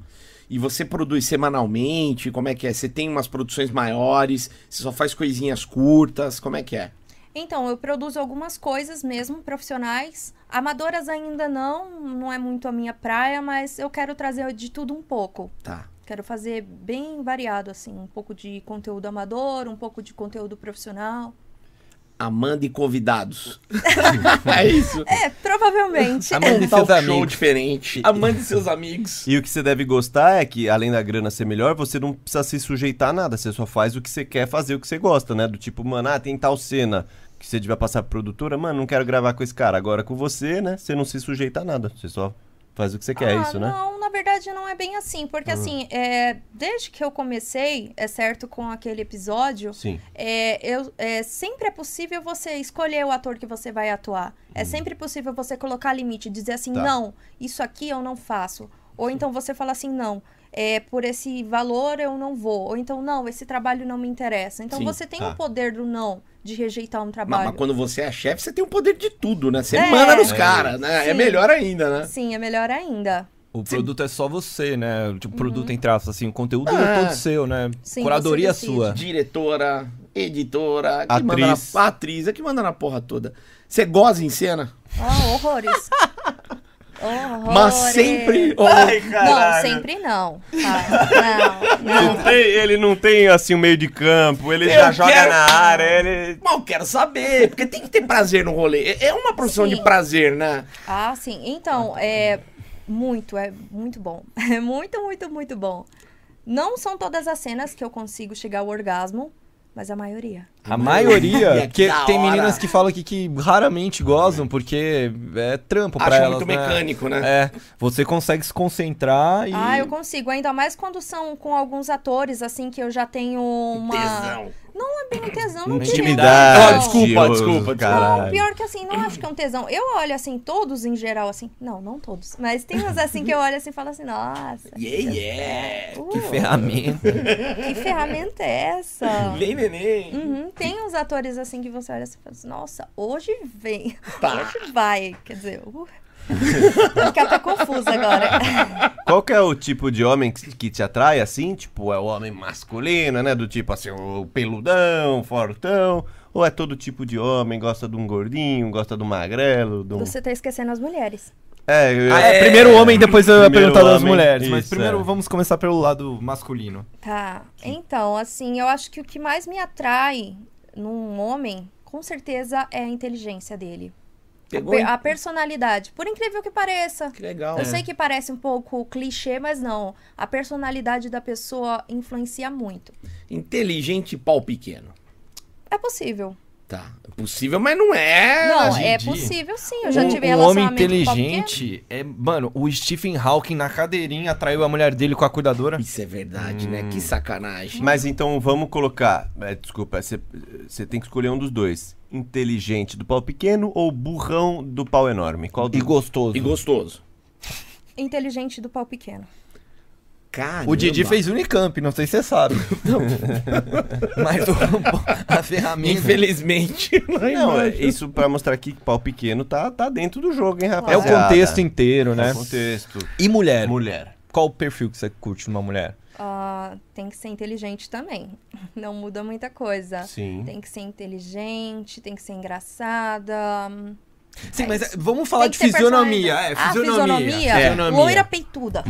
[SPEAKER 1] E você produz semanalmente, como é que é? Você tem umas produções maiores, você só faz coisinhas curtas, como é que é?
[SPEAKER 4] Então, eu produzo algumas coisas mesmo, profissionais. Amadoras ainda não, não é muito a minha praia, mas eu quero trazer de tudo um pouco.
[SPEAKER 1] Tá.
[SPEAKER 4] Quero fazer bem variado, assim, um pouco de conteúdo amador, um pouco de conteúdo profissional.
[SPEAKER 1] Amanda e convidados. é isso.
[SPEAKER 4] É, provavelmente.
[SPEAKER 1] Amanda e
[SPEAKER 3] seus
[SPEAKER 1] seus É um show
[SPEAKER 3] amigos.
[SPEAKER 1] diferente. Amanda e seus amigos.
[SPEAKER 2] E o que você deve gostar é que, além da grana ser melhor, você não precisa se sujeitar a nada. Você só faz o que você quer fazer, o que você gosta, né? Do tipo, mano, ah, tem tal cena que você devia passar pra produtora. Mano, não quero gravar com esse cara. Agora com você, né? Você não se sujeita a nada. Você só faz o que você quer, é
[SPEAKER 4] Ah,
[SPEAKER 2] isso, né? Uhum.
[SPEAKER 4] Não, na verdade não é bem assim. Porque assim, é, desde que eu comecei, é certo, com aquele episódio,
[SPEAKER 2] Sim.
[SPEAKER 4] é, eu, é, sempre é possível você escolher o ator que você vai atuar. É sempre possível você colocar limite, dizer assim,
[SPEAKER 2] Tá.
[SPEAKER 4] não, isso aqui eu não faço. Ou então você fala assim, não, é, por esse valor eu não vou. Ou então, não, esse trabalho não me interessa. Então
[SPEAKER 2] Sim,
[SPEAKER 4] você tem
[SPEAKER 2] tá.
[SPEAKER 4] o poder do não, de rejeitar um
[SPEAKER 1] Mas,
[SPEAKER 4] trabalho.
[SPEAKER 1] mas quando você é chefe, você tem o poder de tudo, né? Você
[SPEAKER 4] É.
[SPEAKER 1] manda nos
[SPEAKER 5] É.
[SPEAKER 1] caras, né? É
[SPEAKER 4] Sim.
[SPEAKER 1] melhor ainda, né?
[SPEAKER 4] Sim, é melhor ainda.
[SPEAKER 5] O produto é só você, né? Tipo, produto em traços, assim, o conteúdo
[SPEAKER 1] Ah.
[SPEAKER 5] é todo seu, né?
[SPEAKER 4] Uhum. Sim,
[SPEAKER 5] Curadoria
[SPEAKER 4] você decide.
[SPEAKER 5] sua.
[SPEAKER 1] Diretora, editora, que
[SPEAKER 2] Atriz.
[SPEAKER 1] manda na, atriz, é que manda na porra toda. Você goza em cena,
[SPEAKER 4] Ah, horrores. horrores.
[SPEAKER 1] mas sempre.
[SPEAKER 4] Não, sempre não. Ah, não, não.
[SPEAKER 2] ele não tem, assim, o meio de campo. Ele
[SPEAKER 1] Eu já joga quero- na
[SPEAKER 2] área, ele...
[SPEAKER 1] Mal quero saber, porque tem que ter prazer no rolê. É- É uma profissão
[SPEAKER 4] Sim.
[SPEAKER 1] de prazer, né?
[SPEAKER 4] Ah, sim. Então, é muito, é muito bom. É muito, muito, muito bom. Não são todas as cenas que eu consigo chegar ao orgasmo, mas a maioria.
[SPEAKER 3] A maioria,
[SPEAKER 1] que
[SPEAKER 3] porque
[SPEAKER 1] É da
[SPEAKER 3] tem
[SPEAKER 1] hora.
[SPEAKER 3] meninas que falam aqui que raramente gozam porque é trampo pra
[SPEAKER 1] Acho
[SPEAKER 3] elas,
[SPEAKER 1] muito
[SPEAKER 3] né?
[SPEAKER 1] mecânico, né?
[SPEAKER 3] É, você consegue se concentrar e
[SPEAKER 4] Ah, eu consigo, ainda mais quando são com alguns atores, assim, que eu já tenho uma.
[SPEAKER 1] Tesão.
[SPEAKER 4] Não é bem um tesão, não diria.
[SPEAKER 2] Intimidade.
[SPEAKER 1] Ah, desculpa, desculpa,
[SPEAKER 4] Não,
[SPEAKER 2] Caralho.
[SPEAKER 4] pior que assim, não acho que é um tesão. Eu olho assim, todos em geral, assim. Não, não todos. Mas tem uns assim que eu olho assim e falo assim, nossa.
[SPEAKER 1] Yeah,
[SPEAKER 3] É.
[SPEAKER 1] yeah.
[SPEAKER 4] uh,
[SPEAKER 3] que ferramenta.
[SPEAKER 4] que ferramenta é essa?
[SPEAKER 1] Vem, neném.
[SPEAKER 4] Uhum, tem uns atores assim que você olha assim e fala assim, nossa, hoje vem,
[SPEAKER 1] Tá.
[SPEAKER 4] hoje vai. Quer dizer, uh. Vou ficar até confusa agora.
[SPEAKER 2] Qual que é o tipo de homem que que te atrai, assim? Tipo, é o homem masculino, né? Do tipo, assim, o peludão, fortão. Ou é todo tipo de homem? Gosta de um gordinho, gosta de um magrelo, de um...
[SPEAKER 4] Você tá esquecendo as mulheres.
[SPEAKER 2] É, eu-
[SPEAKER 3] Ah, é, primeiro o homem, depois eu ia
[SPEAKER 2] Primeiro
[SPEAKER 3] perguntar das
[SPEAKER 2] homem,
[SPEAKER 3] mulheres. mas
[SPEAKER 2] isso,
[SPEAKER 3] primeiro
[SPEAKER 2] é.
[SPEAKER 3] vamos começar pelo lado masculino.
[SPEAKER 4] Tá. Então, assim, eu acho que o que mais me atrai num homem, com certeza, é a inteligência dele.
[SPEAKER 1] Pegou,
[SPEAKER 4] Pe-
[SPEAKER 1] hein? É.
[SPEAKER 4] A personalidade. Por incrível que pareça.
[SPEAKER 1] Que legal.
[SPEAKER 4] Eu sei que parece um pouco clichê, mas não. A personalidade da pessoa influencia muito.
[SPEAKER 1] Inteligente e pau pequeno.
[SPEAKER 4] É possível.
[SPEAKER 1] Tá. É possível, mas não é.
[SPEAKER 4] não,
[SPEAKER 5] hoje em
[SPEAKER 4] é
[SPEAKER 5] dia,
[SPEAKER 4] possível sim. Eu já
[SPEAKER 3] um,
[SPEAKER 4] tive
[SPEAKER 3] um homem
[SPEAKER 4] relacionamento com qualquer-
[SPEAKER 3] inteligente é, mano, o Stephen Hawking na cadeirinha atraiu a mulher dele com a cuidadora.
[SPEAKER 1] Isso é verdade, né?
[SPEAKER 3] Hum.
[SPEAKER 1] Que sacanagem.
[SPEAKER 2] Mas então vamos colocar... é, desculpa, você- você tem que escolher um dos dois. Inteligente do pau pequeno ou burrão do pau enorme? Qual do...
[SPEAKER 3] gostoso.
[SPEAKER 1] E gostoso.
[SPEAKER 4] inteligente do pau pequeno.
[SPEAKER 1] Caramba.
[SPEAKER 3] O Didi fez Unicamp, não sei se você sabe.
[SPEAKER 2] Então.
[SPEAKER 3] Mas o- a ferramenta.
[SPEAKER 1] Infelizmente.
[SPEAKER 2] Não, é, isso pra mostrar que pau pequeno tá, tá dentro do jogo, hein,
[SPEAKER 3] É o
[SPEAKER 2] rapaziada?
[SPEAKER 3] contexto inteiro, né?
[SPEAKER 2] É o contexto.
[SPEAKER 3] E mulher?
[SPEAKER 2] Mulher.
[SPEAKER 3] Qual o perfil que você curte numa mulher?
[SPEAKER 4] Ah, tem que ser inteligente também. Não muda muita coisa.
[SPEAKER 2] Sim.
[SPEAKER 4] Tem que ser inteligente, tem que ser engraçada.
[SPEAKER 3] Sim,
[SPEAKER 4] É
[SPEAKER 3] mas
[SPEAKER 4] isso.
[SPEAKER 3] vamos falar
[SPEAKER 4] Tem
[SPEAKER 3] de
[SPEAKER 4] que ter
[SPEAKER 3] fisionomia.
[SPEAKER 4] personalidade.
[SPEAKER 3] É,
[SPEAKER 4] Ah,
[SPEAKER 3] fisionomia. É.
[SPEAKER 4] fisionomia. Loira peituda.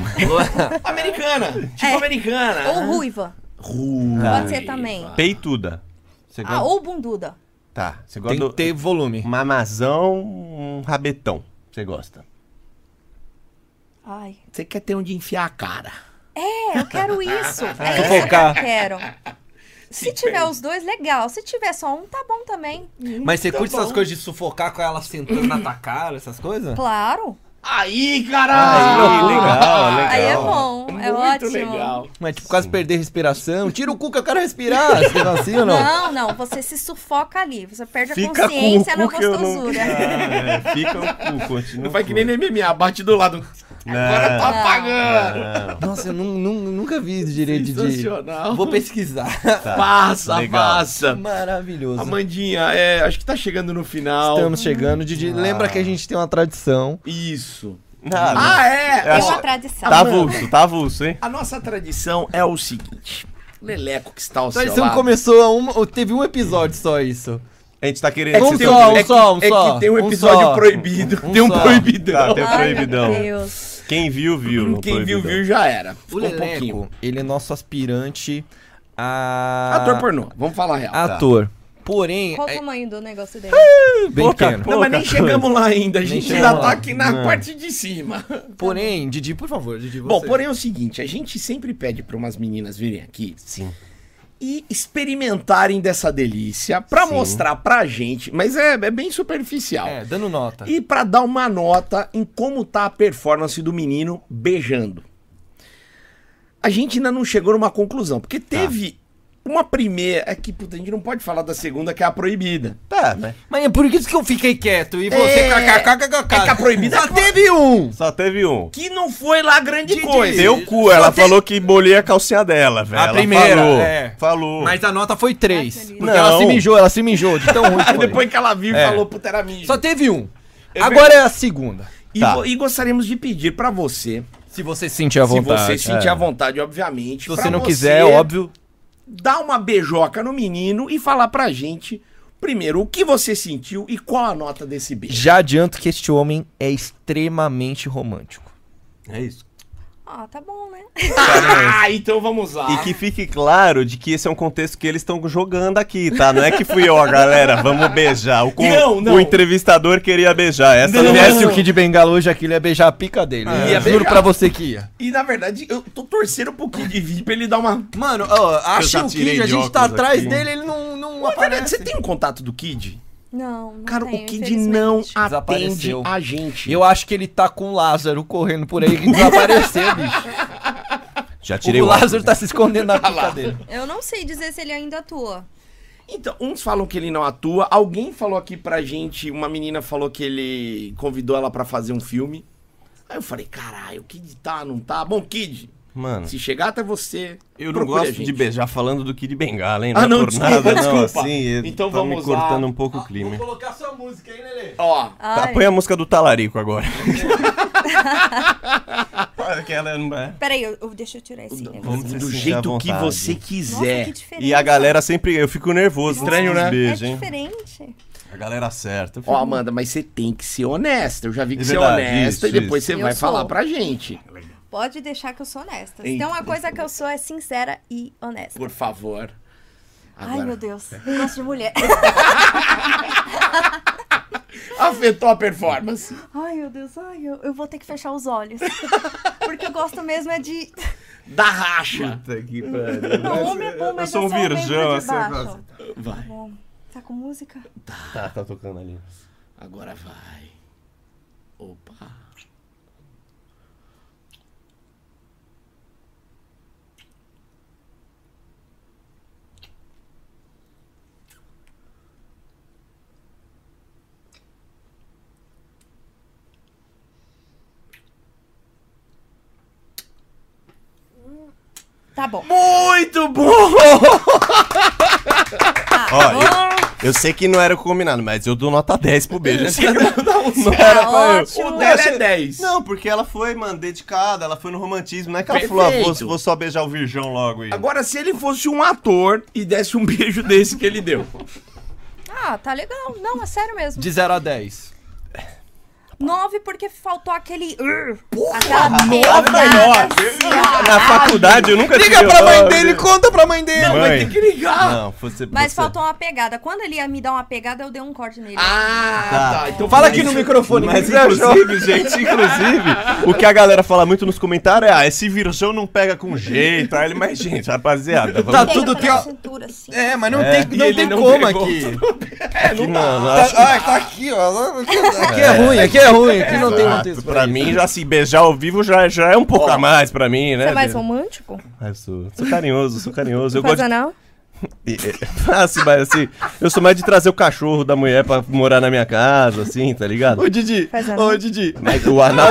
[SPEAKER 1] Americana. Tipo
[SPEAKER 4] É.
[SPEAKER 1] americana.
[SPEAKER 4] ou ruiva.
[SPEAKER 1] Ruim.
[SPEAKER 4] Pode ser também.
[SPEAKER 2] Peituda. Você
[SPEAKER 4] Ah, ou bunduda.
[SPEAKER 2] Tá, você gosta
[SPEAKER 3] Tem
[SPEAKER 2] do...
[SPEAKER 3] que ter volume.
[SPEAKER 2] Uma amazão, um rabetão. Você gosta.
[SPEAKER 4] Ai.
[SPEAKER 1] Você quer ter onde enfiar a cara.
[SPEAKER 4] É, eu quero isso. É isso que eu
[SPEAKER 3] Fofocar.
[SPEAKER 4] quero. Se tiver os dois, legal. Se tiver só um, tá bom também.
[SPEAKER 3] Mas você
[SPEAKER 1] Tá
[SPEAKER 3] curte
[SPEAKER 1] bom.
[SPEAKER 3] essas coisas de sufocar com ela sentando na tua cara, essas coisas?
[SPEAKER 4] Claro.
[SPEAKER 1] Aí,
[SPEAKER 2] Aí,
[SPEAKER 1] caralho!
[SPEAKER 2] legal, legal.
[SPEAKER 4] Aí é bom. é
[SPEAKER 1] Muito
[SPEAKER 4] ótimo.
[SPEAKER 1] legal.
[SPEAKER 3] Mas tipo, quase perder respiração. Tira o cu que eu quero respirar. Você tem assim ou não?
[SPEAKER 4] Não, não, você se sufoca ali. Você perde a
[SPEAKER 2] Fica com o
[SPEAKER 4] consciência na
[SPEAKER 2] cu que eu não...
[SPEAKER 4] gostosura.
[SPEAKER 2] Ah, é, fica o cu, continua
[SPEAKER 1] Não
[SPEAKER 2] o
[SPEAKER 1] vai
[SPEAKER 2] cu.
[SPEAKER 1] que nem no MMA, bate do lado. Agora tá- eu tô
[SPEAKER 4] É.
[SPEAKER 1] apagando.
[SPEAKER 2] Não, tá.
[SPEAKER 3] Nossa, eu nun- nun- nunca vi isso direito de.
[SPEAKER 1] Sensacional.
[SPEAKER 3] Vou pesquisar.
[SPEAKER 2] tá.
[SPEAKER 1] Passa,
[SPEAKER 2] Legal.
[SPEAKER 1] passa.
[SPEAKER 3] Maravilhoso.
[SPEAKER 1] Amandinha, é, acho que tá chegando no final.
[SPEAKER 3] Estamos chegando, Didi. Lembra que a gente tem uma tradição.
[SPEAKER 1] Isso.
[SPEAKER 2] Nada.
[SPEAKER 1] Ah, é!
[SPEAKER 4] É
[SPEAKER 1] Ó,
[SPEAKER 4] uma tradição.
[SPEAKER 2] Tá avulso, tá avulso, hein?
[SPEAKER 1] A nossa tradição é o seguinte. Leleco que está ao seu
[SPEAKER 3] Tradição
[SPEAKER 1] lado.
[SPEAKER 3] começou a uma. Teve um episódio só isso.
[SPEAKER 2] A gente tá querendo...
[SPEAKER 1] É que
[SPEAKER 3] Um
[SPEAKER 1] tem
[SPEAKER 3] só,
[SPEAKER 1] é
[SPEAKER 3] um
[SPEAKER 1] que-
[SPEAKER 3] só, um
[SPEAKER 1] é
[SPEAKER 3] só,
[SPEAKER 1] que tem um
[SPEAKER 3] um
[SPEAKER 1] episódio
[SPEAKER 3] só.
[SPEAKER 1] proibido.
[SPEAKER 3] Um
[SPEAKER 1] tem um
[SPEAKER 3] só.
[SPEAKER 1] proibidão.
[SPEAKER 2] Tá, tem o
[SPEAKER 4] Ai, meu
[SPEAKER 2] proibidão.
[SPEAKER 4] Deus.
[SPEAKER 2] Quem viu, viu. no
[SPEAKER 1] Quem viu,
[SPEAKER 2] proibidão.
[SPEAKER 1] viu já era.
[SPEAKER 3] O
[SPEAKER 1] Ficou um pouquinho.
[SPEAKER 3] Leleco, ele é nosso aspirante a.
[SPEAKER 1] Ator pornô, vamos falar a real.
[SPEAKER 3] Ator. Porém,
[SPEAKER 4] Qual o
[SPEAKER 3] é-
[SPEAKER 4] tamanho do negócio dele?
[SPEAKER 2] Ah!
[SPEAKER 6] Bem
[SPEAKER 2] Pouca
[SPEAKER 6] pequeno.
[SPEAKER 1] Tá. Não, mas nem chegamos lá ainda, a gente
[SPEAKER 3] chegamos
[SPEAKER 1] ainda tá
[SPEAKER 3] lá.
[SPEAKER 1] aqui na
[SPEAKER 2] Não.
[SPEAKER 1] parte de cima.
[SPEAKER 3] porém, Didi, por favor, Didi, você.
[SPEAKER 1] Bom, porém é o seguinte, a gente sempre pede para umas meninas virem aqui
[SPEAKER 2] Sim.
[SPEAKER 1] e experimentarem dessa delícia pra
[SPEAKER 2] Sim.
[SPEAKER 1] mostrar pra gente, mas é, é bem superficial.
[SPEAKER 3] É, dando nota.
[SPEAKER 1] E pra dar uma nota em como tá a performance do menino beijando. A gente ainda não chegou numa conclusão, porque
[SPEAKER 3] Tá.
[SPEAKER 1] teve uma primeira, é que puta, a gente não pode falar da segunda que é a proibida.
[SPEAKER 2] Tá, né?
[SPEAKER 3] Mas é por isso que eu fiquei quieto e
[SPEAKER 1] É,
[SPEAKER 3] você kkkkkk.
[SPEAKER 1] É que a proibida
[SPEAKER 3] Só teve um!
[SPEAKER 2] Só teve um.
[SPEAKER 1] que não foi lá grande
[SPEAKER 3] Didi,
[SPEAKER 1] coisa.
[SPEAKER 3] eu-
[SPEAKER 2] Deu cu, ela
[SPEAKER 3] Só tem-
[SPEAKER 2] falou que bolhei a calcinha dela, velho.
[SPEAKER 3] A
[SPEAKER 2] Ela
[SPEAKER 3] primeira,
[SPEAKER 2] falou,
[SPEAKER 3] é.
[SPEAKER 2] Falou.
[SPEAKER 3] Mas a nota foi
[SPEAKER 4] Ai,
[SPEAKER 3] três
[SPEAKER 4] que
[SPEAKER 3] Porque ela
[SPEAKER 2] Não.
[SPEAKER 3] se mijou, ela se mijou de tão ruim que
[SPEAKER 1] Aí
[SPEAKER 3] foi.
[SPEAKER 1] depois que ela viu e
[SPEAKER 3] É.
[SPEAKER 1] falou, puta, era mídia.
[SPEAKER 3] Só teve um. Agora é a segunda.
[SPEAKER 1] E,
[SPEAKER 2] Tá.
[SPEAKER 1] go- e gostaríamos de pedir pra você,
[SPEAKER 3] Se você sentir a
[SPEAKER 1] se
[SPEAKER 3] vontade.
[SPEAKER 1] você sentir
[SPEAKER 3] é.
[SPEAKER 1] à vontade, obviamente,
[SPEAKER 3] Se você
[SPEAKER 1] pra
[SPEAKER 3] não quiser, é óbvio.
[SPEAKER 1] dar uma beijoca no menino e falar pra gente, primeiro, o que você sentiu e qual a nota desse beijo.
[SPEAKER 6] Já adianto que este homem é extremamente romântico.
[SPEAKER 2] É isso.
[SPEAKER 4] Ah, tá bom, né?
[SPEAKER 1] Ah, então vamos lá.
[SPEAKER 2] E que fique claro de que esse é um contexto que eles estão jogando aqui, tá? Não é que fui eu, galera, vamos beijar. O, con-
[SPEAKER 1] Não, não.
[SPEAKER 2] o entrevistador queria beijar. Essa
[SPEAKER 1] Não.
[SPEAKER 2] não,
[SPEAKER 1] Aliás,
[SPEAKER 2] é
[SPEAKER 1] se
[SPEAKER 3] Se
[SPEAKER 1] o
[SPEAKER 3] o Kid Bengala hoje aqui, ele ia beijar a pica dele.
[SPEAKER 1] Ia
[SPEAKER 3] Juro
[SPEAKER 1] beijar.
[SPEAKER 3] pra você que ia.
[SPEAKER 1] E na verdade, eu tô torcendo pro Kid vir pra ele dar uma.
[SPEAKER 3] Mano, ó, acha
[SPEAKER 2] já
[SPEAKER 3] o
[SPEAKER 2] tirei
[SPEAKER 3] Kid, a
[SPEAKER 2] de
[SPEAKER 3] gente tá
[SPEAKER 2] óculos
[SPEAKER 3] atrás
[SPEAKER 2] aqui.
[SPEAKER 3] dele, ele não, não
[SPEAKER 1] Na verdade,
[SPEAKER 3] aparece.
[SPEAKER 1] você tem um contato do Kid?
[SPEAKER 4] Não, não
[SPEAKER 1] Cara,
[SPEAKER 4] tenho,
[SPEAKER 1] o Kid não
[SPEAKER 4] infelizmente.
[SPEAKER 1] atende
[SPEAKER 3] Desapareceu.
[SPEAKER 1] a gente.
[SPEAKER 3] Eu acho que ele tá com o Lázaro correndo por aí que desapareceu, bicho.
[SPEAKER 2] Já
[SPEAKER 3] O Lázaro
[SPEAKER 2] né?
[SPEAKER 3] tá se escondendo na pica dele.
[SPEAKER 4] Eu não sei dizer se ele ainda atua.
[SPEAKER 1] Então, uns falam que ele não atua. Alguém falou aqui pra gente, uma menina falou que ele convidou ela pra fazer um filme. Aí eu falei, caralho, o Kid tá, não tá? Bom, Kid,
[SPEAKER 2] Mano,
[SPEAKER 1] se chegar até você.
[SPEAKER 2] eu não
[SPEAKER 1] procure a
[SPEAKER 2] gosto
[SPEAKER 1] gente.
[SPEAKER 2] de beijar falando do Kid Bengala, hein?
[SPEAKER 1] Ah, não,
[SPEAKER 2] é por
[SPEAKER 1] desculpa,
[SPEAKER 2] nada, não.
[SPEAKER 1] desculpa.
[SPEAKER 2] Assim,
[SPEAKER 1] Então
[SPEAKER 2] tá me
[SPEAKER 1] vamos lá.
[SPEAKER 2] cortando um pouco o clima. hein?
[SPEAKER 3] colocar sua música, hein, Lele?
[SPEAKER 1] Ó,
[SPEAKER 2] Tá,
[SPEAKER 4] Ai,
[SPEAKER 2] põe a música do Talarico agora. Porque ela não é.
[SPEAKER 4] Peraí, eu, eu- deixa eu tirar esse negócio.
[SPEAKER 2] Vamos
[SPEAKER 4] aqui.
[SPEAKER 2] se
[SPEAKER 1] do
[SPEAKER 2] sentir
[SPEAKER 1] jeito
[SPEAKER 2] à
[SPEAKER 1] que
[SPEAKER 2] vontade.
[SPEAKER 1] você quiser.
[SPEAKER 4] Nossa, que diferente.
[SPEAKER 2] E a galera sempre. Eu fico nervoso.
[SPEAKER 1] Estranho,
[SPEAKER 2] com esses
[SPEAKER 1] né?
[SPEAKER 2] Beijos,
[SPEAKER 4] é
[SPEAKER 2] hein?
[SPEAKER 4] diferente.
[SPEAKER 2] A galera certa. Eu
[SPEAKER 1] Ó,
[SPEAKER 2] fico-
[SPEAKER 1] Amanda, mas você tem que ser honesta. Eu já vi que
[SPEAKER 2] É
[SPEAKER 1] você é
[SPEAKER 2] verdade,
[SPEAKER 1] honesta
[SPEAKER 2] isso,
[SPEAKER 1] e depois
[SPEAKER 2] isso.
[SPEAKER 1] você
[SPEAKER 4] Eu
[SPEAKER 1] vai
[SPEAKER 4] sou.
[SPEAKER 1] falar pra gente.
[SPEAKER 4] Pode deixar que eu sou honesta. Se
[SPEAKER 1] Eita.
[SPEAKER 4] tem uma coisa que eu sou é sincera e honesta.
[SPEAKER 1] Por favor.
[SPEAKER 4] Ai, meu Deus. Eu gosto de mulher.
[SPEAKER 1] Afetou a performance.
[SPEAKER 4] Ai, meu Deus. Ai, eu, eu vou ter que fechar os olhos. Porque eu gosto mesmo é de...
[SPEAKER 1] Da racha.
[SPEAKER 2] Puta que pariu.
[SPEAKER 4] Não, homem é bom, mas
[SPEAKER 2] sou um
[SPEAKER 4] eu sou membro
[SPEAKER 2] virgão,
[SPEAKER 4] de
[SPEAKER 2] assim,
[SPEAKER 4] baixo.
[SPEAKER 1] Vai.
[SPEAKER 4] Bom, tá com música?
[SPEAKER 2] Tá, tá tocando ali.
[SPEAKER 1] Agora vai. Opa.
[SPEAKER 4] Tá bom.
[SPEAKER 1] Muito bom!
[SPEAKER 4] Ah,
[SPEAKER 2] Ó, eu, eu sei que não era o combinado, mas eu dou nota 10 pro beijo.
[SPEAKER 4] Tá
[SPEAKER 2] pai,
[SPEAKER 4] ótimo.
[SPEAKER 1] O dela um é 10.
[SPEAKER 2] Não, porque ela foi, mano, dedicada, ela foi no romantismo, não é que ela
[SPEAKER 1] Perfeito.
[SPEAKER 2] falou, ah, vou, vou só beijar o virgão logo aí.
[SPEAKER 1] Agora, se ele fosse um ator e desse um beijo desse que ele deu.
[SPEAKER 4] Ah, tá legal. Não, é sério mesmo.
[SPEAKER 3] De 0 a 10.
[SPEAKER 4] Nove porque faltou aquele... Porra, aquela pesada,
[SPEAKER 1] melhor.
[SPEAKER 4] assim, ó.
[SPEAKER 2] Na faculdade eu nunca
[SPEAKER 3] Liga
[SPEAKER 2] tive-
[SPEAKER 3] pra mãe
[SPEAKER 2] Ah,
[SPEAKER 3] dele, conta pra mãe dele.
[SPEAKER 1] Não, vai
[SPEAKER 2] Mãe.
[SPEAKER 1] ter é que ligar.
[SPEAKER 2] Não, você...
[SPEAKER 4] Mas
[SPEAKER 2] você-
[SPEAKER 4] faltou uma pegada. Quando ele ia me dar uma pegada, eu dei um corte nele.
[SPEAKER 1] Ah, tá.
[SPEAKER 2] Tá.
[SPEAKER 1] Então
[SPEAKER 3] Fala
[SPEAKER 1] por
[SPEAKER 3] aqui
[SPEAKER 1] isso-
[SPEAKER 3] no microfone.
[SPEAKER 2] Mas
[SPEAKER 3] o que você achou?
[SPEAKER 2] inclusive, gente, inclusive, o que a galera fala muito nos comentários é, ah, esse virgão não pega com jeito, aí ele, mas gente, rapaziada, vamos...
[SPEAKER 3] Tá
[SPEAKER 4] Pega
[SPEAKER 3] tudo
[SPEAKER 4] pela
[SPEAKER 3] que, ó.
[SPEAKER 4] cintura, assim.
[SPEAKER 3] É, mas não
[SPEAKER 2] É.
[SPEAKER 3] tem,
[SPEAKER 1] E
[SPEAKER 3] não
[SPEAKER 1] ele
[SPEAKER 3] tem
[SPEAKER 1] não
[SPEAKER 3] como
[SPEAKER 1] pegou.
[SPEAKER 3] aqui.
[SPEAKER 1] É, não dá.
[SPEAKER 2] Mano,
[SPEAKER 3] Tá,
[SPEAKER 2] acho-
[SPEAKER 3] ah, tá aqui, ó. Aqui é, ruim, aqui é ruim. Aqui não tem
[SPEAKER 2] Ah,
[SPEAKER 3] contexto.
[SPEAKER 2] pra mim, já se beijar ao vivo já, já é um pouco a mais pra mim, né?
[SPEAKER 4] Você é mais um- romântico? é
[SPEAKER 2] Ah, eu sou, sou carinhoso, sou carinhoso. Eu
[SPEAKER 4] Faz
[SPEAKER 2] gosto de...
[SPEAKER 4] anal?
[SPEAKER 2] assim, mas assim, eu sou mais de trazer o cachorro da mulher pra morar na minha casa, assim, tá ligado?
[SPEAKER 3] Ô, Didi.
[SPEAKER 4] Faz a
[SPEAKER 3] Ô,
[SPEAKER 4] mão.
[SPEAKER 3] Didi.
[SPEAKER 2] Mas o anal...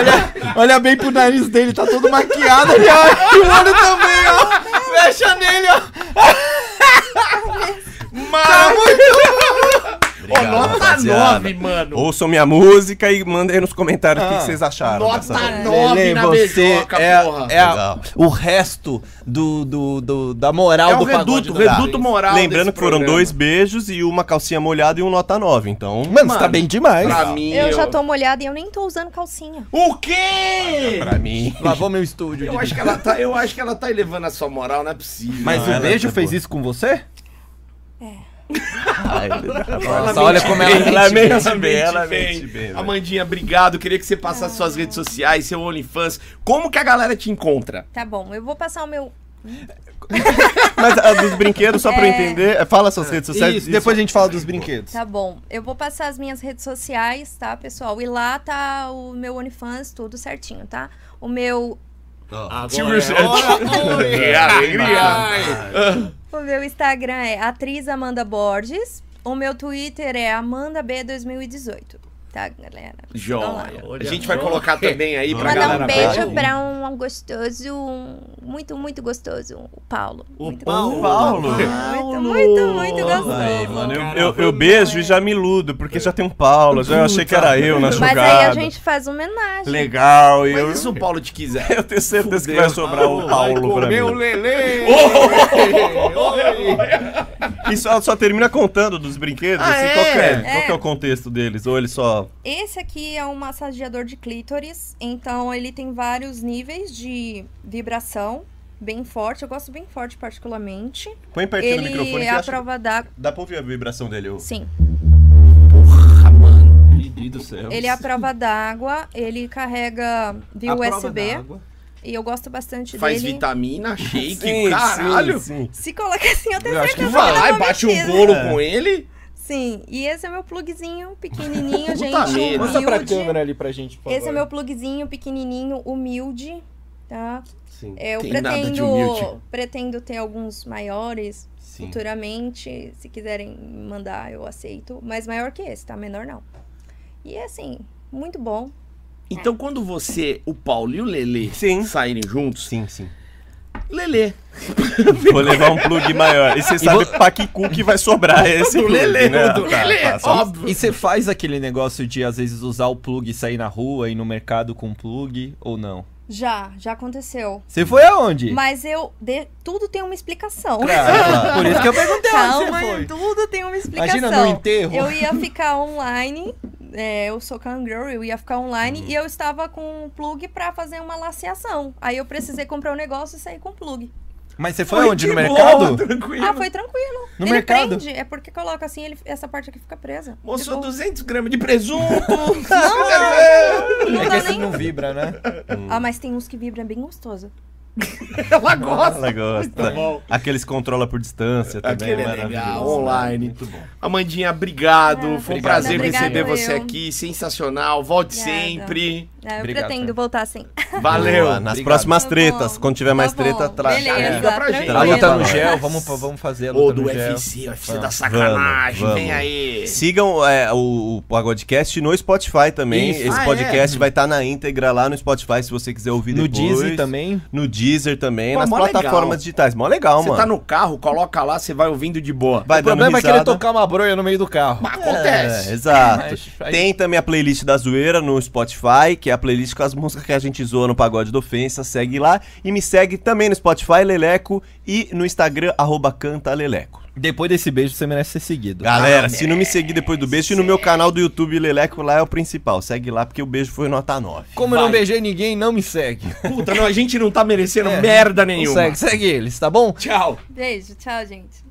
[SPEAKER 3] Olha bem pro nariz dele, tá todo maquiado. Ele, ó, e o olho também, ó. Fecha nele, ó.
[SPEAKER 1] Ó, nota
[SPEAKER 2] rapaziada.
[SPEAKER 1] 9, mano.
[SPEAKER 2] Ouçam minha música e mandem aí nos comentários o que que vocês acharam.
[SPEAKER 1] Ah. Nota
[SPEAKER 2] dessa-
[SPEAKER 1] 9 na beijoca,
[SPEAKER 3] é,
[SPEAKER 1] porra.
[SPEAKER 3] é a-
[SPEAKER 2] Legal.
[SPEAKER 3] o resto do, do, do- da moral
[SPEAKER 1] É o
[SPEAKER 3] do pagode
[SPEAKER 1] reduto,
[SPEAKER 3] do
[SPEAKER 1] reduto
[SPEAKER 3] Brasil.
[SPEAKER 1] moral.
[SPEAKER 2] Lembrando
[SPEAKER 1] desse
[SPEAKER 2] que foram
[SPEAKER 1] programa.
[SPEAKER 2] dois beijos e uma calcinha molhada e um nota 9, então...
[SPEAKER 3] Mano, você tá bem demais.
[SPEAKER 1] Pra mim.
[SPEAKER 4] Eu já tô molhada e eu nem tô usando calcinha.
[SPEAKER 1] O quê?
[SPEAKER 2] Pra mim...
[SPEAKER 3] Lavou meu estúdio,
[SPEAKER 1] Eu
[SPEAKER 3] Didi.
[SPEAKER 1] acho que ela tá, eu acho que ela tá elevando a sua moral, não é possível.
[SPEAKER 3] Mas
[SPEAKER 2] Não,
[SPEAKER 3] o
[SPEAKER 2] ela
[SPEAKER 3] beijo
[SPEAKER 2] tá
[SPEAKER 3] fez
[SPEAKER 2] boa.
[SPEAKER 3] isso com você?
[SPEAKER 2] Ai,
[SPEAKER 1] Ela
[SPEAKER 2] nossa,
[SPEAKER 1] mente
[SPEAKER 2] olha como ela,
[SPEAKER 1] bem,
[SPEAKER 2] ela mente
[SPEAKER 1] ela
[SPEAKER 2] bem, ela
[SPEAKER 1] mente
[SPEAKER 2] mente bem. velho.
[SPEAKER 1] Amandinha, obrigado. Queria que você passasse suas redes sociais, seu OnlyFans. Como que a galera te encontra?
[SPEAKER 4] Tá bom, eu vou passar o meu.
[SPEAKER 2] Mas a dos brinquedos, só pra eu
[SPEAKER 4] É.
[SPEAKER 2] entender, é, fala suas redes sociais.
[SPEAKER 3] Isso, depois a gente fala dos brinquedos.
[SPEAKER 4] Tá bom, eu vou passar as minhas redes sociais, tá, pessoal? E lá tá o meu OnlyFans, tudo certinho, tá? O meu,
[SPEAKER 1] Silver Surfer. É, alegria.
[SPEAKER 4] o meu Instagram é atriz Amanda Borges. O meu Twitter é AmandaB2018. Tá, galera?
[SPEAKER 1] Joia.
[SPEAKER 7] Olha,
[SPEAKER 1] A gente vai colocar também aí pra
[SPEAKER 4] Mandar
[SPEAKER 1] galera
[SPEAKER 4] um
[SPEAKER 1] ver.
[SPEAKER 4] beijo pra um gostoso, um- muito, muito gostoso, o Paulo.
[SPEAKER 7] O
[SPEAKER 4] muito
[SPEAKER 7] Paulo.
[SPEAKER 4] Muito, muito, muito gostoso.
[SPEAKER 5] Ai, mano, eu-
[SPEAKER 2] Eu,
[SPEAKER 1] né?
[SPEAKER 2] eu beijo e já me iludo, porque já tem um Paulo, já eu achei que era eu na
[SPEAKER 4] Mas
[SPEAKER 2] jogada.
[SPEAKER 4] aí a gente faz homenagem.
[SPEAKER 2] Legal, e eu,
[SPEAKER 1] Mas e se o Paulo te quiser?
[SPEAKER 2] eu tenho certeza que vai sobrar o Paulo pra mim.
[SPEAKER 7] Lele!
[SPEAKER 2] E só, só termina contando dos brinquedos,
[SPEAKER 1] Ah,
[SPEAKER 2] assim,
[SPEAKER 1] é?
[SPEAKER 2] qual, que é, qual
[SPEAKER 4] É.
[SPEAKER 2] que é o contexto deles? Ou ele só...
[SPEAKER 4] Esse aqui é um massageador de clítoris, então ele tem vários níveis de vibração, bem forte, eu gosto bem forte particularmente.
[SPEAKER 2] Põe pertinho do
[SPEAKER 4] ele
[SPEAKER 2] microfone
[SPEAKER 4] é
[SPEAKER 2] que
[SPEAKER 4] a
[SPEAKER 2] acha-
[SPEAKER 4] prova d'água,
[SPEAKER 2] Dá pra ouvir a vibração dele? eu-
[SPEAKER 4] sim.
[SPEAKER 5] Meu Deus do céu.
[SPEAKER 3] Então,
[SPEAKER 4] Ele é a prova d'água, ele carrega via
[SPEAKER 5] A prova da
[SPEAKER 4] USB
[SPEAKER 5] água.
[SPEAKER 4] e eu gosto bastante
[SPEAKER 1] Faz
[SPEAKER 4] dele.
[SPEAKER 1] vitamina, shake,
[SPEAKER 2] Sim,
[SPEAKER 1] caralho.
[SPEAKER 2] sim, sim.
[SPEAKER 4] Se coloca assim, eu tenho
[SPEAKER 2] Eu acho que
[SPEAKER 4] certeza que, não
[SPEAKER 1] Vai,
[SPEAKER 4] vou
[SPEAKER 1] bate um
[SPEAKER 4] mentir.
[SPEAKER 1] bolo com ele.
[SPEAKER 4] Sim, e esse é meu plugzinho pequenininho,
[SPEAKER 1] Puta
[SPEAKER 4] gente.
[SPEAKER 1] merda.
[SPEAKER 4] Humilde.
[SPEAKER 7] Mostra pra câmera ali pra gente, por
[SPEAKER 4] Esse é
[SPEAKER 7] favor.
[SPEAKER 4] meu plugzinho pequenininho, humilde, tá?
[SPEAKER 7] Sim.
[SPEAKER 4] Eu
[SPEAKER 1] Tem nada de humilde.
[SPEAKER 4] pretendo, pretendo ter alguns maiores
[SPEAKER 2] Sim.
[SPEAKER 4] futuramente. Se quiserem me mandar, eu aceito. Mas maior que esse, tá? Menor não. E assim, muito bom.
[SPEAKER 1] Então, quando você, o Paulo e o Lelê
[SPEAKER 2] Sim.
[SPEAKER 1] saírem juntos,
[SPEAKER 2] Sim, sim.
[SPEAKER 1] Lelê.
[SPEAKER 2] Vou levar um plug maior. E você sabe pra que cu que vai sobrar esse
[SPEAKER 1] Do
[SPEAKER 2] plug,
[SPEAKER 1] Lelê,
[SPEAKER 2] né?
[SPEAKER 1] do
[SPEAKER 2] Tá,
[SPEAKER 1] Lelê,
[SPEAKER 2] tá, só-
[SPEAKER 1] óbvio.
[SPEAKER 3] E você faz aquele negócio de, às vezes, usar o plug e sair na rua, ir no mercado com o plug, ou não?
[SPEAKER 4] Já, já aconteceu.
[SPEAKER 3] Você foi aonde?
[SPEAKER 4] Mas eu. de- Tudo tem uma explicação.
[SPEAKER 3] Cara, por isso que eu perguntei onde
[SPEAKER 4] Calma,
[SPEAKER 3] você foi.
[SPEAKER 4] tudo tem uma explicação.
[SPEAKER 3] Imagina no enterro.
[SPEAKER 4] Eu ia ficar online, é, eu sou kangaroo, eu ia ficar online e eu estava com um plug pra fazer uma laceação. Aí eu precisei comprar um negócio e sair com o plug.
[SPEAKER 3] Mas você foi, onde? No
[SPEAKER 1] de
[SPEAKER 3] mercado?
[SPEAKER 1] boa, tranquilo.
[SPEAKER 4] Ah, foi tranquilo.
[SPEAKER 3] No
[SPEAKER 4] ele
[SPEAKER 3] mercado?
[SPEAKER 4] prende, é porque coloca assim, ele, essa parte aqui fica presa.
[SPEAKER 1] Moço,
[SPEAKER 4] Tipo,
[SPEAKER 1] 200 gramas de presunto.
[SPEAKER 4] não
[SPEAKER 3] É que
[SPEAKER 4] dá
[SPEAKER 3] esse
[SPEAKER 4] nem...
[SPEAKER 3] não vibra, né?
[SPEAKER 4] Ah, mas tem uns que vibram bem gostoso.
[SPEAKER 1] Ela gosta. Tá
[SPEAKER 2] Ela gosta. Aqueles controla por distância também.
[SPEAKER 1] Aquele é
[SPEAKER 2] maravilhoso.
[SPEAKER 1] legal, online.
[SPEAKER 2] Muito bom.
[SPEAKER 1] Amandinha, obrigado.
[SPEAKER 4] Ah,
[SPEAKER 1] Foi um
[SPEAKER 4] obrigada,
[SPEAKER 1] prazer
[SPEAKER 4] obrigada,
[SPEAKER 1] receber
[SPEAKER 4] eu.
[SPEAKER 1] você aqui. Sensacional. Volte
[SPEAKER 4] Obrigada.
[SPEAKER 1] sempre.
[SPEAKER 4] Ah, eu
[SPEAKER 3] Obrigado,
[SPEAKER 4] pretendo
[SPEAKER 3] tá.
[SPEAKER 4] voltar assim.
[SPEAKER 1] Valeu.
[SPEAKER 2] Boa, nas
[SPEAKER 3] Obrigado.
[SPEAKER 2] próximas
[SPEAKER 4] Tá
[SPEAKER 2] tretas.
[SPEAKER 4] bom.
[SPEAKER 2] Quando tiver
[SPEAKER 4] Tá
[SPEAKER 2] mais
[SPEAKER 4] bom.
[SPEAKER 2] treta, traz. né?
[SPEAKER 4] Beleza,
[SPEAKER 1] Liga pra gente.
[SPEAKER 4] tranquilo.
[SPEAKER 3] A luta tá no
[SPEAKER 2] Tranquilo.
[SPEAKER 3] gel, vamos, pra- vamos fazer a
[SPEAKER 1] Ô,
[SPEAKER 3] luta
[SPEAKER 1] do
[SPEAKER 3] no gel.
[SPEAKER 1] UFC, UFC da sacanagem.
[SPEAKER 2] vamos.
[SPEAKER 1] Vem aí.
[SPEAKER 2] Sigam é, o, o Pagodcast no Spotify também.
[SPEAKER 1] Isso.
[SPEAKER 2] Esse
[SPEAKER 3] é?
[SPEAKER 1] Ah,
[SPEAKER 2] podcast vai estar na íntegra lá no Spotify, se você quiser ouvir
[SPEAKER 3] No
[SPEAKER 2] depois. Tá
[SPEAKER 3] Disney também.
[SPEAKER 2] No Deezer também,
[SPEAKER 1] Pô,
[SPEAKER 2] nas
[SPEAKER 1] mó
[SPEAKER 2] plataformas
[SPEAKER 1] legal.
[SPEAKER 2] digitais. Mó legal,
[SPEAKER 1] Você
[SPEAKER 2] mano.
[SPEAKER 1] tá no carro, coloca lá, você vai ouvindo de boa.
[SPEAKER 2] Vai
[SPEAKER 3] o
[SPEAKER 2] dando
[SPEAKER 3] problema é querer
[SPEAKER 2] risada.
[SPEAKER 3] tocar uma bronha no meio do carro.
[SPEAKER 1] Acontece.
[SPEAKER 2] É, exato.
[SPEAKER 3] Mas aí-
[SPEAKER 2] Tem também a playlist da zoeira no Spotify, que é a playlist com as músicas que a gente zoa no Pagode da Ofensa. Segue lá e me segue também no Spotify, Leleco, e no Instagram, arroba cantaleleco.
[SPEAKER 3] Depois desse beijo, você merece ser seguido.
[SPEAKER 2] Galera, se
[SPEAKER 3] é.
[SPEAKER 2] não me seguir depois do beijo, e no meu canal do YouTube, Leleco, lá é o principal. Segue lá, porque o beijo foi nota 9.
[SPEAKER 3] Como eu não beijei ninguém, não me segue.
[SPEAKER 1] Puta, não, a gente não tá merecendo
[SPEAKER 3] É,
[SPEAKER 1] merda
[SPEAKER 3] Não
[SPEAKER 1] nenhuma.
[SPEAKER 3] segue, segue eles, tá bom?
[SPEAKER 1] Tchau.
[SPEAKER 4] Beijo, tchau, gente.